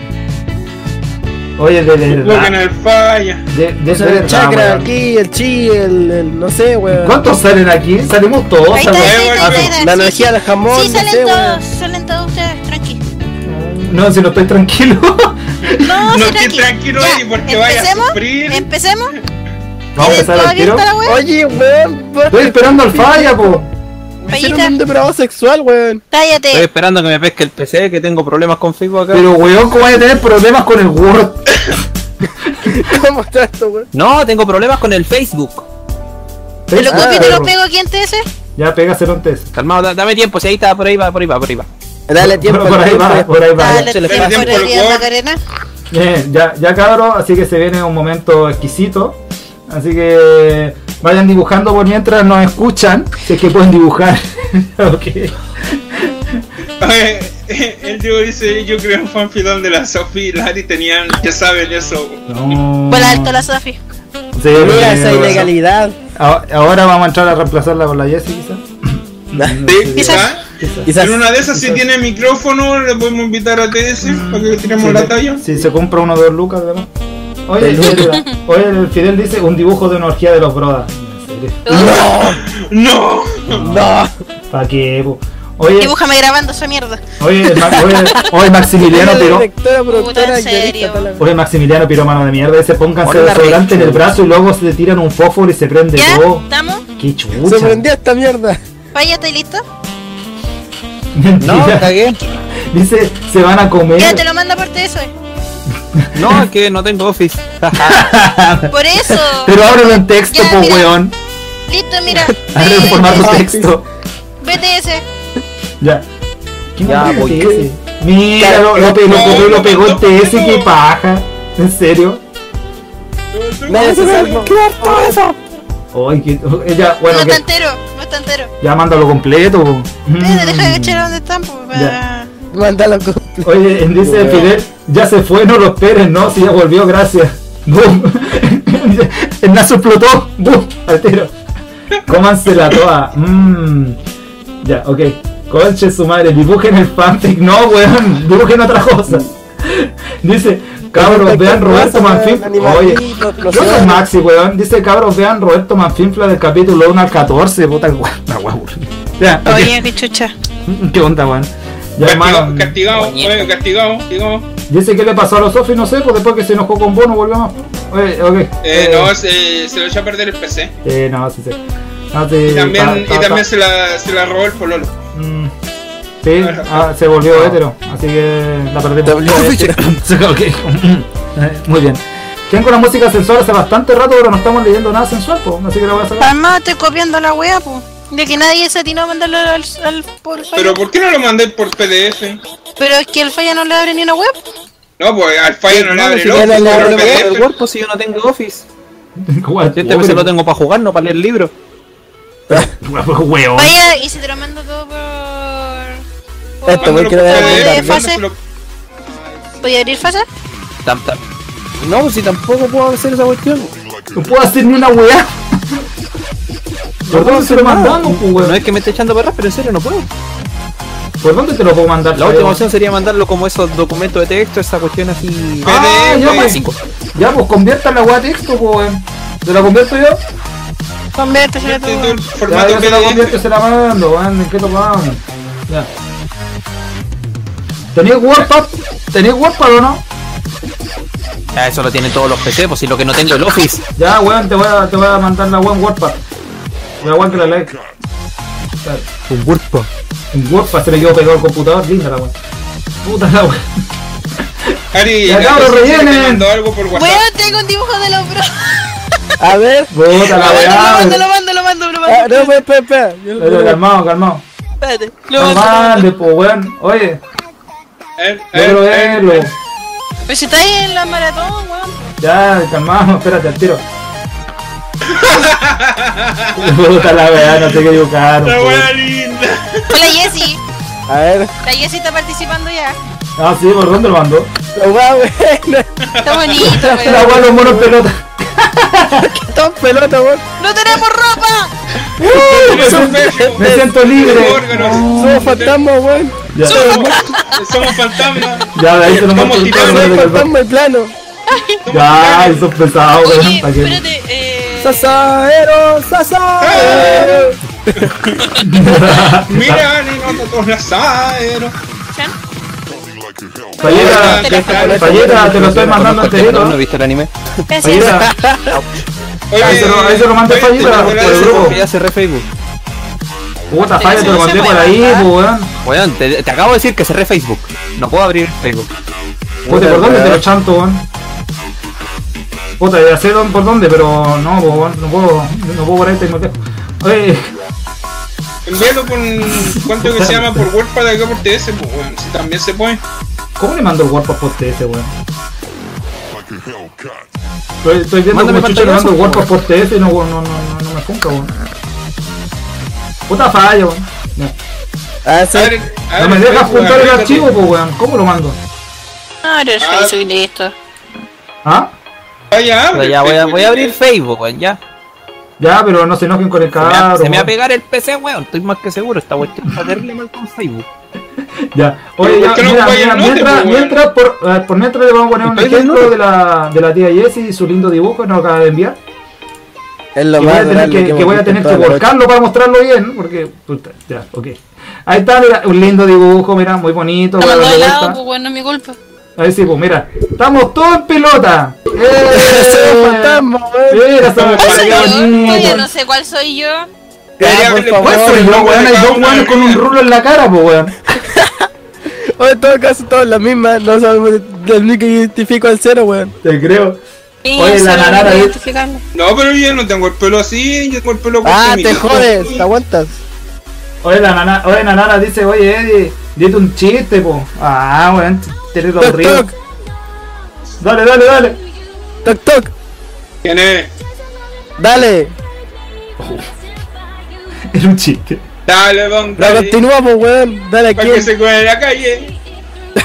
A: Oye, de de
D: Lo
A: verdad.
D: canal falla.
A: De, de,
C: Eso es
A: verdad,
C: el chakra,
A: weón.
C: aquí, el chi, el, el- no sé, weón.
A: ¿Cuántos salen aquí? Salimos todos,
B: Ahí está, ahí
A: weón.
B: está, ahí está,
D: Ah,
B: ahí está.
C: La
B: Sí,
C: energía del jamón,
B: Sí,
C: no sé,
B: salen
C: weón.
B: todos, salen todos ustedes,
D: [laughs]
B: tranqui.
A: No, si no estoy tranquilo. [laughs]
B: No,
D: No
B: sí,
D: estés
B: tranqui.
D: tranquilo,
B: Ya,
D: Ari, porque vaya a
B: empecemos, Em-
D: sufrir.
B: Empecemos.
A: Vamos a empezar
B: ¿Todo
A: al tiro.
B: abierto la web?
C: Oye, weón, weón,
A: Estoy esperando al falla, po.
C: me hicieron
B: Fallita.
C: un depravado sexual,
B: [laughs]
C: weón.
H: Estoy
B: Cállate.
H: esperando que me pesque el PC, que tengo problemas con Facebook acá.
A: Pero, weón, ¿cómo vas a tener problemas con el Word?
C: ¿Cómo está esto, weón?
H: No, tengo problemas con el Facebook.
B: Te lo
A: Ah,
B: copio y te lo
A: perro.
B: pego aquí en TS.
A: Ya, pégaselo antes.
H: Calmado, da- dame tiempo, si ahí está, por ahí va, por ahí va, por ahí va.
C: Dale tiempo.
A: por ahí va, pues. por ahí va.
B: Dale,
C: se le
B: te
D: fue.
B: lo
D: Tiempo,
B: correría,
D: por favor.
B: Macarena.
A: Bien, ya, ya cabros, así que se viene un momento exquisito. Así que vayan dibujando por mientras nos escuchan, si es que pueden dibujar. [laughs] ok.
D: [laughs] Oye, eh, el Diego dice: Yo creo un fanfic donde la Sophie y la Ari tenían, ya saben eso.
C: Mm.
A: No.
B: Por alto la Sofi.
A: Sí,
C: Mira
A: porque-
C: esa ilegalidad.
A: Ah, Ahora vamos a entrar a reemplazarla por la Jessie, quizás.
D: Sí,
B: Quizás.
D: ¿ah?
A: Quizás.
C: [laughs] Quizás. [laughs]
D: En una de esas, si tiene micrófono, le podemos invitar a TS para
C: pues,
D: que tiremos
A: Si
D: la
A: se-
D: talla.
A: Si se compra uno de dos lucas, además. Oye, Fidel, oye, el Fidel dice un dibujo de una orgía de los brodas. ¿En serio?
D: ¡No!
C: No.
A: ¿Para qué? po? Oye,
B: Dibújame grabando esa mierda.
A: oye, Ma- oye,
D: [laughs]
A: oye, Maximiliano
C: La
A: Piró.
C: Directora, productora,
B: en serio.
C: guionista, tal, la-
A: Oye, Maximiliano Piromano de mierda. Ese pónganse
H: Hola,
A: desodorante en el
H: Rachel.
A: brazo y luego se le tiran un fósforo y se prende
B: ¿Ya?
A: todo.
B: ¿Estamos?
A: Qué
C: Se
A: chucha.
C: prendió esta mierda.
B: Falla, ¿estás listo?
A: [laughs] [laughs]
H: No,
A: Mentira.
H: cagué.
A: Dice, se van a comer.
B: Ya, te lo manda por TS.
H: No, es que no tengo Office.
A: [laughs]
B: Por eso.
A: Pero ábrelo en texto,
B: Ya,
A: po
B: mira.
A: weón.
B: Listo,
A: [laughs]
B: mira.
A: Ábrelo en formato
D: [laughs]
C: Ah, sí.
A: texto.
B: BTS.
A: Ya. ¿Qué
H: Ya,
A: nombre
H: voy.
A: es ese? Mira, lo, lo,
D: Claro,
A: pe- lo
D: no,
A: pegó, lo
D: no,
A: pegó
D: no,
A: el TS,
D: no.
A: qué paja. ¿En serio?
C: Nadie se salvó.
A: Ay, que, ella, bueno,
B: no
A: que-
B: está entero, no está entero.
A: ya mándalo completo. po.
B: Espérate,
A: Mm.
B: deja de cachar dónde están, pues. para-
C: Mándalo con. [laughs]
A: Oye, dice Fidel, ya se fue, no lo esperes, no, si ya volvió, gracias. Boom. [laughs] El nazo explotó. Boom. Al tiro. Cómansela toda. Mmm. Ya, ok. Conche su madre, dibujen el fanfic. No, weón, dibujen otra cosa. Dice, cabros, vean Roberto Manfinfla. Oye, yo soy Maxi, weón. Dice, cabros, vean Roberto Manfinfla del capítulo 1 al 14. Puta, [laughs] weón. La weón. Ya, ok.
B: Oye, qué chucha.
A: ¿Qué onda, weón? Ya,
D: Castigado,
A: hermano.
D: castigado, oye, castigado, digamos.
A: Dice que le pasó a los Sofi, no sé, pues después que se enojó con Bono volvió más. Oye, ok.
D: Eh, no, se, se lo echó a perder el PC.
A: Eh, no, sí, sí. No, sí,
D: Y
A: ta-
D: también,
A: ta-
D: y también
A: ta-
D: se, la, se la robó el pololo.
A: Mm. Sí, ah, se volvió hétero, así que la perdimos. Sí, ok. Eh, Muy bien. Tengo la música sensual hace bastante rato, pero no estamos leyendo nada sensual, pues, así que la voy a sacar.
B: Además, estoy copiando la wea, pues. De que nadie se atinó a mandarlo al, al por falla.
D: Pero ¿por qué no lo mandé por PDF?
B: Pero es que el falla no le abre ni una web.
D: No, pues al fallo no le abre el
C: si
D: ojo,
C: no le
D: pero
C: abre
D: el
C: el ojo,
H: El
D: PDF.
H: cuerpo si yo no tengo Office.
A: Guau,
H: Yo este PC lo tengo para jugar, no para leer libros.
A: guau, Weón.
B: Vaya, y si te lo mando todo por. por-
C: Esto,
D: Mándalo
C: voy a quedar
D: por
B: en
D: PDF,
B: el fase.
D: mándaselo-
B: ¿Voy a abrir fase?
H: Tam- pues, tam- No, si tampoco puedo hacer esa cuestión.
A: No puedo hacer ni una weá. ¿Por dónde se lo mandamos, pues,
H: No
A: weón?
H: es que me esté echando perras, pero en serio no puedo.
A: ¿Por dónde te lo puedo mandar?
H: La última
A: Feo?
H: opción sería mandarlo como esos documentos de texto, esa cuestión así.
A: Ah, ya,
H: PDF.
A: pues, ya, pues convierta la weá a texto, pues, weón. ¿Te la convierto yo?
B: Conviértesela tú.
D: Este es un
A: Ya,
D: formato
A: yo se la
D: PDF.
A: convierto, se la mando, weón. ¿En qué lo vamos? Ya. ¿Tenéis WordPad? ¿Tenéis WordPad o no?
H: Ya, Ah, eso lo tienen todos los PC, pues si lo que no tengo es el Office.
A: Ya, weón, te voy a, te voy a mandar la weón WordPad. La weón que la like.
H: Un cuerpo.
A: En WordPad se me quedó pegado el computador, linda la weón. Puta la weón.
D: Ari,
A: Ya,
D: la
A: cabros,
D: Ceci te
A: rellenen.
D: mandó algo por WhatsApp.
B: Weón, tengo un dibujo de los bros. [laughs]
C: A ver.
A: Puta la
B: Lo mando,
A: weón.
B: [laughs] lo mando, lo mando, lo
C: Ah, [laughs]
B: mando.
C: no, espera, espera, espera. Yo lo-
A: Pero calmado, calmado.
B: Espérate. Lo mando, lo mando.
A: Calmate, pues weón. Oye,
D: A ver, a
A: yo quiero
D: ver, a ver.
A: verlo.
B: Pero si estáis en la maratón, weón.
A: Ya, calmado, espérate al tiro. Puta la weá, no te que equivocar.
D: La wea linda.
B: Hola Jessy.
C: A ver.
B: La Jessy está participando ya.
A: Ah, sí, ¿por dónde lo mandó?
C: Lo más [laughs] bueno.
B: Está bonito,
A: [laughs] La
B: weón.
A: weá, los monos pelota.
C: Tan pelota, weón. [laughs]
B: ¡No tenemos ropa!
D: Eres un
A: [laughs]
D: perro.
A: Me siento libre.
D: Órganos.
C: Somos
A: [laughs]
C: fantasmas, weón.
A: Ya,
D: Somos fantasmas.
A: ya, de ahí se lo
D: Somos
A: mando.
D: titanes,
C: Somos fantasmas en plano.
A: Ya, eso es pesado,
B: Oye,
A: weón. ¿pa' qué?
B: espérate, eh.
C: Sasaero, sasaero.
A: [laughs] Ah.
D: Mira, ni nosotros la sabemos.
B: Chan.
A: Fallera,
B: Te la
D: jalo.
A: Fallera, te lo estoy mandando
H: No,
A: enterito.
H: no he visto el anime.
B: Gracias.
A: Fallera, Ahí se lo- ahí se lo manda
D: oye,
A: Fallita,
D: te lo
A: por el
D: agradezco.
A: grupo.
H: Que ya cerré Facebook.
A: puta, falla, te lo
B: No se
A: mandé
B: puede
A: por ahí, pues, weón.
H: Weón, te, te acabo de decir que cerré Facebook. No puedo abrir Facebook.
A: Puta, ¿por dónde te lo chanto, weón? Puta, ya sé dónde- por dónde, pero no, pues, weón, no puedo, no puedo por ahí, tengo que... Oye,
D: Envíalo con cuánto que se llama por WordPad acá por TS, pues bueno, si también se puede.
A: ¿cómo le mando el cuerpo a poste ese, weón? Estoy, estoy viendo
H: Mándame
A: cómo chucha le mando
H: pantallazo,
A: el cuerpo a
H: por
A: poste ese y no, no, no, no, no me junta, weón. Puta falla, weón. Ya.
C: Ah,
D: A
C: sí.
D: ver, a
A: No
D: ver,
A: me dejas
D: Facebook,
A: juntar el
D: arréglate.
A: archivo, pues, weón. ¿Cómo lo mando?
B: Ahora el
D: Ah.
B: Facebook listo.
A: ¿Ah?
D: Vaya,
H: Pero
D: abre pues,
H: ya voy a,
D: Facebook,
H: voy a abrir Facebook, weón, ya.
A: Ya, pero no se enojen con el
H: Se me va-
A: cabrón.
H: se me va a
A: weón.
H: pegar el PC, weón. Estoy más que seguro. Esta cuestión está terrible mal con Facebook.
A: Ya. Oye,
D: Pero
A: ya,
D: ¿por qué no
A: mira,
D: juega
A: mira,
D: el norte,
A: mientras,
D: pues, weón?
A: mientras por, eh, por mientras le vamos a poner un
H: ¿Está bien el
A: ejemplo de la, de la tía Jessie y su lindo dibujo que nos acaba de enviar.
C: Es
A: Que
C: lo
A: voy
C: más
A: a tener
C: adorable
A: que, que
C: hemos
A: voy a
C: visto
A: tener que
C: en toda la noche.
A: volcarlo para mostrarlo bien, porque. Puta, ya, ok. Ahí está, mira, un lindo dibujo, mira, muy bonito.
B: Lo
A: voy a
B: mandó
A: darle
B: de lado,
A: vuelta.
B: pues bueno, no es
A: [laughs]
B: mi culpa.
A: Ahí sí, pues mira, estamos todos en
C: [laughs]
A: pelota. ¡Eh!
C: Somos fantasmas, weón.
A: Mira, somos
D: Ay,
B: ¿Cuál soy
A: para
B: yo? Oye, no
A: bonito.
B: sé cuál soy yo.
C: Ya, Ah,
D: Debería
C: por
D: haberle
C: favor.
A: ¿Cuál soy yo, weón? Hay dos weones con un rulo en la cara, pues, weón.
C: O en todo caso, todos la misma. No sabemos del único que identifico al cero, weón.
A: Te creo.
B: Sí,
A: Oye, la
B: solo
A: Nanara,
B: voy a
A: ¿viste?
B: identificarlo.
D: No, pero yo no tengo el pelo así, yo tengo el pelo
C: Ah,
D: corto y
C: te
D: mi-
C: jodes, te aguantas.
A: Oye, la nana, oye, la nana dice, oye, Eddie, dite un chiste, po. Ah, weón, tenés los
C: Toc,
A: ríos.
C: toc,
A: Dale, dale, dale. [laughs]
C: toc, toc.
D: ¿Quién es?
C: Dale,
A: Era un chiste.
D: Dale, don,
C: la
D: dale,
C: continuamos, pues, weón. Dale
D: Para que
C: aquí.
D: se cuele la calle.
A: [laughs]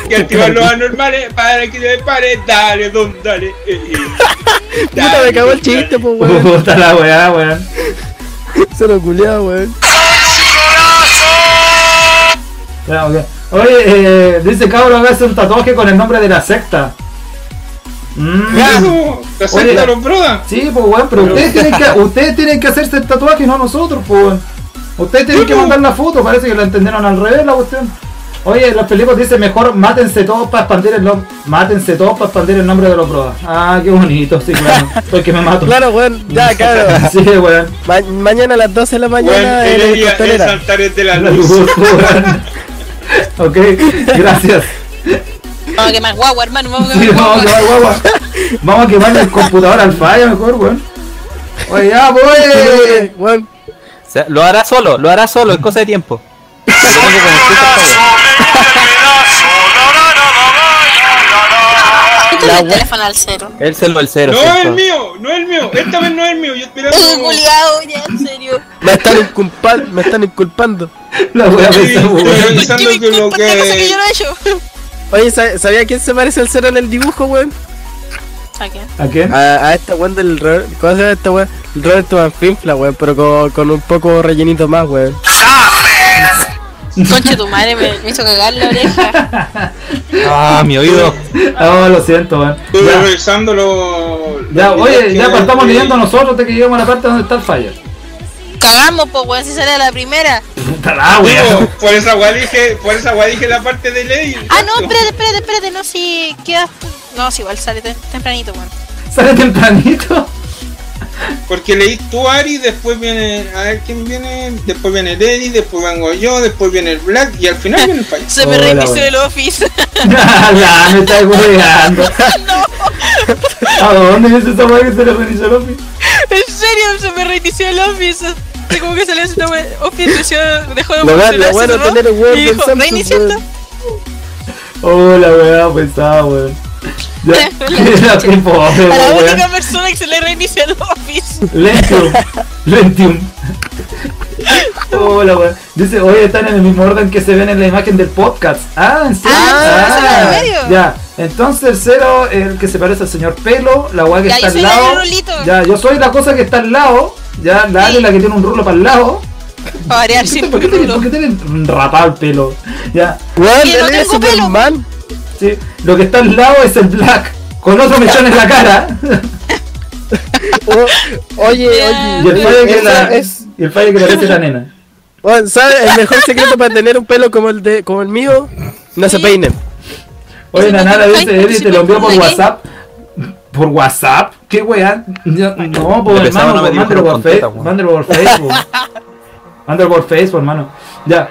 D: Que activar los anormales para que se pare. Dale, don, dale. [laughs] eh, eh.
C: Puta, me cagó el chiste, pues,
A: [laughs]
C: weón.
A: Puta la weá, weón.
C: Se lo culeaba, weón.
A: Ah, Ya, ok. Oye, eh, dice cabrón, hágase un tatuaje con el nombre de la secta. Mm.
D: Eso, ¿Te acepta los broda?
A: Sí, pues weón, pero ustedes tienen que, ustedes tienen que hacerse el tatuaje, no nosotros, pues weón. Ustedes tienen que mandar la foto, parece que la entendieron al revés la cuestión. Oye, los películas dicen mejor mátense todos para expandir el nombre. Mátense todos para expandir el nombre de los brodas. Ah, qué bonito, sí, claro. Soy que me mato.
C: Claro, weón.
A: [laughs]
C: Ya, claro.
A: Sí, weón.
C: Ma- mañana a las 12 de la
D: Bueno,
C: mañana
D: él
C: en el
D: haría el
C: costelera.
D: saltares de la
A: La
D: luz.
A: luz, weón. Ok, gracias.
B: Vamos a quemar guagua, hermano.
A: [laughs]
B: Vamos a
A: Sí,
B: quemar
A: vamos a
B: guagua.
A: quemar guagua. Vamos a quemar el computador al falla mejor, weón. Oye, ya, pues.
C: Weón,
H: O sea, lo hará solo, lo hará solo, es cosa de tiempo.
E: [laughs]
B: Quítale el teléfono al cero.
A: [laughs]
H: Él se lo el cero.
D: No es
H: ¿cierto?
D: el mío, no es el mío. Esta vez no es el mío. Yo esperaba.
B: Uy, culiao, ya, en serio.
C: me están inculpando, me están inculpando.
A: La voy a
D: Sí,
A: pensar, weón.
D: estoy
B: ¿Por qué
D: pensando
B: me
D: que lo
B: culpa esta cosa que
D: que.
B: yo no he hecho?
C: Oye, ¿sab- ¿sabía quién se parece al cero en el dibujo, weón?
B: ¿A quién?
A: ¿A quién?
C: A, a esta weón del Robert. ¿Cómo se llama esta weón? Roberto Manfinfla, weón, pero con, con un poco rellenito más, weón.
B: Conche tu madre, me, me hizo cagar la oreja.
H: Ah, mi oído.
A: [laughs] Ah, lo siento, weón.
D: Estuve
A: Ya,
D: revisando los.
A: ya,
D: los
A: oye,
D: videos
A: ya
D: que- este-
A: partamos leyendo nosotros hasta que lleguemos a la parte donde está el fire.
B: Cagamos, pues, weón, si sale la primera.
A: Puta la
D: Digo,
A: weón.
D: [laughs] Por esa weá dije, por esa weá dije la parte de ley.
B: Ah, no, espérate, espérate, espérate, no, si quedas. No, si igual sale tem- tempranito, weón.
A: Sale tempranito. [laughs]
D: Porque leí tú Ari, después viene. A ver quién viene. Después viene Lady, después vengo yo, después viene el Black y al final viene el
A: [laughs]
D: Fire.
B: Se me
C: Hola,
B: reinició
C: weón.
B: el office. [laughs]
A: la, me está weando. [laughs] ¿A dónde es esa weá que se le reinició el office?
B: en serio, se me reinició el office. Así Como que salió una wea- office, dejó- dejó de
C: Lo bueno-
B: funcionar,
C: lo bueno
B: Ah, se cerró,
C: tener un weón
B: Y
C: del
B: dijo,
C: Samsung,
B: reiniciando.
A: Oh, la weá pensaba, weón. [laughs] Ya, era tiempo, pobre,
B: A la
A: weón.
B: única persona que se le reinició el office.
A: Lentium. Lentium. Hola, weón. Dice, oye, están en el mismo orden que se ven en la imagen del podcast. Ah, ¿en serio?
B: Ah, ¿esa es la de medio?
A: Ya. Entonces el cero es el que se parece al señor Pelo, la weá que
B: Ya,
A: está
B: yo
A: al
B: soy la
A: lado.
B: del rulito.
A: Ya, yo soy la cosa que está al lado. Ya, la Ale
B: Sí.
A: la que tiene un rulo para el lado.
B: [laughs] Para variar, [laughs]
A: ¿Por
B: sí.
A: qué, por qué tiene- por qué tiene rapado el pelo? Ya,
C: Weón,
B: Que no
C: él es
B: tengo pelo.
C: Superman.
A: sí. Lo que está al lado es el black. Con otro mechón en la cara. [laughs]
C: O- Oh, oye,
B: Ya.
A: Y
C: oye.
A: el padre que,
C: esa
A: la,
C: es-
A: y el padre que parece la nena.
C: Bueno, ¿sabes? El mejor secreto para tener un pelo como el de como el mío, no se peinen.
A: Oye, Nanara dice,
B: Ay,
A: Eddie, te lo envió por
B: ¿de qué?
A: WhatsApp. ¿Por WhatsApp? ¿Qué weá? No, no, pues
H: De
A: hermano,
H: pesado no me
A: pues, mándalo
H: dibujaron
A: por,
H: con
A: Face-
H: teta, weón.
A: mándalo por Facebook.
D: [laughs]
A: mándalo por Facebook, hermano. Ya.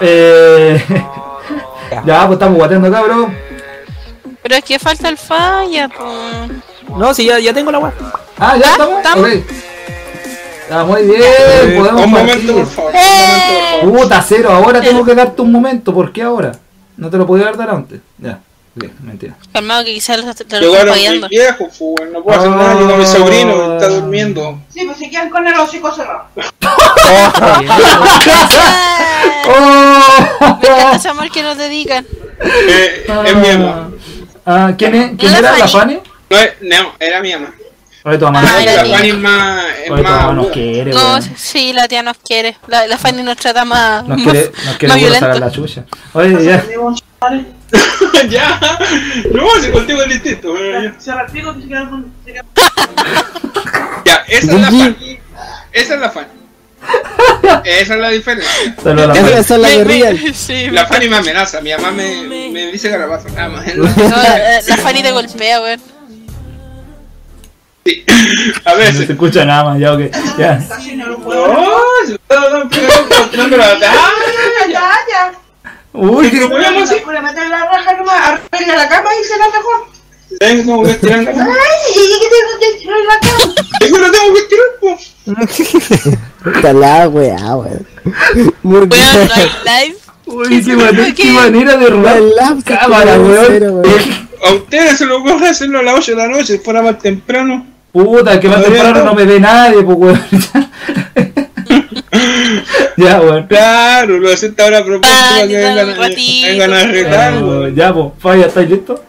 A: Eh, [laughs] ya, pues estamos guateando, cabrón.
B: Pero es que falta el falla, pues.
H: No, si ya, ya tengo la weá.
A: Ah, ya estamos.
B: estamos.
A: Ok. Ah, muy bien, podemos
D: Eh, Un
A: partir.
D: momento, por favor. Un momento, por
B: Eh.
D: favor.
A: Puta, cero, ahora tengo que darte un momento. ¿Por qué ahora? No te lo podía haber dado antes. Ya, bien, mentira.
B: Calmado que quizás lo te lo están
D: Llegaron mis
B: fallando.
D: viejos, fu, weón, no puedo hacer nada, llegó
A: Ah.
D: mi sobrino, está durmiendo.
G: Sí, pues se quedan con el hocico cerrado.
B: [laughs]
C: [laughs]
B: Ah,
A: ¡Oh!
B: Me encanta ese amor que nos dedican.
D: Eh, es mi mamá.
A: Ah, ¿Quién, es- quién
B: La
A: era? ¿La
B: Fanny.
A: Fanny?
D: No, es- no, era mi mamá.
A: Oye, tu mamá.
B: Ah,
A: Oye,
B: era
D: La
B: mi-
D: Fanny es más. Es
A: tu mamá
D: más
A: nos
D: aguda.
A: quiere,
B: No,
A: weón.
B: sí, la tía nos quiere. La, la Fanny nos trata más,
A: Nos
B: más,
A: quiere, nos quiere
B: más
A: abrazar a
B: violento.
A: la chucha. Oye, ya.
D: [laughs] ya, no, si contigo es distinto. weón, ya.
G: Se repito que se quedan con. se quedan-
D: Ya, esa es la Fanny. Esa es la Fanny. Esa es la diferencia.
A: Saludos a la
C: Esa
A: Fanny.
C: esa es la
B: Me-
C: que
B: me- [laughs]
C: ríen.
B: sí,
D: La Fanny me amenaza, mi mamá me, me dice Ah, garabazo, nada más.
B: no, eh, la, la Fanny te golpea, weón.
D: Sí, A
A: No se
D: veces.
A: escucha nada más, ya, ok. Ya.
G: Casi no lo puedo.
D: No, se está dando un batalla.
G: Ya, ya.
A: Uy,
D: Pero
A: qué-
D: bueno, vamos Ah, a-
G: Le meten la raja nomás, arregla la cama y será mejor.
D: Tengo que tirar la cama.
G: Ay, ¿y qué tengo que tirar en la cama?
D: Digo, no tengo que tirar, po.
C: Puta la weá, weón. Porque-
B: Weón, no
A: [laughs]
B: hay live.
A: uy, qué, mane-
B: ¿Qué?
A: qué manera de robar
C: El lapso que
A: cámara,
C: le da cero,
A: weón.
C: weón.
D: A ustedes se lo ocurre hacerlo a las 8 de la noche, fuera más temprano.
A: Puta, que más
D: Podría
A: temprano
D: no.
A: no me ve nadie, pues, weón. [laughs] Ya, weón.
D: Claro, lo acepta ahora a propósito
B: Ah,
D: para que
B: ya,
D: vengan,
B: un
D: a-
B: ratito.
D: vengan a arreglarlo.
A: Eh, Ya, pues, Falla, ¿estáis listos?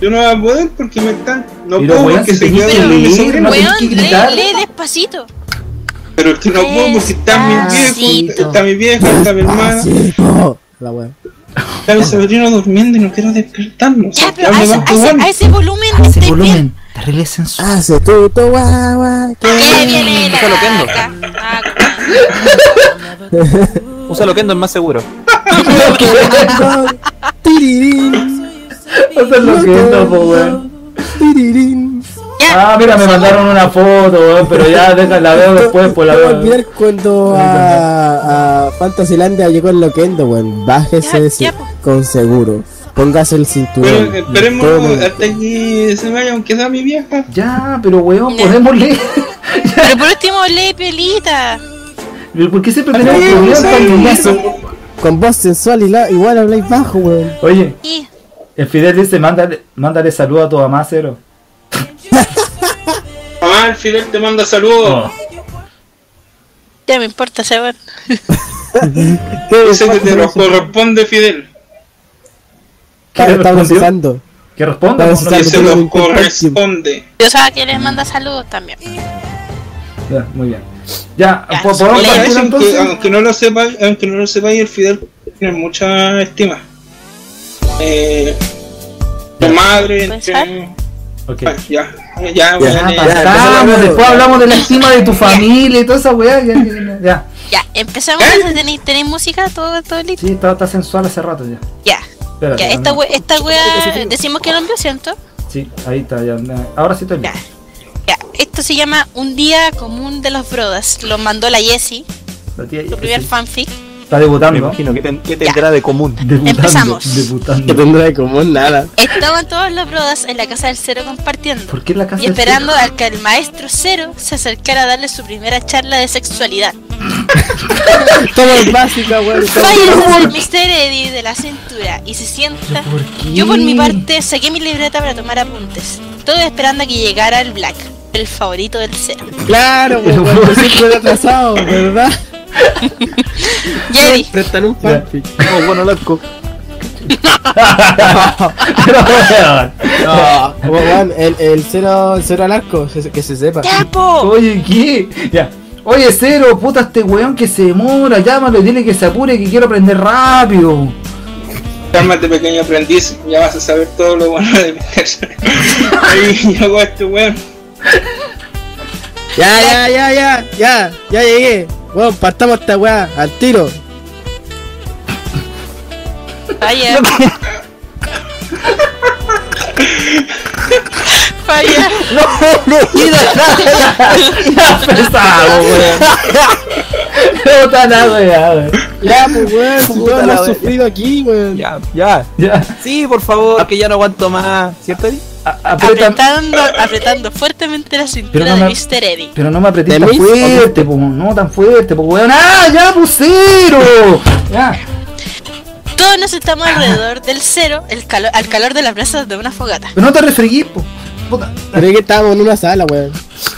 D: Yo no voy a poder porque me están. No
A: Pero,
D: puedo
A: weón,
D: porque
A: si
D: se
A: tenés
D: quedan
A: que
D: con mi
A: leer,
D: sobrino.
A: no tenés
B: Weón,
A: que
B: lee,
A: gritar.
B: lee despacito.
D: Pero es que no puedo porque están mis viejos. Está mi vieja, está mi
A: Ah,
D: hermana.
C: Sí, po. La weá.
D: Está mi sobrino durmiendo y no quiero despertarlo.
B: Ya, pero
D: Ya
B: a
D: me
B: ese,
D: va este a
B: a ese-
D: jugar.
B: a ese volumen. estáis bien.
C: Hace tu tu guagua. que-
B: ¿Qué viene la
H: Está loquendo.
B: vaca? Ah, con-
H: Usa lo Kendo, es más seguro.
C: Tirirín,
A: Eso es lo que es, pues, weón.
C: tirirín.
B: Ya,
A: Ah, mira, me mandaron una foto, weón, pero ya deja, la veo después, pues la
C: Te voy a
A: veo.
C: olvidar cuando a, a Fantasylandia llegó el Loquendo, weón. Bájese
B: Ya,
C: de su-
B: ya, pues.
C: con seguro. Póngase el cinturón.
D: Pero esperemos
C: Tome-
D: hasta que se vaya, aunque sea mi vieja.
A: Ya, pero weón,
B: Ya.
A: podemos [laughs] leer.
B: pero por último lee pelita.
A: Pero ¿Por qué siempre tenemos problemas con el lazo?
C: Con voz sensual y la, igual habláis bajo, weón.
A: Oye,
B: Sí.
A: el Fidel dice, mándale, mándale saludo a tu mamá, Cero.
D: Mamá, el Fidel te manda saludos.
B: Ya me importa, ese weón.
C: [laughs]
D: Ese que te lo corresponde, Fidel.
C: Está, está
A: respondió?
C: procesando.
A: Que responda.
C: Vamos
A: pues,
C: a
A: no
D: Que
A: te-
D: se
C: Claro,
D: nos
C: tengo un
D: corresponde.
B: Yo sabía que les manda saludos también.
A: Ya, muy bien. Ya,
B: Ya,
A: ¿po-
B: sí,
A: ¿podemos
B: ya,
D: Oye,
A: partir
D: eso, aunque,
A: entonces?
D: aunque no lo sepa, aunque no lo sepa, el Fidel tiene mucha estima. Eh, tu madre,
B: ¿Pensar?
D: eh,
A: Ok.
D: bueno, ya, ya, bueno,
A: Ya,
D: eh,
A: pasamos, después hablamos de la estima de tu familia y toda esa weá. Ya, ya, ya.
B: Ya, empezamos. entonces, ¿Tenéis, tenéis música? ¿Todo, todo listo?
A: Sí, está, está sensual hace rato ya.
B: Ya.
A: Espérate,
B: Ya, esta,
A: no.
B: we- esta wea. Decimos que lo envió, ¿cierto?
A: Sí, ahí está, ya. na- Ahora sí estoy
B: Ya.
A: listo.
B: Ya. Esto se llama Un Día Común de los Brodas. Lo mandó la Jessie,
A: La tía
B: su primer
A: sí,
B: fanfic.
A: está
H: Me
A: debutando.
H: imagino que ten- que tendrá de [laughs] común.
A: Debutando,
B: Empezamos.
C: Que
A: debutando.
C: tendrá de común nada.
B: Estaban todos los brodas en la casa del cero compartiendo.
A: ¿Por qué la casa
B: Y
A: del
B: esperando a que el maestro cero se acercara a darle su primera charla de sexualidad.
C: Todo es básica, weón. todo es
B: Vaya el Mister Eddie de la cintura y se sienta. Yo por mi parte saqué mi libreta para tomar apuntes. Todo esperando a que llegara el Black, el favorito del cero.
C: Claro,
A: [laughs] Pero,
C: weón,
A: ¿por
C: porque siempre lo he atrasado, ¿verdad?
B: Jerry,
C: Prestan un fanfic.
H: Oh,
A: [laughs]
H: bueno, loco.
A: Pero, weón.
C: No, Oh, weón, el, el cero, el cero al arco, se- que se sepa.
B: ¡Capo!
A: Oye, ¿qué? Ya. Oye, cero, puta, este weón que se demora, llámalo y dile que se apure, que quiero aprender
H: [laughs]
A: rápido.
D: Cálmate, pequeño aprendiz, ya vas a saber todo lo bueno de mi tercero. Ahí llegó este weón.
C: Ya, ya, ya, ya, ya, ya llegué. Weón, partamos esta weá, al tiro.
B: Vaya. Vaya.
A: Pesado, weón. Puta la weá, weón.
C: Ya, pues weón, si
H: Puta
C: todos
H: la
C: hemos
H: wea.
C: sufrido aquí, weón.
H: Ya, ya.
A: Ya.
H: Sí, por favor, que ya no aguanto más. ¿Cierto, Eddie?
A: a- aprieta.
B: Apretando, apretando fuertemente la cintura
A: Pero no me-
B: de Mr. Eddie.
A: Pero no me apreté
C: ¿De
A: tan
C: Luis?
A: fuerte, po, no tan fuerte, po, weón. ¡Ah, ya, pues cero! Ya.
B: Todos nos estamos alrededor del cero, el calo- al calor de la plaza de una fogata.
A: Pero no te refreguís, po. Puta.
C: Creí que estábamos en una sala, weón.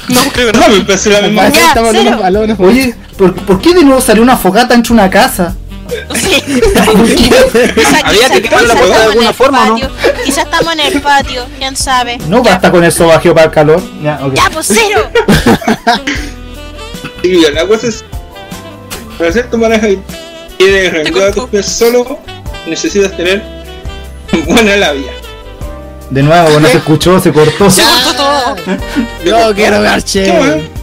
D: No, creo que no. Me pasó la misma.
C: Parece que
B: Ya,
C: estábamos en
B: cero.
C: unos balones.
A: Oye, ¿por, por qué de nuevo salió una fogata entre una casa? [laughs]
B: Sí.
A: ¿Por qué?
B: [laughs] Quizá-
H: Había
B: quizá-
H: que quemar la
B: quizá
H: fogata de
B: estamos en
H: alguna
B: el
H: forma, ¿no?
B: patio, Quizá estamos en el patio, quién sabe.
A: No
B: Ya,
A: basta con el sobajeo para el calor. Ya, ok.
B: Ya, pues cero.
D: Sí, la cosa es. Para ser tu pareja y quieres arreglar tus pies solo, necesitas tener buena labia.
A: De nuevo, no se escuchó, se cortó.
B: pues,
C: Yo quiero ver, che.
D: ¿Qué, weón?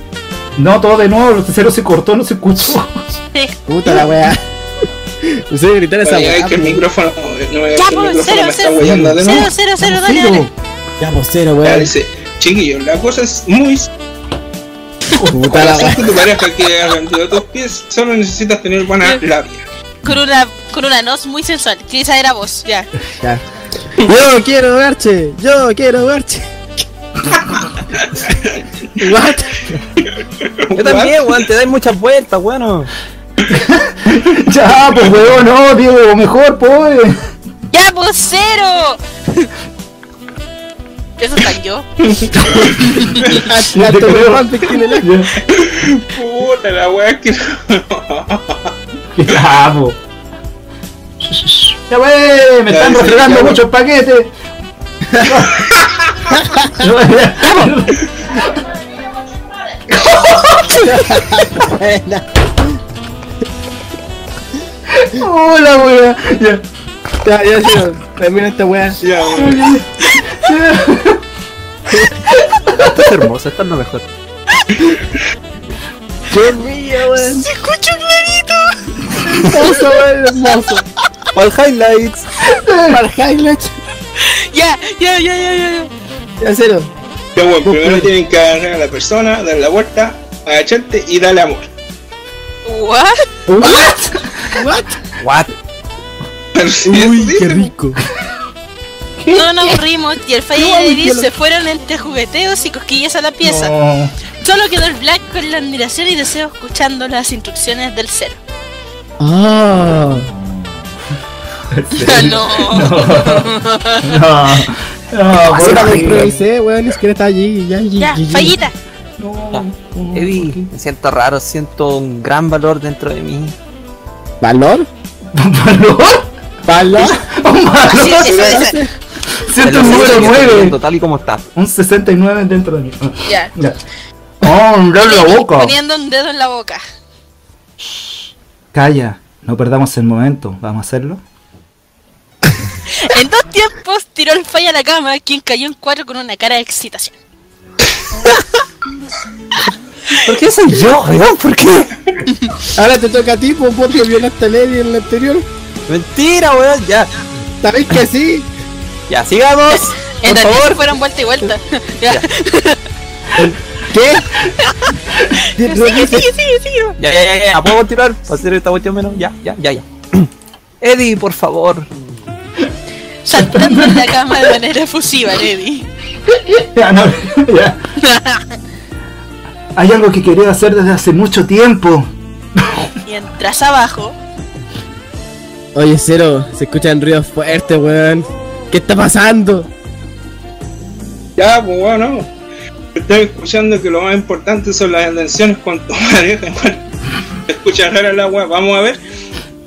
A: No, todo de nuevo, el cero se cortó, no se escuchó. [laughs]
B: Sí.
C: Puta la weá. [laughs] No sé gritar esa
D: Bueno, ya
C: weá.
D: es que el
C: pues.
D: micrófono, no me,
B: Ya,
D: el
B: pues,
D: micrófono
B: cero,
D: me está
B: cero.
D: huellando de nuevo.
B: Cero, cero, cero, dale,
A: Cero.
B: dale.
C: Ya, pues cero,
D: Ya
C: weón.
D: dice, chiquillo, la cosa es muy
C: Puta
D: para
C: la
D: hacer [laughs]
C: weá.
D: que tu pareja que ha vendido tus pies, solo necesitas tener buena labia.
B: Con una, con una nos muy sensual. Quizá era vos, ya.
C: Ya. Yo quiero garche, yo quiero
D: [laughs]
C: garche. What?
H: Yo también, weón, te dais muchas vueltas, bueno.
A: ya, pues weón, no, Diego, mejor, pues.
B: ¡Ya, pues cero! Eso soy yo.
C: Hasta tu fanfic tiene la-
A: Ya.
D: [laughs] Puta la weá que.
A: [laughs] Ya, po. Ya, wey, me
D: Ya,
A: están
D: dice,
A: refregando
D: ya, wey.
A: mucho el paquete. Hola, weón. Ya.
C: Ya, ya, sí, termina esta weá.
D: [laughs] Ya, weón.
H: Esta es hermosa, esta es la mejor.
C: Qué mío, weón.
B: ¡Se escucha clarito!
C: Hermoso, weón, hermoso.
H: All highlights.
C: Para highlights.
B: Ya, ya, ya, ya, ya. ya.
C: Ya cero.
D: Ya, weón, primero tienen que agarrar a la persona, dar la vuelta, agacharte y darle amor. [laughs]
B: ¿What?
C: What?
H: What?
D: Pero si
C: Uy,
D: eso
C: qué
D: dicen,
C: rico.
B: Todos nos rimos y el Falla
C: Ay,
B: y
C: qué
B: Iris
C: lo-
B: se fueron entre jugueteos y cosquillas a la pieza.
A: No.
B: Solo quedó el Black con la admiración y deseo escuchando las instrucciones del cero.
C: Ah.
B: [laughs] Ah, no.
A: No. No,
C: Yo la
A: weón.
C: improvisé, weón, ni siquiera está allí.
A: [laughs]
C: Ya,
B: Ya,
C: GG.
B: fallita.
H: Eddie, me siento raro, siento un gran valor dentro de mí.
C: ¿Valor?
A: ¿Un valor?
C: ¿Valor?
A: ¿Un
B: Así
A: [laughs] valor? Oh,
B: es, eso,
C: ¿Valor?
B: eso.
A: Siento
H: Te
A: el
H: lo
A: número
H: siento, siento
A: 9.
H: Tal y como está.
A: Un 69 dentro de mí. Ah,
B: Ya.
A: Ya. Oh, un dedo en la boca.
B: Poniendo un dedo en la boca.
A: Calla, no perdamos el momento. Vamos a hacerlo.
B: En dos tiempos tiró el falla a la cama, quien cayó en cuatro con una cara de excitación.
H: ¿Por qué soy yo, weón? ¿Por qué?
C: Ahora te toca a ti, pues vos te violaste a Lady en el anterior.
H: Mentira, weón. Ya,
C: ¿Sabéis que sí?
H: ya, [laughs] sigamos.
B: En
H: Por
B: realidad
H: favor.
B: fueron vuelta y vuelta. [laughs] Ya.
C: ¿Qué?
B: Sigue, sigue, sigue, sigue.
H: Ya, ya, ya, ya. ¿Puedo continuar? ¿Para hacer esta cuestión menos? Ya, ya, ya, [clears throat] ya. Eddie, por favor.
B: Saltando en la cama de manera efusiva, Lady.
A: [laughs] Ya, no, ya. Hay algo que quería hacer desde hace mucho tiempo.
B: Mientras abajo,
C: [laughs] Oye, Cero, se escuchan ruidos fuertes, weón. ¿Qué está pasando?
D: Ya, pues bueno. Estoy escuchando que lo más importante son las intenciones con tu [laughs] pareja. Bueno, escucha rara la weá. Vamos a ver.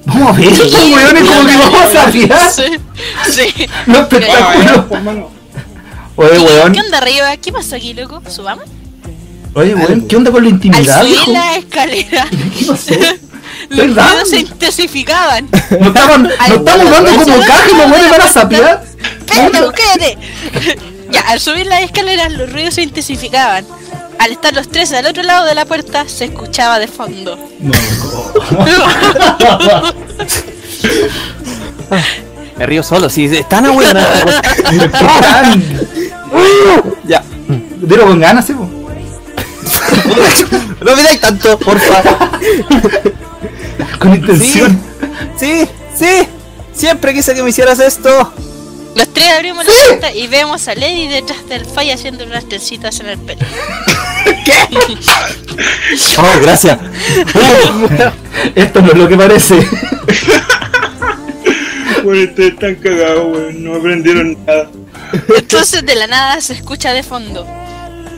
A: Vamos a [laughs] ver, estos weones como que vamos a fiar.
B: Sí, sí.
A: No
D: Vamos a ver,
A: espectáculo.
D: pues, hermano.
A: Oye, weón.
B: ¿Qué onda arriba? ¿Qué pasó aquí, loco? ¿Subamos?
A: Oye, weón, ¿qué onda con la
B: Al
A: intimidad,
B: subir
A: viejo?
B: la escalera,
A: ¿Qué pasó?
B: [laughs] los
A: ¿Verdad?
B: ruidos se intensificaban.
A: Nos estaban, nos
B: Al-
A: estamos dando como
B: al-
A: caje, los weones van a sapear.
B: ¡Cállate, cállate! ya, al subir las escaleras, los ruidos se intensificaban. Al estar los tres al otro lado de la puerta, se escuchaba de fondo.
H: Me río solo, si están a weón. [laughs]
A: Pero qué tan-
H: ya.
A: Dilo con ganas, sí, po.
H: No me dais tanto, porfa.
A: Con
H: Sí,
A: intención.
H: sí, sí. Siempre quise que me hicieras esto.
B: [laughs] Los tres abrimos la puerta y vemos a Lady detrás del falla haciendo unas trencitas en el pelo.
H: Oh, gracias.
A: Esto no es lo que parece.
D: Weón, ustedes están cagados, weón. No aprendieron nada.
B: Entonces de la nada se escucha de fondo.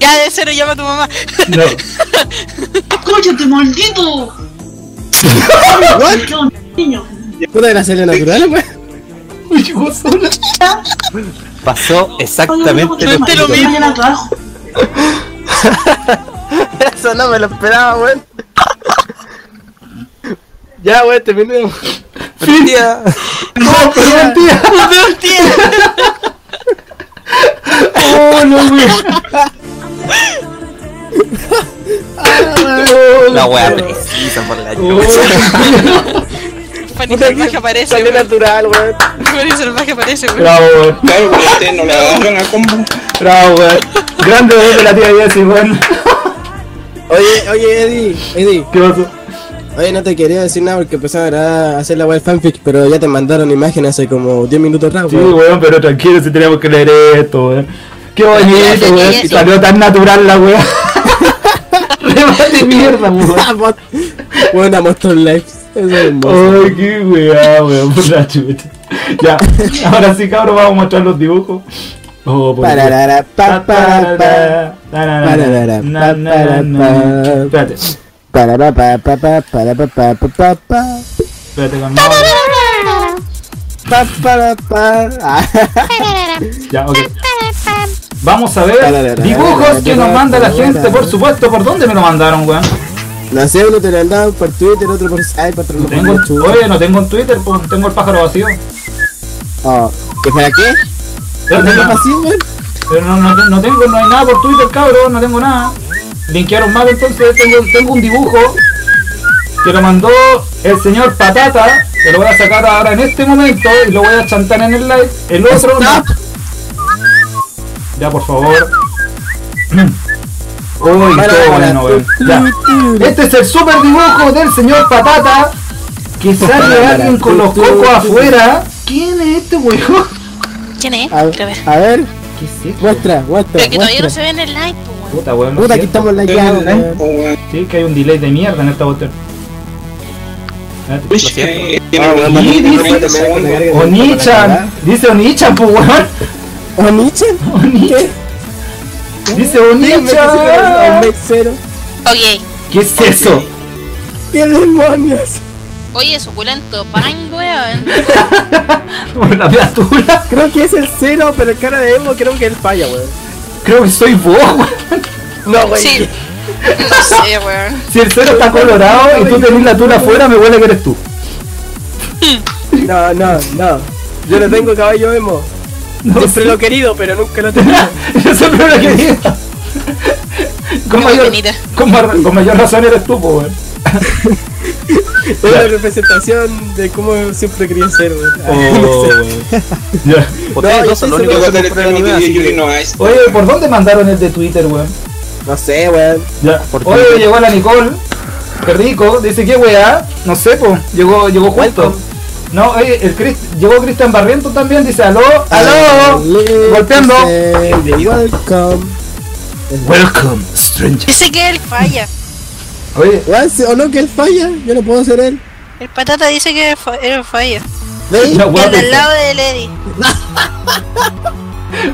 B: Ya de cero llama a tu mamá. [laughs]
A: No.
I: ¡Cóllate, maldito! niño!
C: ¿Puta era serie natural, [laughs] weón?
H: [laughs] Pasó exactamente
A: Ah,
H: lo
I: Te lo
H: mismo.
I: mismo. al trabajo.
H: Eso no me lo esperaba, weón.
C: Ya, weón, terminemos.
H: Mentira.
A: No, perdón, tía. Oh, no, weón.
H: La wea precisa por la
A: Oh,
H: lluvia.
B: Fanny salvaje aparece.
C: Salió
B: weón.
C: natural, weón.
B: Fanny salvaje aparece. weón.
A: [laughs] Bravo, weón.
D: Claro, porque ustedes no le agarran a combo.
A: Bravo, weón. Grande bebé de la tía Jessie, weón.
C: Oye, oye, Eddie, Eddie.
A: ¿Qué pasó?
C: Oye, no te quería decir nada porque empezaron a hacer la web fanfic, pero ya te mandaron imágenes hace como 10 minutos atrás,
A: Sí,
C: weón.
A: weón, pero tranquilo si tenemos que leer esto, weón. Qué
B: Gracias,
A: bonito, weón.
B: Jessie.
A: Salió tan natural la weón. Remate mierda, weón.
C: [laughs] Weón, a Monster Lives. Eso es hermoso.
A: Ay, qué weá, weón, por la chucha. Ya, ahora sí, cabrón, vamos a mostrar los dibujos. Oh, por Dios.
C: Pararara, pa, pa, pa.
A: Tararara, tararara, na, na, na. Espérate,
C: Parará, pa, pa, pa, para, pa, pa, pa, pa, pa.
A: espérate, calmado.
C: Pa, para, pa. Ah,
A: Ya, ok. Vamos a ver dibujos que nos manda la gente, por supuesto. ¿Por dónde me lo mandaron, weón?
C: No sé, uno te [laughs] lo han dado por Twitter, otro por. Ay, por
A: No tengo, oye, no tengo en Twitter, pues, tengo el pájaro vacío.
C: Oh, ¿que para qué?
A: Pero
C: ¿No
A: no,
C: es así, weón?
A: pero no, no, no tengo, no hay nada por Twitter, cabrón, no tengo nada. Linkearon mal, entonces tengo, tengo un dibujo que lo mandó el señor Patata, que lo voy a sacar ahora en este momento y lo voy a chantar en el live. El otro... no. Ya, por favor. [clears throat] Uy, qué bueno, weón. Ya. Este es el super dibujo del señor Patata. [laughs] Que sale alguien con los cocos afuera. ¿Quién es este weón?
B: ¿Quién es?
C: A,
B: Quiero ver.
C: a ver,
A: ¿Qué es esto?
C: muestra, muestra.
B: Pero que todavía no se
C: muestra.
B: ve en el live, po, weón.
A: Puta, weón. lo
C: Puta, aquí
A: siento.
C: estamos la llave.
D: Oh, weón.
A: Sí, que hay un delay de mierda en esta botella. Espérate.
D: Eh,
C: Ah,
D: tiene
C: weón,
D: como
A: Y
C: maldito,
D: 30
A: dice-
C: me voy a
D: segundos.
C: cargar.
A: Onichan, dice Onichan, pues weón.
C: ¿Onichan?
A: Onichan. Dice Onichan.
C: cero.
B: Ok,
A: ¿Qué es eso?
C: ¡Qué demonios!
B: Oye, suculento, pan, weón.
A: Una apertura.
C: Creo que es el cero, pero el cara de Emo creo que él falla, weón.
A: Creo que soy vos, weón.
C: No, weón.
B: Sí. No sé, weón.
A: Si el cero está colorado y tú tenés la tula afuera, me huele que eres tú. [laughs]
C: No, no, no. Yo no tengo caballo Emo.
A: No
C: Siempre
A: sé.
C: lo he querido, pero nunca lo
A: [laughs]
C: he tenido.
A: Yo siempre lo quería. Con
B: Una
A: mayor,
B: botanita.
A: con, mar- con mayor razón eres tú, po, weón.
C: Es una representación de cómo siempre quería
A: [laughs]
C: ser, weón.
A: Ya.
H: Ustedes
C: yo
H: dos son los
C: estoy
D: Yo voy
H: únicos
D: a
H: que
D: hacer el
H: compraron
D: trámite
H: anime,
D: de
H: así
D: Yuri
H: que-
D: no Ice.
A: Oye, ¿por dónde mandaron el de Twitter, weón?
C: No sé, weón.
A: Ya.
H: Por
A: Oye,
H: Twitter.
A: llegó la Nicole. Qué rico. Dice, ¿qué weá? No sé, po. Llegó, llegó justo.
H: Welcome.
A: No, oye, el Chris, llegó Cristian Barriento también. Dice, aló, aló.
C: Dale,
A: Golpeando.
C: dice, Welcome.
A: Welcome, stranger.
B: Dice que él falla.
A: Oye,
C: Weón, si- o no que él falla, yo no puedo ser él.
B: El patata dice que él fa- él falla.
C: ¿Veis?
A: la weá
B: El del
A: pensó-
B: lado de Lady.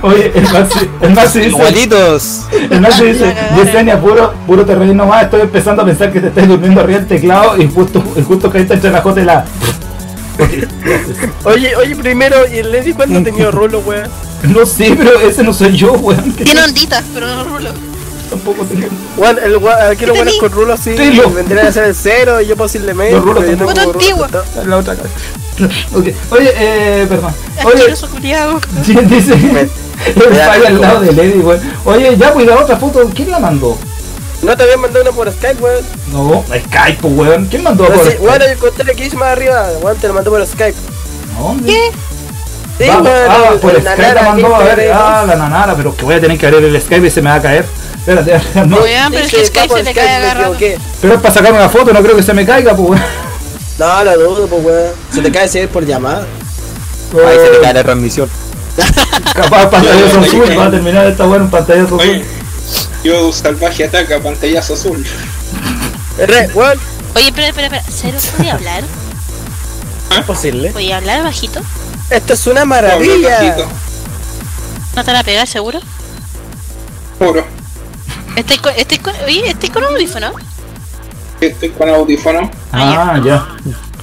A: Oye, el Maxi, el Maxi dice,
H: Igualitos.
A: el Maxi dice, Yesenia, puro, puro terreno nomás, estoy empezando a pensar que te estás durmiendo arriba del teclado y justo, y justo caíste entre la jota y la...
C: Oye, oye, primero, ¿y el Lady
A: Mm.
C: cuándo tenía rolo, weón?
A: No sé, pero ese no soy yo, weón. que
B: Tiene onditas, pero no rulo.
A: Tampoco tengo...
C: Bueno, el, gua- aquí los
B: ¿Qué
C: buenos
B: tení?
C: con rulos sí,
A: Sí, lo-
C: vendrían a ser el cero y yo posiblemente.
A: Los rulos
C: pero yo
A: tampoco.
C: tengo
B: Puta
C: rulos
B: antigua.
A: La otra cara. Ok, Oye, eh, perdón. Oye,
B: Asqueroso culiado.
A: [laughs] dice... El falla al lado de Lady, weón. Oye, ya, pues la otra foto, ¿quién la mandó?
C: cortados. No te habían mandado una por Skype, weón.
A: No, Skype, pues, weón. ¿Quién mandó?
C: No,
A: por
C: sí, Bueno, el control que hice más arriba, weón, te lo mandó por Skype.
A: ¿Dónde?
B: ¿Qué?
C: Sí,
A: Vamos, ah,
C: el-
A: por
C: el
A: Skype
C: Nanara
A: la mandó a
C: que
A: ver.
C: hice
A: Ah,
C: arriba.
A: la nanara, pero que voy a tener que abrir el Skype y se me va a caer. Espérate, [laughs] no.
B: Weón, pero es
C: Sí,
B: que
C: está
B: Skype
C: por
B: se te cae
C: me
B: agarrado.
C: equivoqué.
A: Pero es para sacar una foto, no creo que se me caiga, pues.
C: No, la dudo, pues, weón. Se te cae si es por llamada.
H: Ahí se le cae la transmisión.
A: [laughs] Capaz pantallazo azul, va a terminar esta weón en pantallazo azul.
D: Oye, este. yo salvaje ataca, pantallazo azul.
C: Re, weón.
B: Oye, espera, espera, espera. ¿Cero podía hablar?
C: Imposible.
B: ¿Podía hablar bajito?
C: Esto es una maravilla.
D: Pobrecito.
B: ¿No te van a pegar, seguro? Este
D: Juro.
B: ¿Estáis con, estáis con, oye, ¿estáis con un audífono?
D: Estoy Este, con audífono.
A: Ah, ya.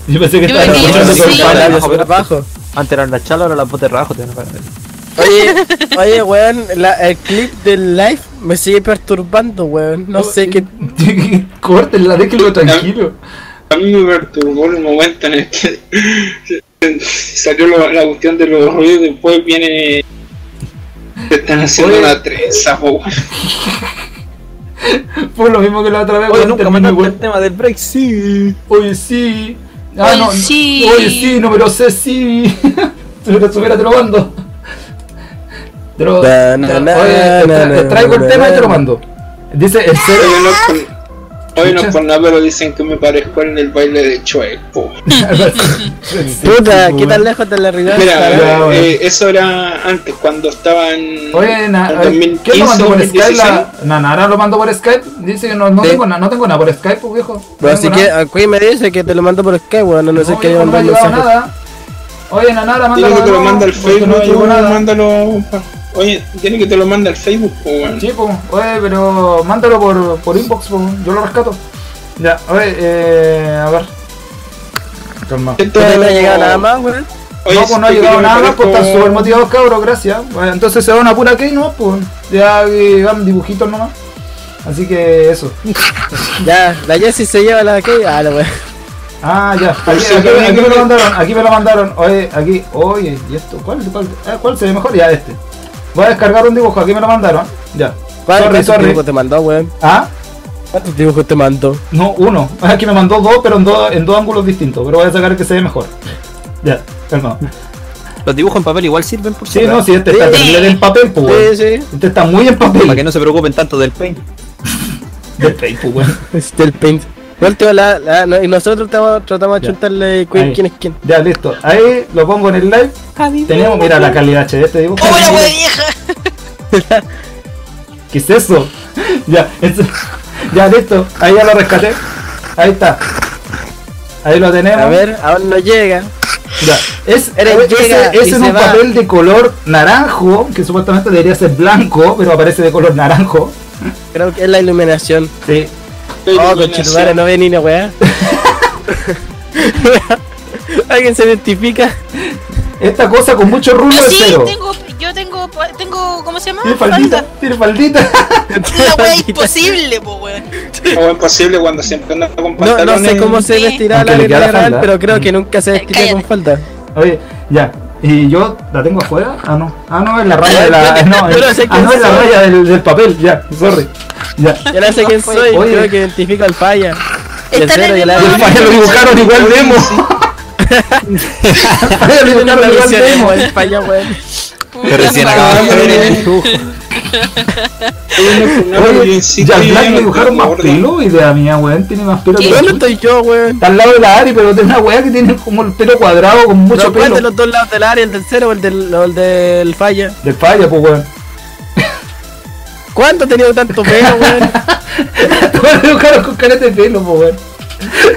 A: Yo pensé que
B: Yo
A: estaba
B: me
A: escuchando
B: quedé así.
A: con el
B: Para
A: pantallazo.
H: abajo, para
C: abajo.
H: Antes eran las chalas, ahora las botas de rajo. te van a pagar.
C: Oye, oye, weón, la- el clip del live me sigue perturbando, weón. No sé
A: [laughs]
C: qué.
A: Córtenla, déjenlo tranquilo.
D: A mí me perturbó el momento en el que [laughs] salió lo- la cuestión de los ruidos. Después viene. Te están haciendo
A: Oye.
D: una trenza, po. weón.
A: Fue lo mismo que la otra vez,
H: Oye,
A: weón,
H: nunca
A: terminé
H: mandaste
A: igual.
H: el tema del break. Sí.
A: Oye, sí.
B: Oye, sí.
A: Oye, sí, no me lo sé, sí. [laughs] Si me lo supiera, te lo mando. Te lo-
C: Na,
A: te-
C: na, na,
A: Oye, te
C: na,
A: tra- te
C: na,
A: traigo el
C: na,
A: tema y
C: na.
A: te lo mando. Dice el cero.
D: Hoy no es por- Hoy no es por nada, pero dicen que me parezco en el baile de Choe, po.
A: [laughs]
C: Puta, qué tan lejos de la realidad.
D: Mira,
A: Ya, bueno.
D: eh, eso era antes, cuando estaban.
A: Oye, na,
D: en
A: eh, ¿quién lo
D: 2015,
A: mandó por Skype?
D: 2016.
A: La, Nanara lo mandó por Skype. Dice que no, no
C: Sí.
A: tengo nada, no tengo nada por Skype, pues, viejo. No
C: Pero
A: tengo
C: si
A: nada.
C: que, aquí me dice que te lo mando por Skype, weón. No,
A: No,
C: sé qué
A: viejo,
C: le
A: no me ha
C: mandó
A: llegado
C: mensaje.
A: nada. Oye, Nanara, mándalo.
D: Tiene que te lo
A: de
D: manda al
A: nuevo, porque
D: Facebook,
A: no me llegó
D: weón,
A: nada.
D: mándalo. pa- Oye, tiene que te lo manda al Facebook, po, weón.
A: Sí, po. oye, pero mándalo por, por inbox, po. yo lo rescato. Ya, oye, eh, a ver. Calma.
D: Esto-
C: ¿No le ha llegado nada más, weón?
D: Oye,
A: no, pues no ha
D: esto
A: llegado
D: que
A: nada más, pues
D: parezco-
A: están súper motivados, cabros, gracias. Bueno, entonces se va una pura key, ¿no? Pues ya eh, dan dibujitos nomás. Así que eso.
C: Ya, la Jessie se lleva la que. Ah, la weón.
A: Ah, ya. [laughs] Aquí,
D: sí,
A: aquí-
D: yo creo
A: aquí me
D: que-
A: lo mandaron, aquí me lo mandaron. Oye, aquí, oye, ¿y esto? ¿Cuál, cuál, ah, cuál se ve mejor? Ya, este. Voy a descargar un dibujo, aquí me lo mandaron. Ya. Sorry,
C: ¿Cuántos
A: sorry.
C: dibujos te mandó, weón?
A: Ah,
C: ¿Cuántos dibujos te mandó?
A: No, uno. Ah, que me mandó dos, pero en dos, en dos ángulos distintos. Pero voy a sacar el que se ve mejor. Ya, calma.
H: Los dibujos en papel igual sirven por
A: Sí,
H: si acaso.
A: no, sí, este está
C: Sí.
A: terrible en papel, pues. weón.
C: Sí, sí.
A: Este está muy en
H: Para que
A: papel.
H: no se preocupen tanto del paint.
A: Del paint, pues, weón.
C: Este el paint. Weón, te va la, la- no- y nosotros tratamos, tratamos de
A: Ya.
C: chuntarle
A: Ahí.
C: quién, quién es quién.
A: Ya, listo. Ahí lo pongo en el live. Tenemos, mira la calidad HD de este dibujo.
B: ¡Hola, wey vieja!
A: ¿Qué es eso? Ya, es- ya, listo. Ahí ya lo rescaté. Ahí está. Ahí lo tenemos.
C: A ver, aún no llega.
A: Ya. Es,
C: Eres
A: ese-
C: llega
A: ese
C: y
A: es
C: se
A: un
C: va.
A: papel de color naranjo, que supuestamente debería ser blanco, pero aparece de color naranjo.
C: Creo que es la iluminación.
A: Sí,
D: Estoy
C: Oh,
D: iluminación.
C: [laughs] conchetumare, no ve ni una weá.
H: ¿Alguien se identifica?
A: Esta cosa con mucho rubio
B: Ah,
A: es
B: sí,
A: cero.
B: tengo, Ah, yo tengo, tengo, ¿cómo se llama?
A: Tiene faldita, tiene faldita.
B: [laughs]
A: [laughs]
B: Una wea imposible, po, weón.
D: O imposible cuando siempre anda con
C: No,
D: pantalones.
C: no sé cómo se
B: Sí.
C: vestirá
A: Aunque
C: la
A: le queda la
C: guerra real,
A: falda. Mm.
C: pero creo que nunca se vestirá
B: Cállate.
C: con falda.
A: Oye, ya. ¿Y yo la tengo afuera? Ah, no. Ah, no, es la raya
C: [laughs]
A: de la. No,
C: Yo no sé
A: es- ah,
C: quién
A: no, es la
C: soy.
A: raya del, del papel. Ya, sorry. Ya.
C: Yo no sé quién soy,
A: Oye.
C: creo que identifico al falla. Y el
B: Está en
C: cero
B: el
C: y el
A: Y [laughs] el
B: mismo
C: área.
A: falla lo dibujaron igual de emo. El falla lo
C: Tiene una
A: dibujaron igual
C: visión
A: de emo.
C: emo, el falla, weón.
E: Que
H: [laughs]
E: recién acaba de ver el dibujo.
A: Oye, ya Black le dibujaron más
D: pelo
A: pelo. Idea mía, weón. Tiene más pelo que la
C: ¿Dónde
A: chucha.
C: estoy yo, weón?
A: Está al lado de la Ari, pero tiene una weá que tiene como el pelo cuadrado con mucho
C: No, ¿Cuál de
A: pelo.
C: los dos lados del área? ¿El del cero o el del, o el del falla?
A: Del falla, pues, weón. [laughs]
C: ¿Cuánto ha tenido
A: [laughs]
C: tanto pelo, weón?
A: Lo dibujaron con carete de pelo, pues, weón.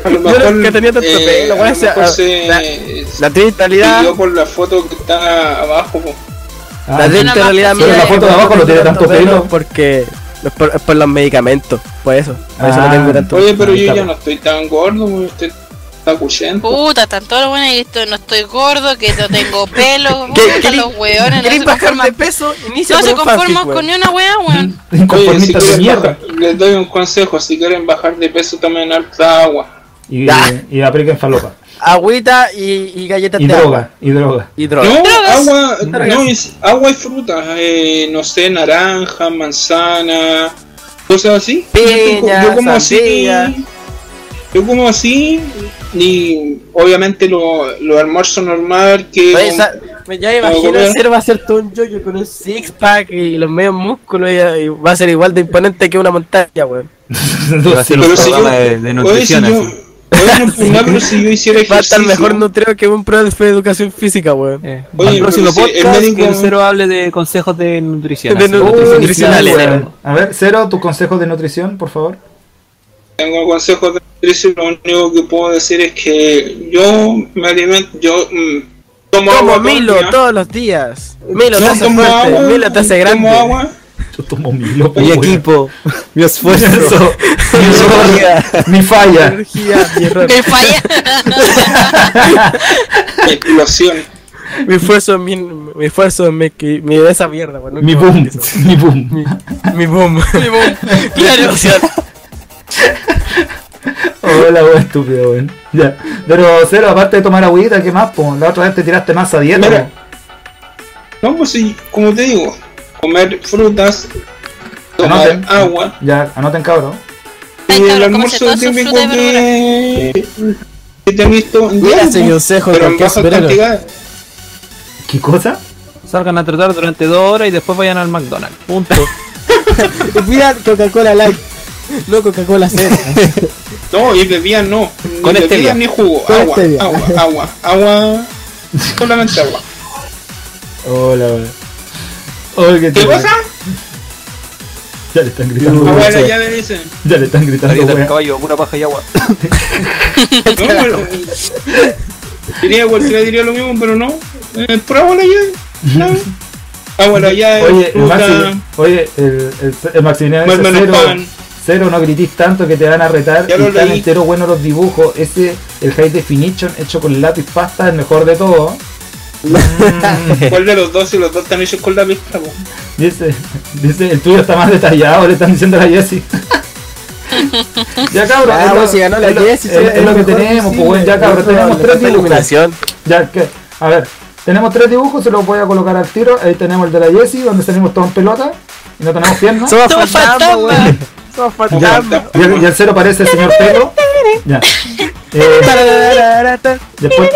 D: A lo
C: Yo
D: mejor,
C: nunca tenía tanto
D: eh,
C: pelo, weón,
D: a lo
C: o sea,
D: mejor
C: a-
D: se-
C: la-
D: se
C: La triste realidad,
D: pidió por la foto que está abajo. po.
A: Ah,
C: la
A: sí. [laughs]
C: triste realidad
A: Pero la foto de abajo no tiene tanto pelo.
C: Porque es por, es por los medicamentos, por eso. Por eso
A: Ah.
C: no tengo tanto
D: Oye, pero
A: ahí
D: yo
A: está,
D: ya
A: po.
D: no estoy tan gordo, weón, usted está
C: Oh.
D: cuchento.
B: Puta, tanto lo bueno y esto, no estoy gordo, que no tengo
C: [laughs]
B: pelo,
C: ¿Qué-
B: puta,
C: qué-
B: los weones no
C: ¿Querés
B: se
C: bajar de
B: conforman,
C: peso? Inicia
B: no se
C: un
B: conforman
C: fanfic,
B: con
C: weón.
B: ni una wea,
C: [laughs]
B: weón.
D: Oye, si
A: Inconformistas de
D: quieren
A: mierda.
D: bajar- les doy un consejo, si quieren bajar de peso tomen alta agua.
A: Y,
C: Ah.
A: y apliquen
E: [laughs]
A: falopa.
C: Agüita y, y galletas
A: Y
C: de agua.
A: droga, y droga.
C: Y
D: No,
C: droga.
D: agua,
A: Drogas.
D: no, es agua y frutas, eh, no sé, naranja, manzana, cosas así.
C: Piña,
D: yo como
C: sandía.
D: así, yo como así, y obviamente lo, lo almuerzo normal que...
C: Oye, esa- me- ya me imagino
D: comer.
C: el ser va a ser todo un yoyo con un six pack y los medios músculos y, y va a ser igual de imponente que una montaña, weón.
E: Va a ser un
D: Pero si
E: programa
D: yo-
E: de, de
D: Oye, si
E: nutrición.
D: yo,
E: así.
D: oye, no, pues, no,
E: [laughs]
D: pero si yo hiciera
C: Va a estar
D: ejercicio,
C: mejor nutrido que un profe de educación física, weón.
H: Eh,
D: Oye,
H: al próximo
D: pero si el
H: podcast,
D: médico-
H: que el cero hable de consejos de nutrición.
C: De
H: así,
C: nu-
H: nutrición.
C: Uy,
H: nutricionales.
A: sí,
H: Cero.
A: weón. A ver, Cero, tus consejos de nutrición, por favor.
D: tengo consejos de nutrición, lo único que puedo decir es que yo me alimento, yo mm, tomo agua
C: Como
D: todo el
C: Milo
D: día.
C: todos los días. Milo te
D: No,
C: hace
D: tomo
C: fuerte,
D: agua,
C: Milo te hace grande.
D: tomo agua.
A: Yo tomo Milo.
E: Mi equipo, mi esfuerzo.
A: Eso, [laughs]
E: [laughs]
A: mi
E: Droga.
A: error, mi falla. [laughs]
C: Energía, mi error.
B: Me falla.
D: Explosión.
C: mi esfuerzo, mi, mi esfuerzo, mi, que- mi esa mierda, weón.
A: Mi boom, mi boom.
C: Mi,
A: [laughs]
C: mi boom. mi boom. Claro.
A: Hola, weón, estúpido, weón. Ya. Pero Cero, aparte de tomar agüita, ¿qué más? po? La otra vez te tiraste más a dieta.
D: Mira.
A: po.
D: No, pues sí, como te digo, comer frutas,
E: Ah,
D: tomar
A: Anoten.
D: agua.
A: Ya, anoten cabrón.
B: Ay,
D: Y el
B: cabrón, cómese
D: almuerzo
B: todas sus
D: típico
B: frutas y
D: que, que te he visto en
C: Mira
D: diario,
C: ese consejo
D: pero en
C: que es
D: bajas
C: verano.
D: cantidades.
A: ¿Qué cosa?
H: Salgan a tratar durante dos horas y después vayan al McDonald's. Punto.
C: Y Mira Coca-Cola Light. No
A: [laughs]
C: Coca-Cola Cero.
D: No, y bebidas no. Ni
H: Con
D: bebidas
H: stevia.
D: ni jugo.
C: Con
D: agua,
A: este
C: stevia.
D: agua, agua,
A: [laughs]
D: agua. Solamente agua.
A: Hola, weón. Oye, qué
D: ¿Qué
A: terrible.
D: pasa?
A: Ya le están gritando,
D: Agua de
A: weón.
D: la llave dicen.
A: Ya le están gritando,
E: Dieta del
A: weón.
E: caballo, pura paja y agua.
D: No, pero- diría cualquiera diría lo mismo, pero no. Eh, prueba la llave.
A: [laughs]
D: ¿sabes? Agua la llave.
A: Oye, el
D: fruta,
A: Maxi, oye, el, el, el Maximiliano dice
D: Batman
A: cero,
D: Pan".
A: cero, no gritís tanto que te van a retar
D: Ya
A: y
D: lo
A: están
D: leí.
A: enteros buenos los dibujos. Ese, el High Definition hecho con lápiz pasta, es el mejor de todo. eh.
D: ¿Cuál de los dos? Si los dos están hechos con la pista, po.
A: [laughs] Dice, dice, el tuyo está más detallado, le están diciendo a la
C: [laughs]
A: Jessie. ya cabrón,
C: Ah,
A: es lo-
C: bueno, si ganó la
A: es lo-
C: Jessie,
A: es-
C: son
A: es lo que
C: mejor
A: tenemos, pues
C: posible.
A: bueno, ya cabrón,
C: Le
A: tenemos
C: falta
A: tres dibujos.
C: iluminación.
A: Ya que, a ver, tenemos tres dibujos, se los voy a colocar al tiro. Ahí tenemos el de la Jessie, donde salimos todos en pelota y no tenemos
C: [laughs]
A: piernas.
C: Somos
B: Somos
C: fantasmas,
B: fantasmas.
C: weón. Somos
A: Ya,
C: fantasmas.
A: y, el, y el cero parece el señor Pelo. Ya. Eh,
C: Tararararata.
A: después,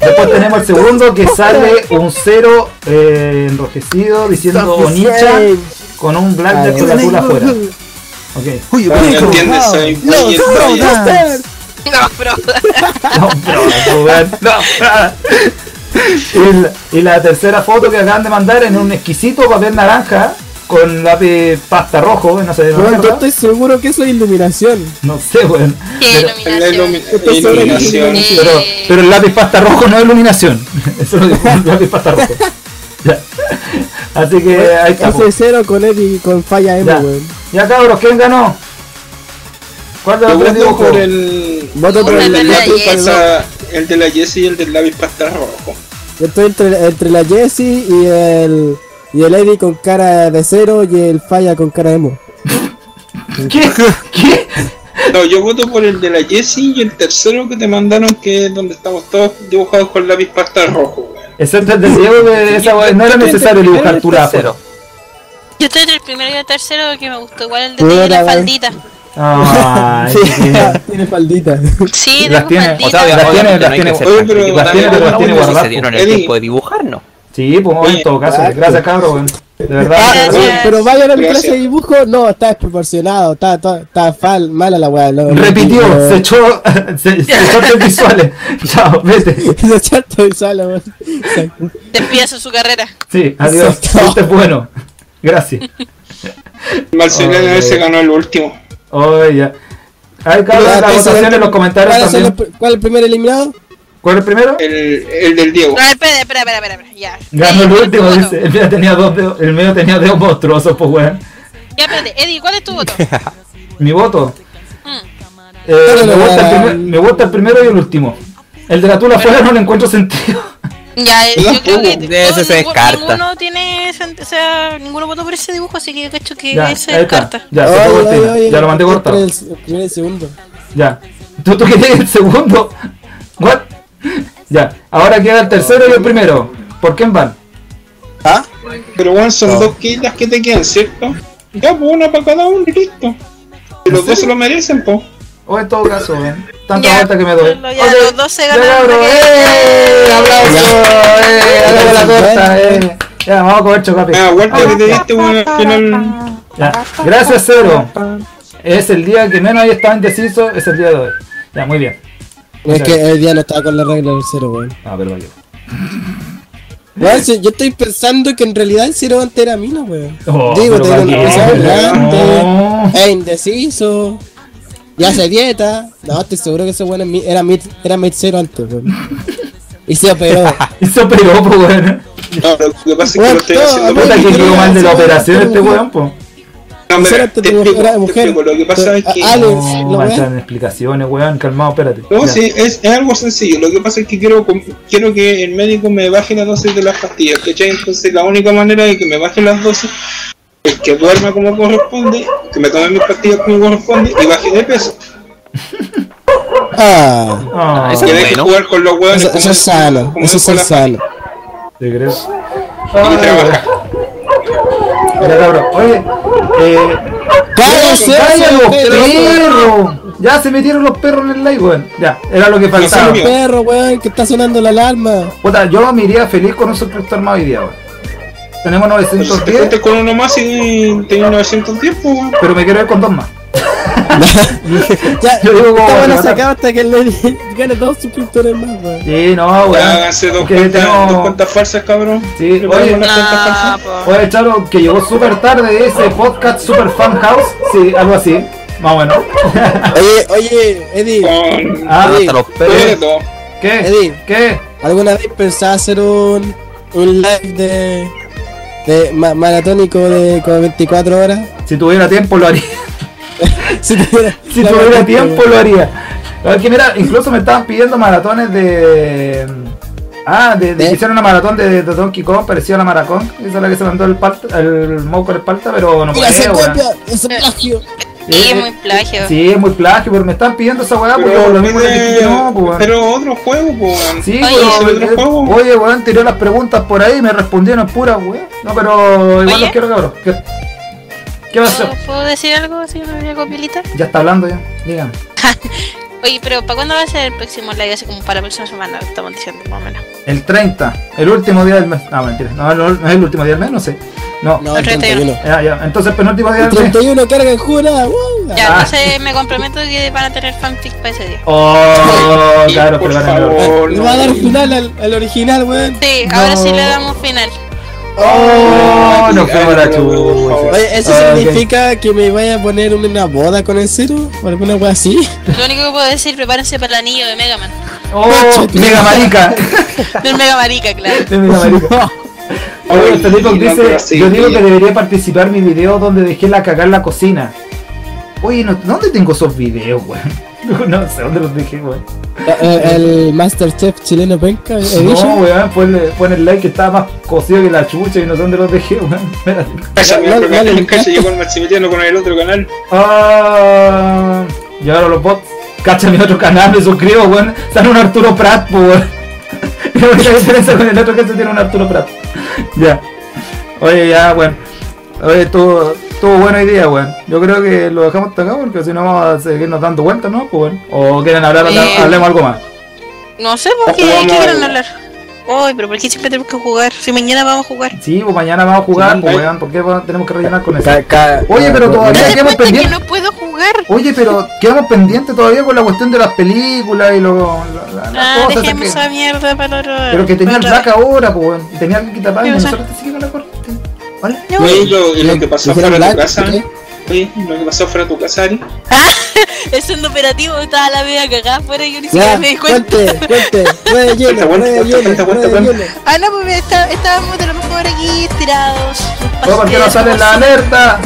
A: después tenemos el segundo que sale un cero eh, enrojecido diciendo Onicha con un
C: Ah,
A: blackjack con la cula afuera.
C: [laughs]
A: Ok.
E: Uy,
D: Ah, ¿me entiendes? Soy muy enrollado.
B: [laughs] No, bro.
A: No, pero, weón, no. Y la- Y, la tercera foto que acaban de mandar en un exquisito papel naranja con lápiz pasta rojo, no sé, no,
C: Weón,
A: sé,
C: yo estoy seguro que eso es iluminación.
A: no sé, weón.
B: Qué
A: Pero-
D: En La
B: iluminación.
D: ilumi- iluminación.
B: Eh,
A: Pero, pero el lápiz pasta rojo no es iluminación. [laughs] Eso lo dijo el lápiz pasta
C: [laughs]
A: rojo. Ya. Así que Eh, ahí está.
C: Eso
A: po.
C: es cero con él y con falla M,
A: Ya.
C: weón.
A: Ya cabros, ¿quién ganó? ¿Cuál de
D: Yo
A: los tres
D: voto
A: dibujos?
D: por el.
C: Voto
D: por
C: por
D: el
B: la
D: del
B: de la
D: lápiz
B: Jessie.
D: pasa- el de la Jessie y el del lápiz pastel rojo.
C: Yo estoy entre, entre la Jessie y el. Y el Eddie con cara de cero y el Falla con cara de emo.
A: ¿Qué? ¿Qué?
D: No, yo voto por el de la Jessie y el tercero que te mandaron, que es donde estamos todos dibujados con lápiz pastel rojo, weón.
A: Excepto el del Diego, que esa wea- no era necesario dibujar tu lápiz.
B: Yo estoy entre el primero y el tercero que me gustó igual el
C: Puta,
B: detalle de la
C: weón.
B: faldita.
A: Ay,
C: Sí,
A: qué bien.
C: [laughs] tiene faldita.
B: Sí,
A: Las
B: tengo
A: tiene,
B: faldita.
A: o sea, las tiene, las tiene.
D: Oye, pero
A: Las tiene, pero
D: también hubo
A: las tiene
H: Se dieron
A: guardadas.
H: el
D: Eddie.
H: tiempo de dibujar, ¿no?
A: Sí, pues en todo caso.
C: Exacto.
A: Gracias, cabrón, weón. De verdad.
C: Ah,
B: Gracias.
C: oye, pero vayan a mi
D: Gracias.
C: clase de dibujo. No, está desproporcionado. Está, está, está fal- mala la weá. no,
A: Repitió,
C: no.
A: se echó, [laughs] se, se echó tres visuales. [laughs] Chao, vete.
C: [laughs] Se echó todo el sala, weón. Exacto.
B: Despídase su carrera.
A: Sí, adiós.
C: Exacto.
A: Fuiste bueno. Gracias.
D: Marcelino
A: Oye.
D: se ganó el último.
A: Oye, ya. Ahí cabrón,
C: Ya,
A: la
C: entonces,
A: votación en los comentarios
C: ¿cuáles son
A: también.
C: los pr- ¿Cuál es el primer eliminado?
A: ¿Cuál es el primero?
D: El, el del Diego.
B: No, espera, espera, espera, espera, espera, ya.
A: Ganó
B: Eddie,
A: el
B: ¿cuál es tu
A: último,
B: voto?
A: dice. El mío tenía dos dedos, el mío tenía dedos monstruosos, pues weón.
B: Ya, espérate, Eddie, ¿cuál es tu voto?
A: Mi voto.
B: Mm.
A: Eh,
C: Dale,
A: me, gusta el
C: weón.
A: primer- me gusta el primero y el último. El de la tula afuera no le encuentro sentido.
B: Ya, eh, yo creo que
H: De ese
B: todos-
H: se
B: ninguno-
H: descarta.
B: ninguno tiene, sen- o sea, ninguno votó por ese dibujo, así que cacho que
A: Ya, ahí
B: se descarta.
A: está. Ya, se fue
C: Ay,
A: cortina.
C: ay, ay,
A: ya lo mandé
C: entre
A: cortado.
C: El, el primero y el segundo.
A: Ya. ¿Tú, tú querías el segundo? [laughs] ¿What? Ya. Ahora queda el tercero y el primero. ¿Por quién van?
C: ¿Ah?
D: Pero bueno, son dos que- las que te quedan, ¿cierto? Ya, pues una para cada uno y listo. Y los dos se lo merecen, pues.
A: O en todo caso, ¿ven? Tanta
B: Ya.
A: vuelta que me doy.
B: Ya,
A: Ok.
B: los dos se
A: Ya,
B: ganaron
A: cabrón.
B: porque-
A: ¡Eh! ¡Aplauso! ¡Eh! ¡Hagamos la torta! ¡Eh! Ya, vamos a comer chocapi.
D: Ah, vuelta que te diste, bueno, al final.
A: Ya. Gracias, Cero. Es el día que menos ahí estaba indeciso, es el día de hoy. Ya, muy bien.
C: Es que el día no estaba con la regla del cero, weón.
A: Ah, perdón. yo.
C: Weón, si- yo estoy pensando que en realidad el cero antes era mina, weón.
A: Oh,
C: Digo,
A: pero
C: tengo una
A: valiente,
C: persona
A: no.
C: grande, es indeciso, ya hace dieta. No, estoy seguro que ese weón es mi- era mid, era mid cero antes, weón. Y
A: [laughs]
C: se operó.
A: Y se operó, pues, weón.
D: No, pero lo que pasa es que lo estoy haciendo
A: Puta que llegó mal de la operación este weón, pues.
D: No,
C: Cero
D: mira, te
C: antes este de mujer,
D: explico,
C: era
D: te
C: mujer.
D: explico, Lo que pasa es que.
C: Ah, lo-
A: No,
C: lo
A: mancha
C: weón.
A: en explicaciones, weón. Calmado, espérate.
D: No,
A: Ya.
D: sí, es, es algo sencillo. Lo que pasa es que quiero, com- quiero que el médico me baje las dosis de las pastillas, ¿cachai? Entonces, la única manera de que me baje las dosis es que duerma como corresponde, que me tome mis pastillas como corresponde y baje de peso.
C: Ah,
A: Ah,
H: Eso
D: Que deje
H: Bueno.
D: jugar con los huevos.
C: eso, eso es sano, eso es ser sano.
A: te crees.
D: Y
A: Ah.
D: trabaja.
A: Mira, cabrón. Oye, eh.
C: ¡Cállense,
A: ¡Calla los
C: perro!
A: perros! Ya se metieron los perros en el live, weón. Ya, era lo que faltaba.
D: mío.
C: perro, weón, que está sonando la alarma!
A: Puta, yo me iría feliz con un suscriptor más hoy día, weón. Tenemos
D: Pues te juntas
A: 910,
D: con uno más y tenés 910, pues, weón.
A: pero me quiero ir con dos más.
C: [laughs] ya,
A: Yo digo, ¿cómo
C: esta
A: van a
C: buena se
A: matar?
C: acaba hasta que le [laughs] gane dos suscriptores más, weón.
A: Sí, no,
D: Ya,
A: Oh, weón.
D: háganse dos
A: Que
D: cuentas,
A: tenemos-
D: dos cuentas falsas, cabrón.
A: Sí,
D: Preparemos
A: oye,
D: unas cuentas falsas.
A: Oye, Charo, que llegó súper tarde ese podcast Super Fan House. Sí, algo así. Más bueno.
C: [laughs] Oye, oye, Eddie,
A: [laughs]
D: Con
A: ah,
C: Sí.
H: Hasta los
A: pero-
H: perros.
D: todo.
A: ¿Qué?
C: Eddie.
A: ¿Qué?
C: ¿alguna vez pensás hacer un, un live de, de ma- maratónico de como 24 horas? [laughs]
A: Si tuviera tiempo lo haría.
C: Si tuviera,
A: Si tuviera tiempo lo haría. Aquí mira, incluso me estaban pidiendo maratones de. Ah, de, de-
C: ¿De?
A: hicieron una maratón de, de Donkey Kong, parecida a la maratón. Esa es la que se mandó el, palta, el moco el palta, pero no
C: Mira, se
A: puede, weón.
C: copia, es un plagio.
B: Sí, es muy plagio.
A: eh, Sí, es muy plagio, pero me están pidiendo esa weá Ah, porque
D: Pero,
A: lo mismo que
D: pide-
A: te no, pues, weón.
D: pero otro juego, pues, weón.
A: Sí,
B: Oye,
A: pero, eh,
D: ¿se vendrá juego?
A: oye, weón, tiró las preguntas por ahí y me respondieron pura weón. No, pero igual
B: Oye.
A: los quiero, cabrón. ¿Qué, qué pasó?
B: ¿Puedo, puedo decir algo, señor Copiolita?
A: Ya está hablando ya, dígame.
B: Oye, pero ¿para cuándo va a ser el próximo live? Así como para la próxima semana, estamos diciendo más o menos.
A: El 30, el último día del mes. Ah, mentira, no, no, no es el último día del mes, no sé. No,
C: No, el 31.
A: Ya, ya. Entonces, penúltimo día
C: El
A: del mes.
C: 31 carga en jugo, nada, weón.
B: Ya,
A: Ah.
B: entonces me comprometo que van a tener fanfic para ese día.
A: Oh,
D: Sí,
A: claro,
D: por
A: pero van a ganar.
D: favor,
C: Le
D: no.
C: va a dar final al, al original, weón.
B: Sí,
A: No.
B: ahora sí le damos final.
A: Oh, no fuimos a la
D: Ay, por favor.
A: chucha.
C: Oye, ¿eso
A: Ah, ok.
C: significa que me vaya a poner una boda con el cero? ¿O alguna weá así?
A: [laughs]
B: Lo único que puedo decir, prepárense para el anillo de Mega Man.
A: Oh, mega
D: [laughs]
A: marica.
B: Del Mega Marica, claro.
A: De mega marica. Oye,
D: Ay,
A: Felipe
D: no, pero
A: dice,
D: sí,
A: yo digo
D: sí.
A: que debería participar mi video donde dejé la cagar la cocina. Oye, no- ¿dónde tengo esos videos, weón? [laughs] No, no sé dónde los dejé, weón.
C: Eh, El Masterchef chileno penca.
A: No,
C: Edition.
A: weón, pon pon el like que estaba más cocido que la chucha y no sé dónde los dejé, weón. Espérate.
D: Cacha, mira,
C: no,
D: porque
C: no, no,
D: el
C: no.
D: cacha llegó el Maximiliano con el otro canal.
A: Ah, y ahora los bots. Cacha mi otro canal, me suscribo, weón. Sale un Arturo Prat, po, weón. [laughs] La única diferencia con el otro que se tiene un Arturo Prat. [laughs] Ya. Oye, ya, weón. Oye, estuvo, estuvo buena idea, weón. Yo creo que lo dejamos hasta acá porque si no vamos a seguirnos dando vueltas, ¿no? Pues, weón. O quieren hablar,
B: Eh.
A: hablemos algo más.
B: No sé por qué,
A: Oh,
B: ¿qué quieren hablar. Ay, pero ¿por qué siempre tenemos que jugar? Si mañana vamos a jugar.
A: Sí, pues mañana vamos a jugar,
C: Sí,
A: pues,
C: eh.
A: weón. ¿Por qué weón, tenemos que rellenar con eso?
C: Ca- ca-
A: Oye, pero
C: ca-
A: todavía-
B: ¿Te
A: Ya
B: das
A: quedamos
B: cuenta que
A: pendientes.
B: no puedo jugar?
A: Oye, pero quedamos pendientes todavía con la cuestión de las películas y lo, la- la- las
B: Ah,
A: cosas
B: dejemos
A: que-
B: esa mierda para otro.
A: Pero que tenía el
B: para
A: black
B: otra
A: ahora, pues, weón. Y tenía el guitarra y
B: Sí, o sea.
A: nosotros te sigue con la corriente. ¿Vale?
B: vez. No,
D: Oye, lo, y lo que pasó
C: ¿Hicieron
D: fuera de tu
C: black? ¿Eh?
D: casa.
C: ¿Qué?
D: Oye, lo que pasó fuera de tu casa, Ari.
B: Es un operativo, estaba la media cagada afuera y yo ni siquiera
C: Ya,
B: me di cuenta.
C: cuente, cuente. Nueve hielo,
D: Cuenta,
C: nueve
D: cuenta, cuenta,
C: hielo,
D: cuenta,
C: nueve
D: cuenta.
C: hielo.
B: Ah, no, pues está- estábamos de lo mejor aquí tirados.
A: No, porque no sale
B: [laughs]
A: la alerta.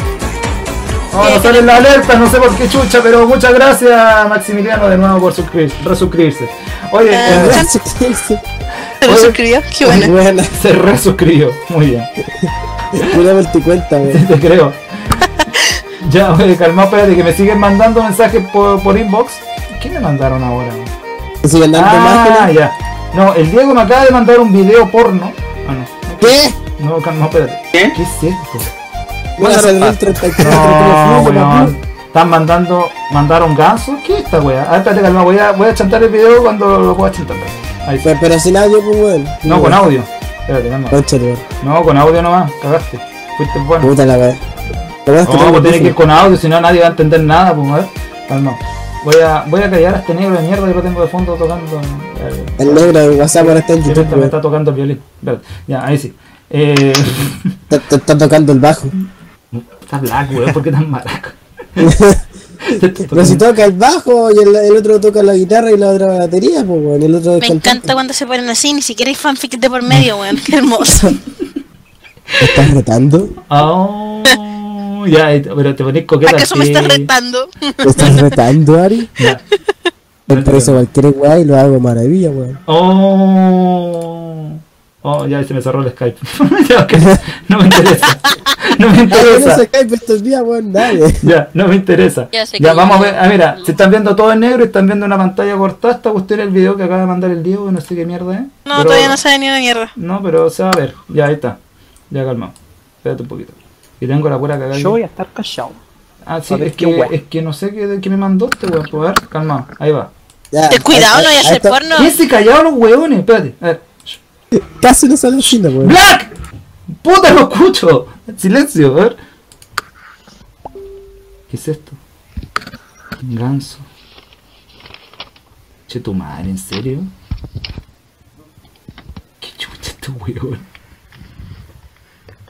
A: No, no sale la alerta, no sé por qué chucha, pero muchas gracias Maximiliano de nuevo por suscribirse, resuscribirse. Oye, eh,
B: Ah,
A: el-
C: [laughs]
B: ya. ¿Se suscribió? Qué
C: Buena,
B: bueno.
C: buena.
A: [laughs] se resuscribió. Muy bien, [laughs]
C: Pura multicuenta, weón.
A: te
B: [laughs]
A: creo. ya, oye, calma, espérate, que me siguen mandando mensajes por, por inbox. ¿Qué me mandaron ahora? weón?
C: Siguen dando
A: Ah,
C: imágenes.
A: ya. No, el Diego me acaba de mandar un video porno. Ah, no.
C: ¿Qué?
A: No, calma, espérate.
D: ¿Qué?
A: ¿Qué es esto?
C: Bueno,
H: Bueno,
C: se
H: pa-
C: ven 34
A: No,
C: teléfonos,
A: weón.
C: weón.
A: Están mandando. ¿Mandaron gansos? ¿Qué es esta weá? A ver, espérate, calma, voy a, voy a chantar el video cuando lo pueda chantar. Ahí está.
C: Pero- Pero sin audio, pues, weón.
A: No, con audio. Espérate, calma.
C: Conchale, weón.
A: No, con audio nomás, cagaste. Fuiste bueno.
C: Puta la weón. La verdad es que
A: No,
C: tengo
A: pues tiene que ir
C: audífonos.
A: con audio, si no nadie va a entender nada, pues a ver. Calma. Voy a, voy a callar a este negro de mierda que lo tengo de fondo tocando. eh,
C: El negro de WhatsApp ahora está en
A: Siempre
C: YouTube,
A: está- me
C: weón.
A: está tocando el violín. Espérate. Ya, ahí sí. Eh, [laughs]
C: Está, está- está tocando el bajo.
A: está black, weón, ¿por qué tan [laughs] maraco?
C: Pero si toca el bajo y el, el otro toca la guitarra y la otra la batería, pues weón. El otro es
B: Me
C: cantante.
B: encanta cuando se ponen así, ni siquiera hay fanfic de por medio, weón. Qué
A: [laughs]
B: hermoso.
C: ¿Me estás retando?
A: [laughs] Oh, ya, eh, pero te pones coqueta.
B: ¿Acaso me estás
A: sí.
B: retando? [laughs]
C: ¿Me estás retando, [laughs] Ari?
A: Ya.
C: Me preso cualquier weá y lo hago maravilla, weón.
A: Oh, oh, ya se me cerró el Skype. [laughs] Ya, ok. No me interesa. [laughs] No me
C: Nadie no
A: interesa.
C: se cae por estos días, weón. Nadie.
A: Ya, no me interesa.
B: Ya se
A: Ya,
B: cayó.
A: vamos a ver. Ah, mira, se están viendo todo en negro y están viendo una pantalla cortada. Esta cuestión es el video que acaba de mandar el Diego, no sé qué mierda es.
B: No,
A: Pero-
B: todavía no sabe ni una mierda.
A: No, pero se va a ver. Ya, ahí está. Ya calmado. Espérate un poquito. Y tengo la pura cagada.
H: Yo voy a estar callado.
A: Ah, sí,
H: a ver
A: es
H: qué
A: que,
H: wea.
A: es que no sé qué, de qué me mandó este weón. Pues, A ver, calmado. Ahí va.
C: Ya,
B: Ten cuidado, no vayas a hacer
C: esto-
B: porno.
A: ¿Quién se callaron los weones? Espérate. A ver.
C: Casi no sale chino, weón.
A: ¡Black! ¡Puta, no escucho! Silencio, a ver. ¿Qué es esto? Un ganso. Che, tu madre, ¿en serio? ¿Qué chucha este weón?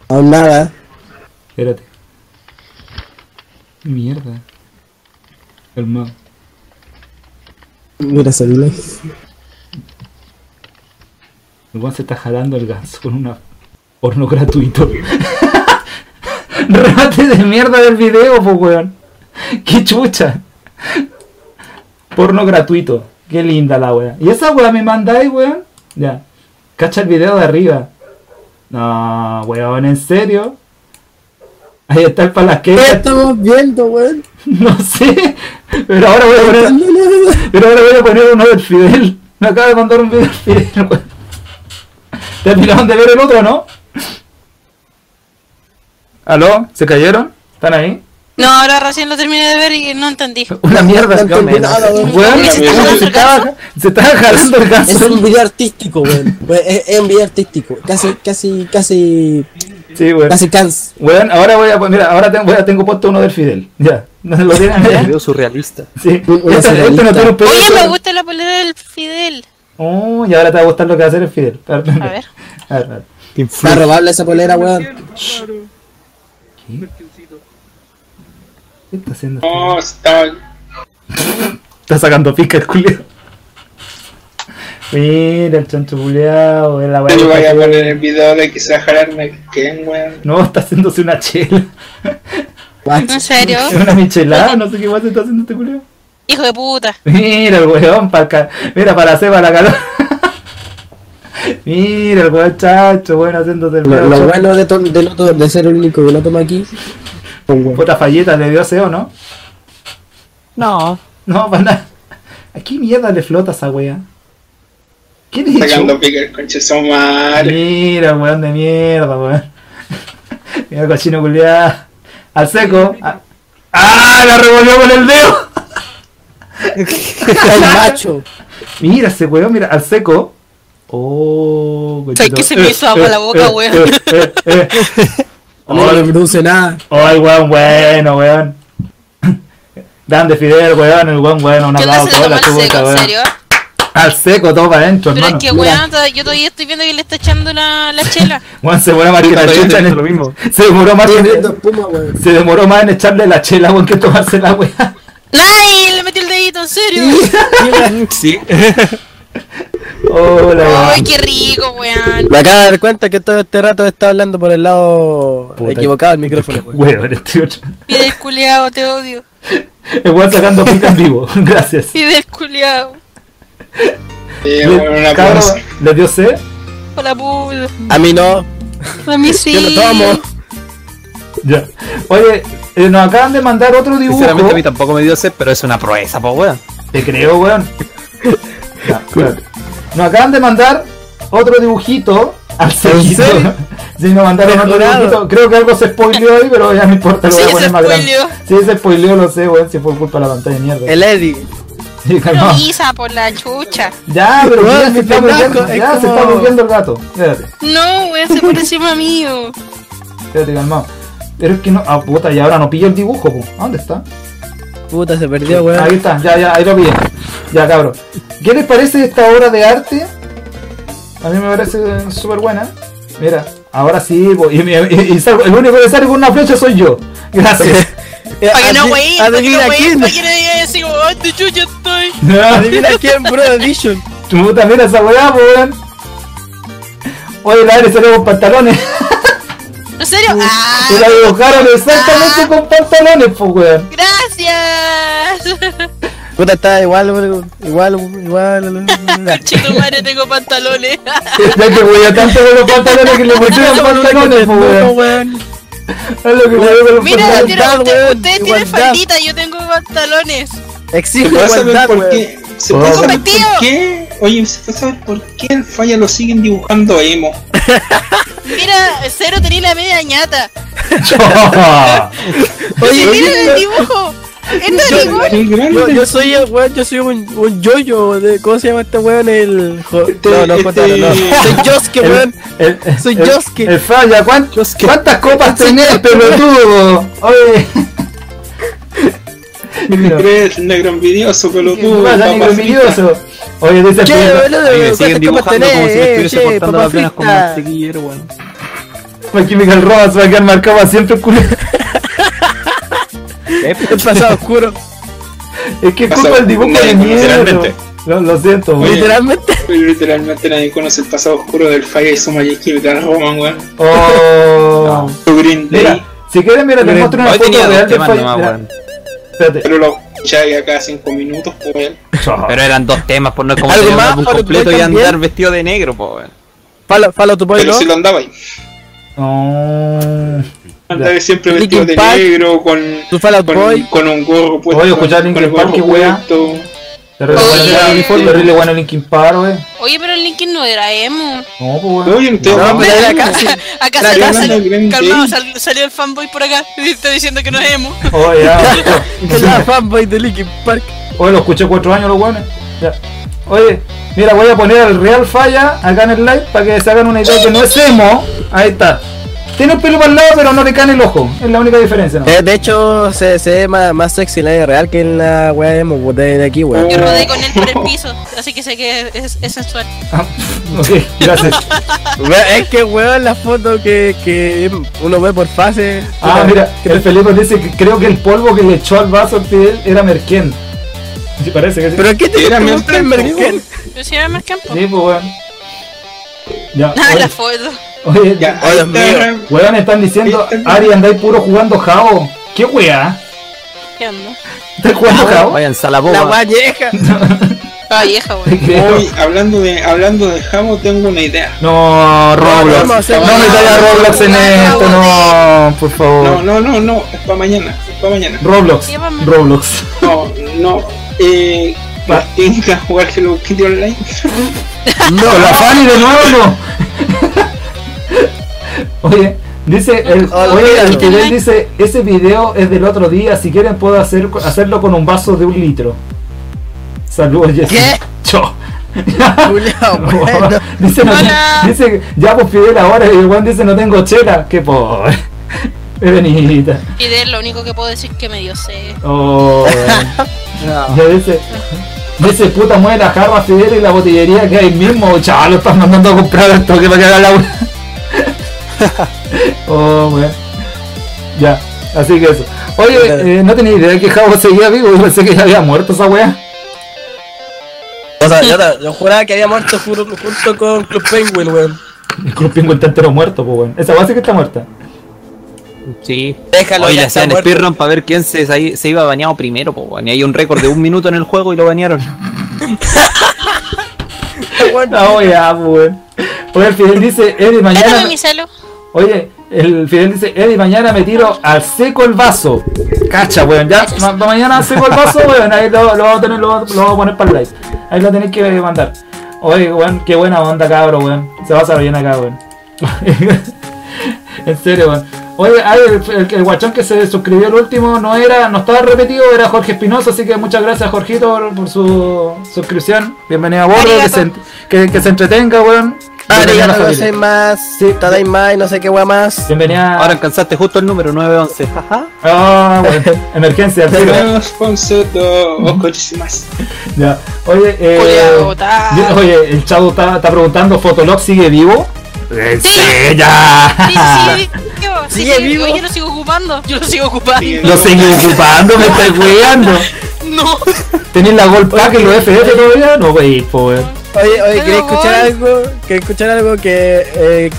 C: Aún nada.
A: Espérate. Mierda. Calmado.
C: Mira, celular.
A: El weón se está jalando el ganso con una porno gratuito. [laughs] Remate de mierda del video, po weón. Qué chucha. Porno gratuito. Qué linda la weá. ¿Y esa weá me mandáis, weón? Ya. Cacha el video de arriba. No, weón, en serio. Ahí está el
C: ¿Qué
A: palasqueta.
C: estamos viendo, weón?
A: [laughs] No sé. Pero ahora voy a poner.
C: No, no, no.
A: Pero ahora voy a poner uno del Fidel. Me acaba de mandar un video del Fidel, [laughs] weón. Terminaron de ver el otro, ¿no? ¿Aló? ¿Se cayeron? ¿Están ahí?
B: No, ahora recién lo terminé de ver y no entendí.
A: Una mierda,
C: No entendí
A: weón.
C: nada, weón.
A: Weón,
B: ¿Se
D: está
A: se estaba, se estaba jalando el
C: Es
A: ganso.
C: un video artístico, weón. Weón, Es, es un video artístico. Casi, casi, casi.
A: Sí, weón.
C: Casi cans.
A: Weón, ahora voy a poner, mira, ahora tengo, ahora tengo puesto uno del Fidel. Ya. ¿No lo
C: [laughs]
A: tienen
H: Un
A: allá?
H: video surrealista.
A: Sí.
C: Un- una
A: Este- este no tiene un pedo,
B: Oye, me
A: weón.
B: gusta la polera del Fidel.
A: Oh, y ahora te va a gustar lo que va a hacer el Fidel. A ver.
B: A ver.
A: A ver, a ver.
C: Está robable esa polera, weón.
A: ¿Qué está haciendo? este
D: No, está.
A: Está sacando pica el culio. Mira el chancho culiao, es la weá
D: Yo
A: que
D: voy
A: está
D: a
A: haciendo.
D: poner el video de quizás jalarme. ¿Qué, weón?
A: No, está haciéndose una chela.
C: Guacho.
B: ¿En serio?
A: [laughs] Es una michelada, no sé qué guay se está haciendo este culiao.
B: Hijo de puta.
A: Mira el weón, para mira para Seba la calor. [laughs] mira el weón chacho, bueno, haciéndose el
C: Lo,
A: weón.
C: lo bueno de, to- de, no to- de ser el único que lo toma aquí. Con huevo.
A: Puta falleta le dio a Seo, ¿eh, ¿no?
H: No.
A: No, para nada. ¿A qué mierda le flota esa wea? ¿Qué le
D: Sacando
A: echó?
D: pica el conche su madre.
A: Mira, weón de mierda, weón. [laughs] Mira el cochino culiado. Al seco. A- ¡Ah! ¡La revolvió con el dedo! [laughs]
C: El macho.
A: Mira ese weón, mira, al seco. Oh,
B: Sé que se me hizo agua la boca, weón.
A: eh, eh,
H: [laughs]
A: eh.
C: No le produce nada.
A: Ay, weón, bueno, weón. [laughs] Grande Fidel, weón, el weón, bueno, un
B: Yo no
A: aplauso
B: se le
A: toda
B: tomó
A: la
B: al seco,
A: chubuta,
B: en
A: weón.
B: serio.
A: Al seco, todo para adentro,
B: Pero es
A: hermano.
B: que, weón, to- yo todavía estoy viendo que le está echando la, la chela.
A: Weón, se demoró más que la
H: Todavía
A: chucha en
H: estoy
A: el-
H: lo mismo.
A: [laughs] Se demoró más
C: Estoy viendo
A: que...
C: espuma, weón.
A: Se demoró más en echarle la chela, weón, que tomarse la weá.
B: ¡Ay! Le metió el dedito, en serio.
H: [laughs] Sí.
A: Hola,
B: ¡Ay,
A: weón.
B: qué rico, weón!
C: Me acabo de dar cuenta que todo este rato está hablando por el lado
A: Puta.
C: equivocado del micrófono, weón.
A: Weón, este otro.
B: Fidel culiao, te odio.
A: El weón sacando pica en vivo. [laughs] Gracias.
B: Fidel culiao.
D: Y bueno, una
A: Cabro,
D: pausa.
A: ¿les dio sed?
B: Hola, puta.
C: A mí no.
B: A mí sí.
C: Yo lo tomo.
A: Ya. Oye, eh, nos acaban de mandar otro dibujo.
H: Sinceramente a mí tampoco me dio sed, pero es una proeza, po [laughs] weón.
A: Te creo, weón. Ya, espérate. Nos acaban de mandar otro dibujito al seguido.
C: serio?
A: [laughs] Sí, nos mandaron otro
C: Mejorado.
A: dibujito. Creo que algo se spoileó ahí, pero ya no importa, lo voy
B: Sí,
A: a poner
B: se
A: más grande.
B: spoileó.
A: Sí, se spoileó, lo sé, weón, si fue culpa de la pantalla de mierda.
C: El Eddie.
A: Sí,
B: Pero
A: calmado.
B: Isa, por la chucha.
A: Ya, pero
C: Weón,
A: ya se
C: mi
A: está
C: pendejo,
A: volviendo,
C: es
A: ya se
C: como-
A: está volviendo el gato. Espérate,
B: No, weón, se por encima mío.
A: espérate, calmado. Pero es que no, ah puta, y ahora no pillo el dibujo, po. ¿A dónde está?
C: Puta, se perdió, weón.
A: Ahí está, ya, ya, ahí lo pillé. Ya, cabrón. ¿Qué les parece esta obra de arte? A mí me parece súper buena. Mira, ahora sí, po, y, me- y- y salgo- el único que sale con una flecha soy yo. Gracias.
C: Eh,
B: Para que no,
C: adivin-
B: weón. Para que
C: Adivina
B: no, weón.
C: quién.
B: Para que no diga así como, ¡ay, de chucha estoy!
C: [laughs] Adivina quién, bro. Edition.
A: [laughs] Puta, mira esa weá, po, weón. Oye, la Ari salió con pantalones. [laughs]
B: ¿En serio? ¡Ah!
A: Se la dibujaron exactamente con pantalones, po, weón.
B: ¡Gracias!
C: Puta, está igual, weón. Igual, igual.
B: Chico, madre, tengo pantalones.
A: [laughs] Ya que weón, tanto de los pantalones que le pusieron pantalones, po, weón.
C: weón.
A: Es lo que weón,
C: [laughs]
A: con los
B: Mira,
A: pantalones.
B: tiene-
C: Igualdad,
B: usted-
C: weón,
B: ustedes tienen
C: igualdad.
B: faldita, yo tengo pantalones.
C: Exijo
D: ¿Se puede saber
C: igualdad,
D: por
C: weón.
D: qué? ¿Se puede
A: Oh.
D: saber
B: Competido.
D: por qué? Oye, ¿se puede saber por qué el falla lo siguen dibujando a Emo?
B: Mira, cero tenía la media ñata.
C: Oye,
H: Ah,
B: ¡Se miren
C: oye,
B: el dibujo! ¡Esto es limón!
D: Qué grande.
C: yo, yo soy, el weón, yo soy un, un yoyo de, ¿cómo se llama este weón? El... jo-
D: Este-
C: no, no,
D: este-
C: Jotaro, no. Soy Josuke,
A: El-
C: weón.
A: el- el-
C: Soy
A: el-
C: Yosuke.
A: El falla, ¿cuán- ¿cuántas copas tenés, pelotudo? Oye. Mira, [laughs]
D: Crees, negro envidioso, pelotudo.
A: vaya,
D: papá
A: negro envidioso. Oye, dice
C: Che,
A: Fidel,
C: boludo,
H: Oye, me
C: ¿cuántas copas
H: siguen dibujando como si me
C: tenés,
H: estuviese
C: eh? Che,
H: cortando
C: papa
H: las venas con
C: frita.
H: [laughs] mantequillero, weón.
A: My Chemical Romance va a quedar marcado para siempre, [laughs] culo.
C: El
H: [laughs]
C: pasado [laughs] oscuro.
A: Es que es
D: Pasó,
A: culpa el dibujo de
D: nadie,
A: mierda.
D: literalmente.
A: Lo, lo siento,
D: Oye.
A: güey.
C: Literalmente.
D: Pero literalmente nadie conoce el pasado oscuro del falla y su Magic Chemical Roman, weón.
A: [laughs] Oh.
D: Tu Green Day.
A: Mira, si quieren, mira, les muestro una
H: Hoy
A: foto
H: tenía
A: real
H: dos
A: del
H: temas
A: falla.
H: nomás,
A: Mira,
H: weón.
A: Espérate.
D: Pero lo escucháis cada cinco minutos, po, weón.
H: Pero eran dos temas, por no es como
C: ¿Algo
H: tener un
C: más?
H: álbum
C: ¿Algo
H: completo
C: más
H: y
C: también?
H: andar vestido de negro, po weón.
C: Falo, falo tu
D: Pero
C: pueblo. [laughs]
D: si lo andaba ahí.
A: No.
D: Andaba siempre vestido
C: Linkin
D: de
C: Park.
D: negro, con,
C: Tu Fall Out Boy.
D: con, con un gorro puesto.
A: Oye, escuchá
D: con el
A: Linkin Park,
D: gorro
A: qué weá.
D: puesto.
A: Terrible bueno el uniforme, terrible bueno el Linkin Park, güey.
B: Oye, pero el Linkin no era emo.
A: No, pues, güey.
D: Oye, no te
C: No, pero era casi.
B: [laughs] Acá
C: Claro,
B: salió,
D: hablando
B: salió-
D: de Green
B: calmado,
D: Day.
B: sal- salió el fanboy por acá [laughs] y está diciendo que no es emo.
A: Oh, [laughs] ya.
C: La fanboy de Linkin Park.
A: Oye, lo escuché cuatro años los guanes. Ya. Oye, mira, voy a poner al Real Falla acá en el live para que se hagan una idea que no es emo. Ahí está. Tiene el pelo para el lado, pero no le cae en el ojo. Es la única diferencia, ¿no?
C: Eh, de hecho, se, se ve más, más sexy en la vida real que en la weá de emo de, de aquí, weón.
B: Yo rodé con él por el piso, así que sé que es, es sensual.
A: Ah, ok, [laughs] gracias.
C: [laughs] Weón, Es que, weón, la foto que, que uno ve por fase.
A: Ah, mira, el Felipe dice que creo que el polvo que le echó al vaso al Fidel era merquén. Sí, parece que sí.
C: Pero ¿qué te
D: Era mi
C: gusta el
D: tiempo.
C: merquén?
B: Yo sí era más campo.
A: Sí, pues, weón. Ya,
B: [laughs] Ah, la
A: oye,
B: foto.
A: oye,
D: Ya,
C: Ay,
D: ahí
C: Oh, Dios
D: está.
A: weón, están diciendo, Ari, andáis puro jugando jao. ¿Qué weá?
B: ¿Qué onda?
A: ¿Te acuerdas, Jao?
H: Váyanse a la boba.
F: guayeja.
B: Ah, vieja, weón.
A: Te creo.
D: Hoy, hablando de, hablando de jabo, tengo una idea.
A: No, Roblox. No
C: vamos a
A: me
C: hacer-
A: traigas Roblox en esto, no, por
D: No,
A: favor.
D: no, no, no, es para mañana, es para mañana.
A: Roblox,
B: Llévame.
A: Roblox.
D: No, no, eh, Martín, ¿quieres jugar Hello Kitty Online?
A: No, la Fanny de nuevo no. Oye, dice el, oye, el Fidel dice, ese video es del otro día, si quieren puedo hacer, hacerlo con un vaso de un litro. Saludos, Jessy.
F: ¿Qué?
A: [laughs] Cho.
C: [laughs]
A: [laughs]
F: Julio, bueno.
A: dice, no-
B: Hola.
A: dice, ya pues Fidel ahora, y el Juan dice no tengo chela. Qué pobre. [laughs] Benita.
B: Fidel, lo único que puedo decir es que me dio sed.
A: Oh, weón. Ya dice, dice puta mueve la jarra Fidel y la botillería que hay mismo, chaval, lo estás mandando a comprar esto que va a cagar la wea. [laughs] Oh, weón. Ya, así que eso. Oye, eh, no tenía idea que Javo seguía vivo, yo pensé que ya había muerto esa [laughs] wea.
C: O sea, yo, te- yo juraba que había muerto juro- junto con Club Penguin, weón.
A: El club pingüe está entero muerto, pues weón. Esa wea sí que está muerta.
H: Sí.
C: Déjalo,
H: Hoy
C: ya
H: le
C: está
H: hacían
C: muerto.
H: speedrun para ver quién se, se- se iba bañado primero, po, weón. Y hay un récord de un minuto en el juego y lo bañaron.
A: No, ya, pues, weón. Oye, el Fidel dice, Eddie, mañana.
B: Dame mi celo.
A: Oye, el Fidel dice, Eddie, mañana me tiro al seco el vaso. Cacha, weón, ya, ma- ma- mañana al seco el vaso, weón, ahí lo, lo vamos a tener, lo, vamos- lo vamos a poner para el live. Ahí lo tenéis que mandar. Oye, weón, qué buena onda, cabro, weón. Se va a bien acá, weón. [laughs] en serio, weón. Oye, ay, el, el- el guachón que se suscribió el último no era, no estaba repetido, era Jorge Espinosa, así que muchas gracias Jorgito por, por su suscripción. Bienvenido a bordo, que se, en- que, que se entretenga, weón.
C: Padre,
A: Bienvenido a la
C: ya no
A: familia.
C: conocéis más.
A: Sí.
C: Todai más y no sé qué weá más.
A: Bienvenida
H: Ahora alcanzaste justo el número 911. Jaja.
A: Ah, bueno, emergencia, al
D: [laughs]
A: tiro.
D: Tenemos concepto, ojo, más.
A: Ya. Oye, eh,
B: Culeado, ta.
A: yo- oye, el chavo está, está preguntando, ¿Fotolog sigue vivo? Eh,
B: Sí. Sí,
A: ya.
B: sí, Ah. vivo, sí,
C: ¿Sigue
B: sí,
C: vivo?
B: Yo lo sigo ocupando. Yo lo sigo ocupando.
A: [laughs] Lo sigue ocupando, me estás weando.
B: No.
A: ¿Tenés la Gold Pack y los FF todavía? No, wey, po, weón.
C: Oye, oye,
B: Pero
C: quería escuchar
B: voy.
C: algo? quería escuchar algo que eh,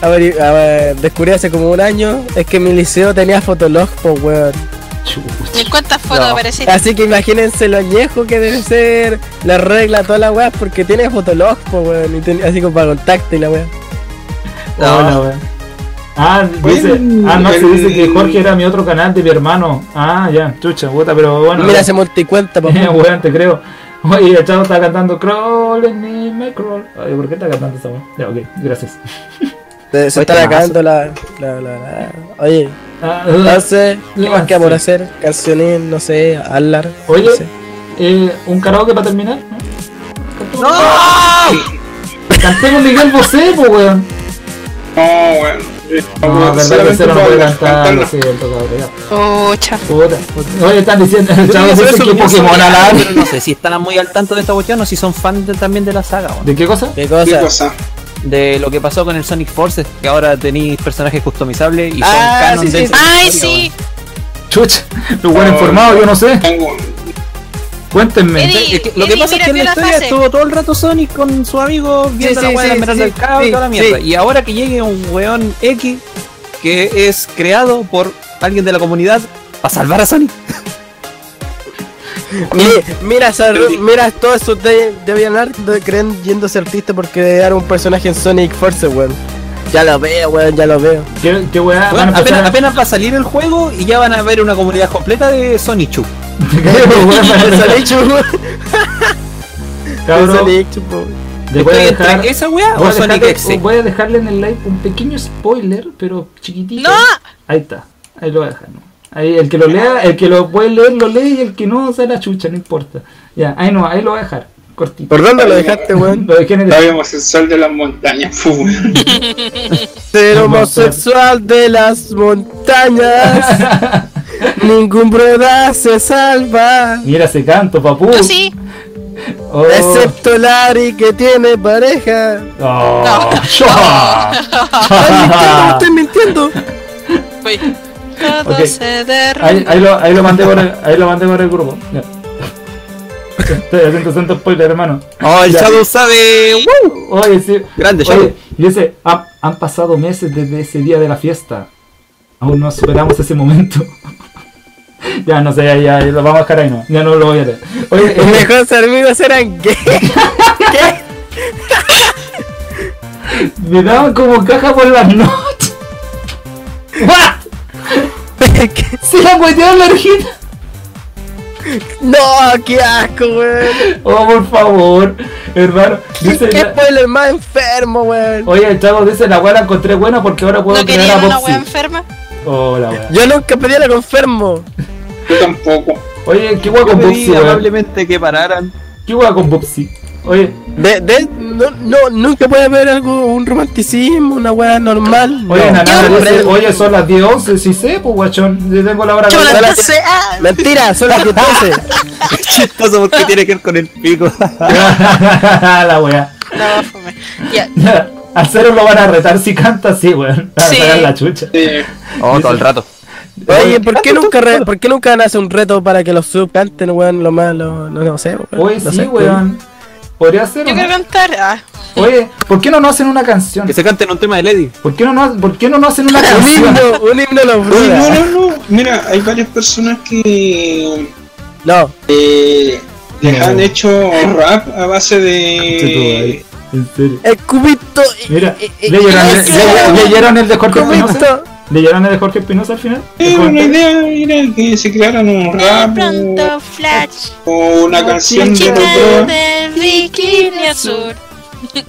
C: a ver, a ver, descubrí hace como un año? Es que mi liceo tenía fotolog, po, weón.
B: ¿En cuántas fotos aparece?
C: Así que imagínense lo añejo que debe ser la regla, toda la weá, porque tiene fotolog, po, weón. y ten- así como para contacto y la weá.
A: Hola, weón. Ah, dice,
D: Bueno,
A: ah, no, se
D: el-
A: dice que Jorge era mi otro canal de mi hermano. Ah, ya, chucha, puta, pero bueno. [laughs]
C: Mira, se multicuenta,
A: Eh,
C: papá.
A: weón, te creo. Oye, el chavo está cantando Crawl in my crawl. Oye, ¿por qué está cantando esa weón? Ya, ok, gracias.
C: Se, se
H: Oye,
C: está
H: temazo.
C: acabando la, la, la, la- Oye,
A: Ah,
C: entonces, ¿qué más
A: Lance.
C: queda por hacer? Canciones, no sé, hablar. no
A: Oye,
C: sé.
A: eh, un karaoke para terminar. ¡No! Cantemos Miguel Bosé, pues, weón.
D: No, bueno. eh,
A: No, verdad que
D: solamente
A: cero no
D: para
A: puede cantar,
D: cantarla.
A: lo siento, cabrón. ya.
B: Oh, cha.
A: Puta. Oye, están diciendo, el chavo
H: Yo
A: dice
H: creo
A: que
H: que eso
A: Pokémon
H: lo
A: a la
H: Pero no sé si están muy al tanto de esta cuestión o si son fans de- también de la saga, weón.
A: ¿De qué cosa?
C: ¿Qué
D: ¿Qué
C: cosa?
D: cosa?
H: de lo que pasó con el Sonic Forces, que ahora tenéis personajes customizables y son
C: Ah,
H: canon
C: sí,
H: de
C: sí,
H: esa
B: Ay,
H: historia,
B: sí.
A: Chucha, lo bueno
H: Oh.
D: No,
A: informado, yo no sé.
D: Tengo-
A: Cuéntenme.
B: Eddie,
H: Es que lo que
B: Eddie,
H: pasa es
B: mira,
H: que en la
B: vio
H: historia
B: fase.
H: estuvo todo el rato Sonic con su amigo viendo
C: sí,
H: la weá de
C: sí,
H: la Esmeralda
C: sí,
H: del Cabo y toda la
C: sí,
H: mierda.
C: sí.
H: Y ahora que llegue un weón X que es creado por alguien de la comunidad para salvar a Sonic.
C: Mi- Mira, esa- mira todo eso de, de Villanar de- creen yéndose artista porque era un personaje en Sonic Force, weón. Ya lo veo, weón, ya lo veo.
A: ¿Qué, qué
C: Ah,
A: weá? Van
H: Weón,
A: a
H: apenas,
A: empezar.
H: apenas va a salir el juego y ya van a ver una comunidad completa de Sonic Chu.
A: [laughs]
C: El
A: Weón,
C: Sonic Chupo, el
A: Cabrón,
C: Sonic Chupo.
A: les voy a
H: Estoy
A: dejar.
H: entre esa weá
A: Voy
H: o
A: a,
H: Sonic
A: dejarle,
H: X.
A: voy a dejarle en el live un pequeño spoiler, pero chiquitito.
B: ¡No!
A: Ahí está, ahí lo voy a dejar. ¿no? Ahí el que lo lea, el que lo puede leer, lo lee y el que no, se la chucha, no importa. Ya, ahí no, ahí lo voy a dejar, cortito.
C: ¿Por dónde lo dejaste, weón?
A: Lo dejé en el-
D: Lo vimos el sol de las montañas. [laughs] fu, weón.
C: Ser homosexual de
A: [laughs]
C: las montañas. Ningún broda se salva.
A: Mira ese canto, papú.
B: Yo sí.
A: Oh.
C: Excepto Larry que
A: [laughs]
C: tiene pareja.
A: Oh.
B: [laughs]
C: Estoy mintiendo, estoy mintiendo.
B: Todo
A: Ok. [laughs]
B: se
A: ahí,
B: derrumba.
A: ahí lo, ahí lo mandé por el, ahí lo mandé por el grupo.
B: [laughs]
A: Ya. Estoy haciendo tanto spoiler, hermano.
C: Ah,
H: Oh, el
A: Ya.
H: Shadow sabe. uh, ¡Woo!
A: Oye, sí.
H: Grande,
A: Oye,
H: Shadow.
A: dice, "Ha- han pasado meses desde ese día de la fiesta. Aún no superamos ese momento. [laughs] ya, no sé, ya, ya, lo vamos a dejar ahí, no. Ya no lo voy a leer. Oye, eh,
C: mejor servidos eran gays.
A: me daban como caja por las noches. ¡Guau! ¡Se la cueteó la orejita!
C: [laughs] no, qué asco, weón.
A: Oh, por favor, hermano. Dice,
C: Qué spoiler más enfermo, weón.
A: oye, el chavo dice, la weá la encontré buena porque ahora puedo
B: ¿No
A: crear a
B: querían una
A: Boxy.
B: wea enferma?
A: Oh, la weá.
C: Yo nunca pedí algo enfermo.
D: Yo tampoco.
A: Oye, qué weá
H: Yo
A: con
H: pedí
A: Boxy, weón.
H: amablemente que pararan.
A: Qué weá con Boxy. Oye,
C: De, de, no, no, nunca puede haber algo, un romanticismo, una weá normal.
A: oye,
C: No.
A: Nanana
C: Yo-
A: dice, oye, son las 10.11, sí sé, pues guachón, le tengo la hora.
B: Yo
A: de-
B: la Ah. sea.
C: Mentira, son
A: [laughs]
C: las 14.
H: Es chistoso porque tiene que ver con el pico.
A: [laughs] la weá.
B: No, fome. Ya.
A: Al cero lo van a retar si canta, sí, weón. [laughs] Van a
B: Sí.
A: sacar la chucha.
D: Eh,
H: [laughs] Oh, todo el rato.
C: Oye, ¿por qué nunca, re- ¿por qué nunca van a hacer un reto para que los sub canten, weón, lo más, lo, no, no sé, weón?
A: Oye,
C: No
A: sí,
C: sé,
A: weón. Podría ser.
B: Yo
A: ¿no?
B: quiero cantar. Ah,
A: Oye, ¿por qué no nos hacen una canción?
H: Que se canten un tema de Lady.
A: ¿Por qué no nos, por qué no nos hacen
C: [laughs]
A: una
C: Un
A: canción?
C: himno, un himno a los
D: oye,
C: Brudas.
D: no, no, no. Mira, hay varias personas que
C: No,
D: eh, les
A: No.
D: han hecho rap a base de. Eh,
A: En serio.
C: el cubito. y-
A: Mira,
C: y- y-
A: ¿leyeron,
C: y-
A: el- le- leyeron el de Jorge Espinosa?
C: cubito.
A: ¿Leyeron el de Jorge Espinosa al final?
D: Eh, una idea era que se crearan un
A: Ah.
D: rap o,
B: pronto flash.
D: o una
B: La
D: canción de
B: chica
D: los dos.
B: del bikini azul. De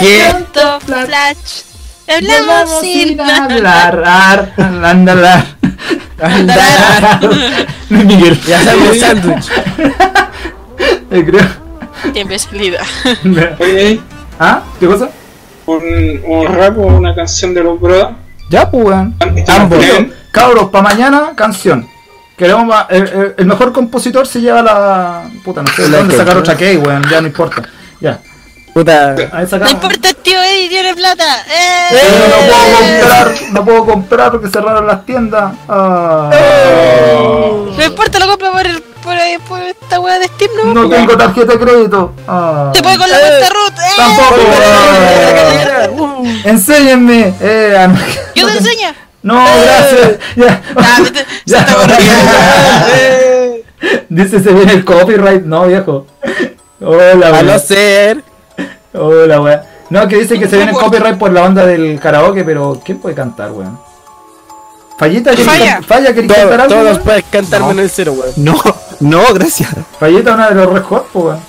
C: ¿Qué?
B: pronto flash. Hablamos sin hablar.
A: hablar, ar, [laughs] andalar. [laughs]
B: Andar.
A: Luis Miguel.
C: Ya sabes, el sándwich.
A: Eh, creo. [laughs]
B: Siempre salida.
D: Oye,
A: ¿Ah? ¿Qué cosa?
D: un, un rap o una canción de los brothers.
A: Ya, pues, weón.
D: Ambos.
A: Tío, Cabros, pa' mañana, canción. Queremos ma- el, el- el mejor compositor se lleva la. Puta, no sé de dónde sacar otra cake, weón, ya no importa. Ya.
C: Puta.
A: Ahí
B: No
A: sacamos.
B: importa, tío Eddie tiene plata.
A: Pero
B: ¡Eh!
A: no puedo comprar, no puedo comprar porque cerraron las tiendas.
B: Eh.
A: Ah,
B: No importa, lo compro por, el- por, ahí- por esta weá de Steam, ¿no?
A: no tengo tarjeta de crédito. Ah,
B: Te puedo con la cuenta Ruth. ¡Eh!
A: tampoco.
C: Ah,
A: Enséñenme. Eh, ah, no.
B: Yo te enseño.
A: No,
B: [laughs]
A: gracias. Ya.
B: Ah, vete,
A: Ya. [laughs]
B: se te borró.
A: Dice se viene el copyright. No, viejo. Hola,
C: A
A: weón.
C: no ser.
A: Hola, weón. No, que dice que se viene el copyright por la onda del karaoke, pero ¿quién puede cantar, weón? Fallita, ¿querí
B: Falla.
A: can- Falla, ¿querés
C: todo-
A: cantar algo?
C: todos
A: weón?
C: puedes cantar menos el cero, weón.
H: No, no, gracias.
A: Fallita, una de los Red Hot, po, weón.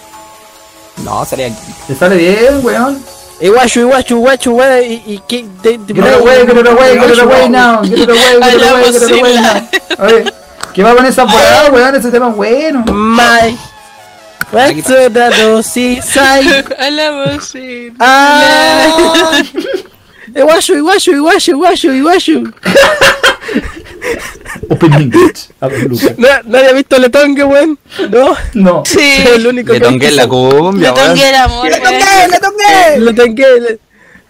H: No, salía aquí.
A: Te sale bien, weón.
C: Y guachu, y guachu, guachu, weón. Y, y que. De, de-
A: Get it away, get it away, get it away now. Get it away, get it away, get it away now. Oye, ¿qué va con esa volada, weón? Ese tema es bueno.
C: My. What's the dosis I?
B: Hablamos sin.
C: [laughs] Ah. Y guachu, y guachu, y guachu, y guachu, y guachu.
A: Open English. Absoluto.
C: No, ¿Nadie ha visto Letongue, weón? No.
A: No.
B: Sí.
C: Es el único
H: Le tongué la
B: Le
H: cumbia, weón.
B: tongué el amor. eh. weón.
C: le toqué! Le toqué, le-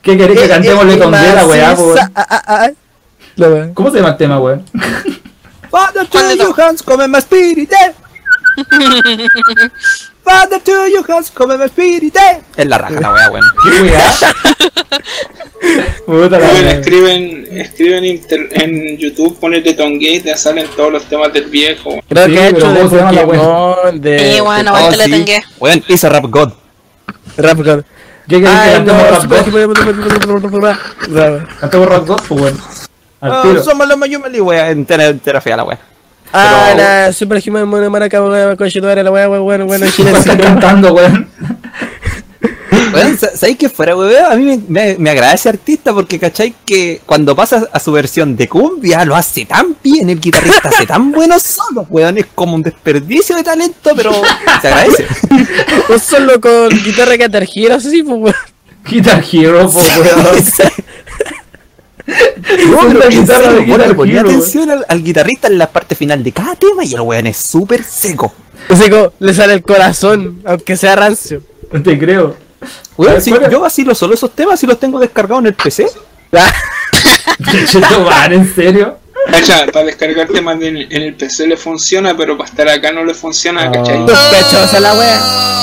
A: ¿Qué querés que cantemos le con la weá, po, weón?
C: Ah, ah, ah. La weá.
A: ¿Cómo se llama el tema, weón?
H: Father to your hands, come my spirit. eh. Father to your hands, come my spirit. eh. Es la raja la wea, weón.
A: ¿Qué weá? [laughs] Puta la
D: Bueno,
A: weá.
D: escriben, escriben inter- en YouTube, ponete Tongue y te salen todos los temas del viejo.
C: Creo
A: Sí,
C: que he
A: pero
C: hecho de
A: ¿cómo se llama la weá?
C: Pokémon,
B: Sí,
C: de
H: Ah,
B: weón, aguanta la tangué.
H: Oh, Weón, hizo rap god.
C: Rapcon.
A: ¿Qué querés
H: Ah,
A: que
C: Ay, Ah, no,
A: cantemos Rap God?
C: Bravo.
A: Cantemos Rap God, po, weón. Al tiro.
H: Ah, Somos los mayumeli, weón. Entera, entera fea la wea.
C: Ah, la Superhuman Mono Maraca, weón, coche, no era la weá, weón, bueno, bueno, [laughs]
A: ¿Qué
C: chile.
A: estás cantando, weón?
H: Weón, sa- ¿sabéis qué fuera, weón? A mí me, me- me agrada ese artista porque, ¿cachai? Que cuando pasa a su versión de cumbia, lo hace tan bien, el guitarrista hace tan buenos solos, weón. Es como un desperdicio de talento, pero se agradece.
C: [laughs] Un solo con guitarra que atargira, así, pues, weón.
A: Guitar Hero,
H: [laughs]
A: po, weón.
H: Weón,
A: la
H: en
A: guitarra
H: serio,
A: de
H: weón,
A: Guitar
H: le ponía
A: Hero, weón.
H: atención al, al guitarrista en la parte final de cada tema y el weón es súper seco.
C: Ese co- le sale el corazón, aunque sea rancio.
A: No te creo. [laughs]
H: Weón,
A: ¿Sabes
H: si
A: cuál es?
H: yo vacilo solo esos temas y los tengo descargados en el PC.
A: Chetumare, ¿en serio?
D: Cacha, para descargar temas en, en el PC le funciona, pero para estar acá no le funciona,
A: Ah.
D: ¿cachai?
C: Sospechosa la weá.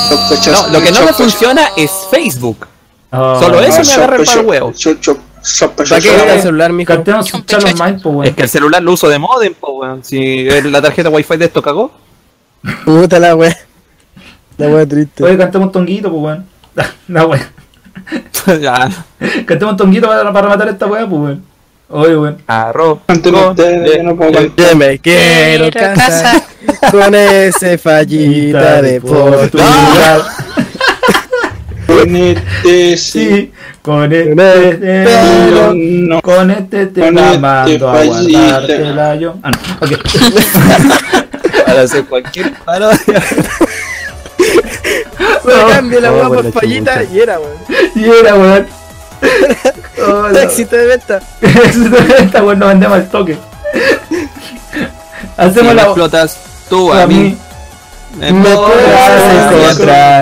D: Sospechoso,
H: No, lo que no me
D: sospechoso.
H: funciona es Facebook.
A: Ah,
H: Solo eso me agarra el
D: Sospechoso,
H: pal huevo.
D: sospechoso,
C: ¿Para qué era el celular, mijo?
H: Es que el celular lo uso de modem, po, weón. Si es la tarjeta wifi de esto cagó. [laughs]
C: Puta la wea. La wea triste.
A: Oye, cantemos un tonguito, pues, weón. [laughs] La wea.
H: ya.
A: Cantemos un tonguito para, para matar esta wea, pues, weón. Oye, weón.
H: Arroz.
D: Antonio, ustedes, yo no puedo cantar.
C: Yo me quiero casar con ese fallita de [laughs] oportunidad.
H: [laughs]
D: Con
H: Eh,
D: este sí,
A: Con este
D: pero
A: te
D: no.
A: con este te
D: Con
A: la
D: este
A: mando a
D: fallita.
A: guardártela yo. Ah, no, ok.
H: Para hacer
A: [laughs]
H: cualquier paro.
C: Me cambio la wea
H: por
C: por
H: la
C: fallita
H: chucha.
C: y era, weón.
A: Y era, weón. [laughs] Oh, la-
C: Éxito de venta.
A: [laughs] Esta weón nos vendemos al toque.
H: Si
A: Hacemos
H: me
A: la
H: explotas tú a mí. Me
A: me
H: podrás
A: puedes
H: encontrar.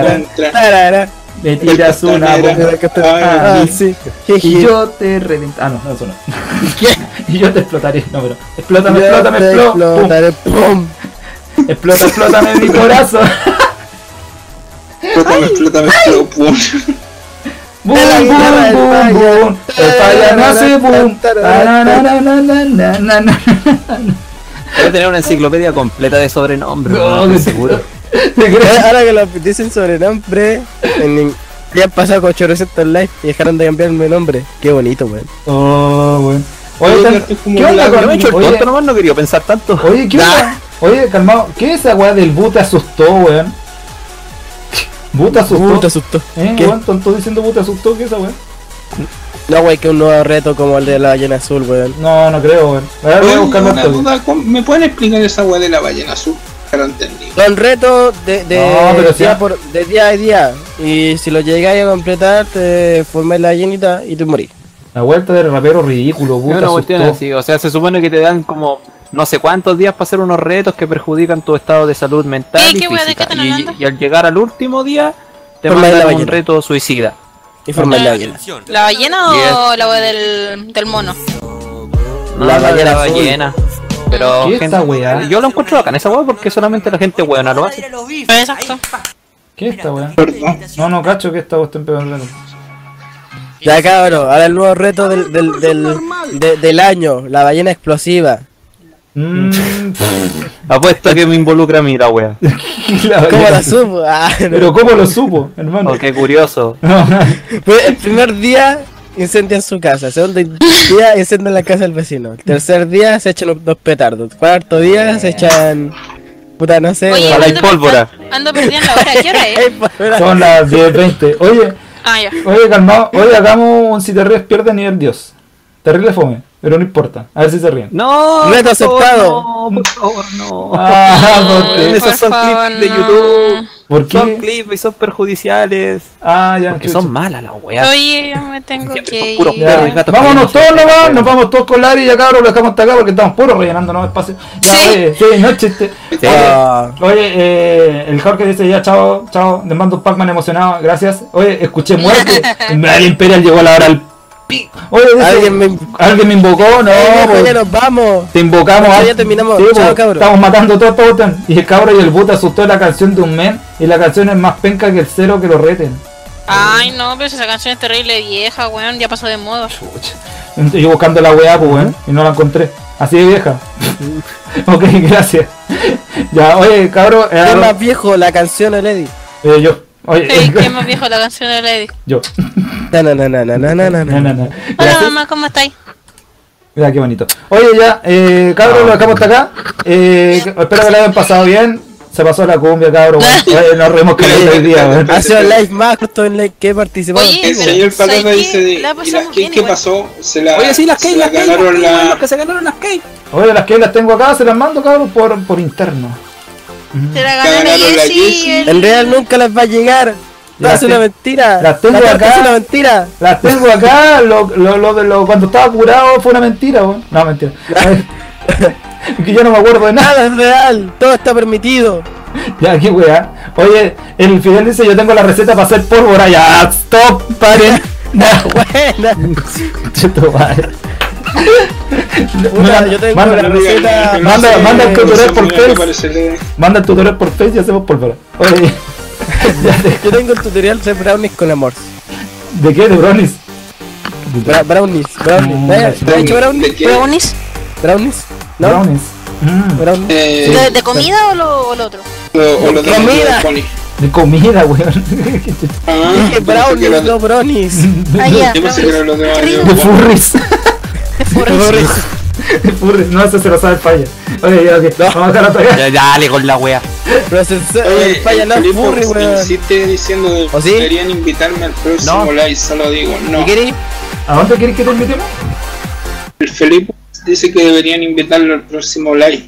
A: encontrar.
D: Contra.
C: Tarara.
A: Me tiras una bomba.
D: Ah,
C: Ah, sí.
A: Y yo te revent... Ah, no, no, eso no. [laughs] Y yo te explotaré. No, pero. Explótame,
C: Yo
A: explótame,
C: te
A: explótame. Pum.
C: explotaré, pum.
A: Explota, explótame mi corazón.
D: Explótame, explótame, explótame.
A: Boom, boom, boom, boom. El falla nace boom. Tararararararararara.
H: Voy a tener una enciclopedia completa de sobrenombres,
A: No,
H: weón,
A: que-
H: estoy seguro.
C: Eh, Ahora que lo dicen sobrenombre, en in- ya han pasado con 800 likes y dejaron de cambiarme el nombre. Qué bonito, weón.
A: Oh, weón. [laughs] Oye,
D: Oye,
A: tan-
D: esto es como
A: ¿qué onda
D: la-
H: Yo me he hecho el
A: con oye,
H: tonto nomás, no quería pensar tanto.
A: Oye, ¿qué onda? Oye, calmado, ¿qué esa weá del boot asustó, weón? [laughs] Boot asustó.
C: Uh, te asustó.
A: ¿Eh,
C: ¿Qué?
A: weón? Tonto diciendo boot asustó, ¿qué es esa weón?
C: No, weón, que un nuevo reto como el de la ballena azul, weón.
A: No, no creo, weón. A ver, voy a
D: Oye,
A: buscar más
D: una
A: toque.
D: duda, ¿cómo- ¿Me pueden explicar esa weá de la ballena azul? Ya lo entendí.
C: Son retos de, de,
A: No, pero si
C: día
A: ha-
C: por, de día a día. Y si lo llegáis a completar, te formáis la ballenita y te morís.
A: La vuelta del rapero ridículo,
H: Es
A: boot
H: una
A: asustó.
H: cuestión así, o sea, se supone que te dan como no sé cuántos días para hacer unos retos que perjudican tu estado de salud mental
B: Eh,
H: y
B: ¿qué weá de qué
H: física.
B: están
H: Y,
B: hablando?
H: y al llegar al último día, te
C: Por la de la
H: mandan un
C: ballena.
H: reto suicida.
C: Y formáis la ballena.
B: ¿La ballena o la wea del, del mono?
H: No,
C: La
H: la de la
C: ballena azul.
H: ballena. Pero
A: ¿Qué es esta
H: gente-
A: weá?
H: yo lo encuentro bacán esa weá porque solamente la gente buena lo hace.
B: Exacto.
A: ¿Qué es esta weón?
D: Perdón.
A: No, no, cacho que esta cuestión peor claro.
C: Ya cabrón, ahora el nuevo reto del, del, del, de- del año, la ballena explosiva.
A: [laughs] Mmm.
H: Apuesto que me involucra a mí la weá.
C: ¿Cómo la supo? Ah, no.
A: Pero ¿cómo lo supo, hermano?
H: Oh, qué curioso.
A: No,
C: Pues, el primer día incendian su casa, segundo día incendian la casa del vecino, el tercer día se echan dos petardos, cuarto día se echan... Puta, no sé...
B: Oye,
H: Ojalá hay
B: ando-
H: pólvora.
B: Ando perdiendo la hora, ¿qué hora
C: [laughs]
B: es?
C: Ey,
A: [laughs]
C: pólvora.
A: son las 10.20. Oye,
B: Ah, ya.
A: oye, calmado. Oye, hagamos un si te ríes pierde nivel Dios. Terrible fome, pero no importa. A ver si se ríen.
H: No,
C: Reto
H: por favor,
C: aceptado.
H: No, por favor, no.
A: Ah, ¿por qué?
B: Ay,
H: Esos
B: por
H: son
B: favor,
H: clips de
B: no.
H: YouTube.
A: ¿Por
H: Son
A: qué?
H: clips y son perjudiciales.
A: Ah, ya,
H: Porque
A: chucha.
H: son malas las weas.
B: Oye, yo me tengo
H: Siempre
B: que
H: son puros
B: ir.
A: Ya.
H: perros y gatos
A: Vámonos
H: que
A: todos
H: vienen.
A: nomás, nos vamos todos con Larry ya cabrón, lo dejamos hasta acá porque estamos puros rellenando nuevos espacios. Ya,
B: Sí.
A: oye, sí, no chiste.
C: Ah,
A: Oye, eh, el Jorge dice ya, chao, chao, les mando un Pac-Man emocionado, gracias. Oye, escuché
B: [laughs]
A: muerte. El Imperial llegó a la hora al pi. Oye, dice,
C: Alguien me...
A: alguien me invocó, no,
C: Ey, Eh, viejo,
A: pues,
C: ya nos vamos!
A: te invocamos.
C: Ya
A: ah,
C: terminamos,
A: pues,
C: chao, cabro.
A: Estamos matando todo todo, tan- Y el cabro y el boot asustó la canción de un men y la canción es más penca que el cero que lo reten.
B: Ay, no, pero si esa canción es terrible vieja, weón, ya pasó de moda.
A: Entonces, yo buscando la weá, pues, weón, y no la encontré. Así de vieja. [laughs] ok, gracias. ya, oye, cabro, eh,
C: Es más viejo la canción de Lady.
A: eh, yo. Oye, [laughs]
B: Ey, ¿Qué es más viejo la canción de Lady?
A: yo.
C: Na, na, na, na, na, na, na, na.
A: No, no, no.
B: Hola mamá, ¿cómo estáis?
A: Mira qué bonito. Oye, ya, eh, cabrón, lo dejamos hasta acá. [laughs] Eh, espero que lo hayan pasado bien. Se pasó la cumbia, [laughs] cabrón. weón. Oye, nos reímos que hoy día, weón. [laughs]
C: Ha sido el live más corto en el que he participado.
B: Oye,
D: El
B: pero,
D: señor Patata
B: ¿sabes
D: dice:
B: qué?
D: ¿Y
B: La
D: la
B: pasamos
D: qué
B: bien
D: qué
B: igual.
D: pasó? Se la,
H: Oye, sí, las
D: se
H: Key, las Key, las
D: ganaron
H: Key,
D: la-
H: los que se ganaron las Key.
A: Oye, las que las tengo acá, se las mando, cabrón, por, por interno.
B: Te la
D: Te
B: ganaron
D: ganaron la
B: Jessie.
D: Jessie.
B: el-
C: En real nunca las va a llegar.
A: Ya,
C: Es una
A: sí.
C: mentira.
A: Las tengo
C: torta
A: acá.
C: Es una mentira.
A: Las tengo acá, lo, lo, lo, de lo- cuando estaba curado fue una mentira, weón. No, [laughs] mentira. que yo no me acuerdo de nada.
C: Nada es real. Todo está permitido.
A: [laughs]
C: [laughs]
A: Ya, qué weá. Oye, el Fidel dice, yo tengo la receta para hacer pólvora. Ya, stop, [laughs] paren. No,
C: Buena.
A: chuto, madre.
C: Puta, yo tengo
A: Manda-
C: la receta.
D: No
A: Manda-
D: sé,
A: manda el
D: no
A: tutorial
D: sé,
A: por
D: mira, me
A: Face.
D: parece que-
A: Manda el tutorial por Face y hacemos pólvora. [laughs] Oye, ya te-
C: Yo tengo el tutorial de brownies con amor.
A: ¿de qué? ¿De brownies?
C: Bra- brownies, brownies.
A: Mm,
C: ¿Nadie- ¿Nadie ha hecho brownies?
D: ¿De qué?
B: ¿Brownies?
C: Brownies. ¿No?
A: Brownies. Mm,
C: Brownies.
D: Eh,
B: ¿De, de comida o lo, o lo otro?
D: o- o lo de
C: Comida.
D: Pony.
A: de comida, [laughs] weón.
D: Ah,
C: Dije
D: yo pensé que era
C: brownies,
D: de-
C: no
D: [laughs]
C: brownies.
B: Ah, ya.
D: Yo pensé que era lo de Mario.
A: De furries.
C: Brownies.
A: [laughs] De furries. No, eso se lo sabe falla. Oye, ya, ok. Vamos a dejarlo hasta [laughs] acá.
H: Ya, dale con la wea.
C: Procesor-
D: Oye,
C: Falla,
D: el
C: no,
D: Felipe
C: furry, weón.
D: insiste diciendo que
C: ¿O sí?
D: deberían invitarme al próximo
C: No.
D: live, solo digo,
C: ¿Y
D: no.
C: queréis?
A: ¿A dónde querés que te invitemos?
D: El Felipe dice que deberían invitarlo al próximo live.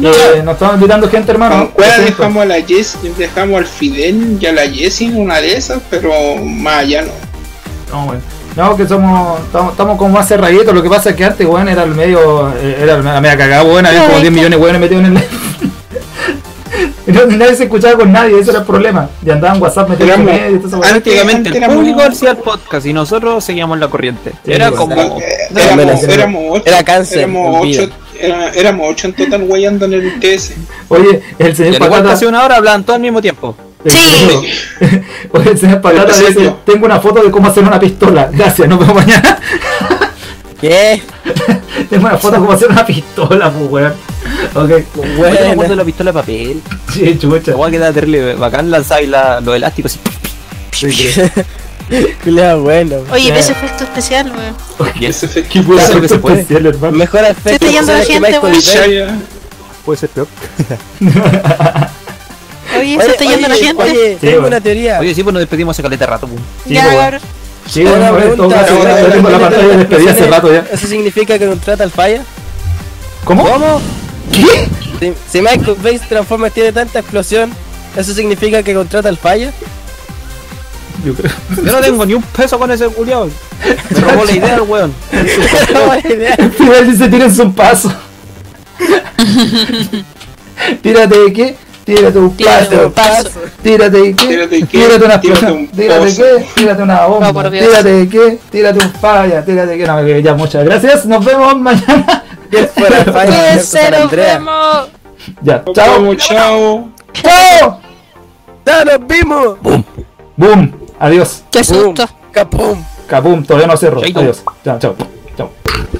A: Eh, nos estamos invitando gente,
D: Con
A: hermano.
D: cuál
A: Lo siento.
D: dejamos a la Jess, dejamos al Fidel y a la Jessie, una de esas, pero más allá no.
A: No, bueno. No, que somos, estamos, estamos como más cerraditos. Lo que pasa es que antes, weón, era el medio, eh, era la media cagada, weón. Había como 10 millones de weones metidos en el. Y [laughs] no- nadie se escuchaba con nadie, ese era el problema. Y andaban WhatsApp metidos en
D: Éramos
A: medio. y todo eso, weón.
D: Prácticamente
H: Prácticamente
D: el
H: el
D: éramos- pues, público
H: público hacía el podcast y nosotros seguíamos la corriente.
A: Sí,
H: Era
A: bueno.
H: como.
D: eh, Éramos,
A: era-
D: éramos ocho,
C: era cáncer,
D: Éramos
C: olvida.
D: ocho, era- éramos ocho en total weyando en el TS.
A: Oye, el señor
H: Igual que
A: Patata.
H: hace una hora hablaban todos al mismo tiempo.
A: te juro. [laughs] Oye, el señor Patata
D: Empecé
A: dice:
D: yo.
A: Tengo una foto de cómo hacer una pistola. Gracias, nos vemos mañana. [laughs]
C: ¿Qué?
A: Tengo una foto de cómo hacer una pistola, pues, weón. Ok, [laughs]
H: Oye, me acuerdo
C: Bueno,
H: de la pistola de papel.
A: sí, chucha.
H: [laughs] La wea quedaba terrible. Bacán lanzaba y la, los elásticos así.
C: [laughs] culiao, bueno.
B: Oye,
A: Ya.
B: ese efecto especial, weón.
H: Y
D: Ese
H: ese
D: efecto
A: Qué bueno
H: Claro que se puede.
A: especial,
H: [laughs]
A: hermano.
C: Mejor efecto.
B: Estoy yendo la
C: especial que
B: gente,
C: Michael
B: weón.
C: Bay.
D: Shaya,
H: puede ser peor.
B: Oye, se
C: Oye,
B: está yendo la
C: oye,
B: gente.
C: Oye,
A: Sí,
C: tengo
A: bueno.
C: una teoría.
H: Oye, sí, pues nos despedimos hace caleta de rato. pum.
A: Sí,
B: ya,
A: pues, weón.
B: cabrón.
A: Sí, bueno,
C: Una
A: en todo
C: pregunta.
A: caso,
D: Ahora,
A: yo tengo la
D: ahora,
A: pantalla despedida hace rato ya.
C: ¿Eso significa que contrata al falla?
A: ¿Cómo?
C: ¿Cómo?
A: ¿Qué?
C: Si, si Michael Bay Transformers tiene tanta explosión, ¿eso significa que contrata
B: [laughs]
C: al falla? [laughs]
A: Yo [laughs] creo.
H: Yo no tengo ni un peso con ese [laughs] culiao. Me robó la idea el weón.
C: No, buena idea.
A: Fidel dice, tírense un [laughs] paso. Tírate de qué? Tírate un
B: Tírate
A: paso.
B: un paso.
A: Tírate de qué?
D: Tírate de qué,
A: Tírate una
D: tírate
A: explosión.
D: un
A: Tírate de
D: pozo.
A: qué? Tírate una
B: No, Oh, por
A: bomba.
B: Dios.
A: Tírate de qué? Tírate un falla. Tírate de qué. No, que ya, muchas gracias. Nos vemos mañana.
C: Fuera el falla,
B: Puede
C: Alberto San
B: ser, nos
C: Andrea.
B: vemos.
A: [laughs] Ya,
D: nos
A: chao.
D: vemos, chao.
A: Chao.
C: ¡No, nos vimos!
A: Boom. Adiós.
B: Qué susto.
C: ¡Capum!
A: Kabum. Todavía no cerro.
H: Chaito.
A: Adiós. Chao, chao. Chao.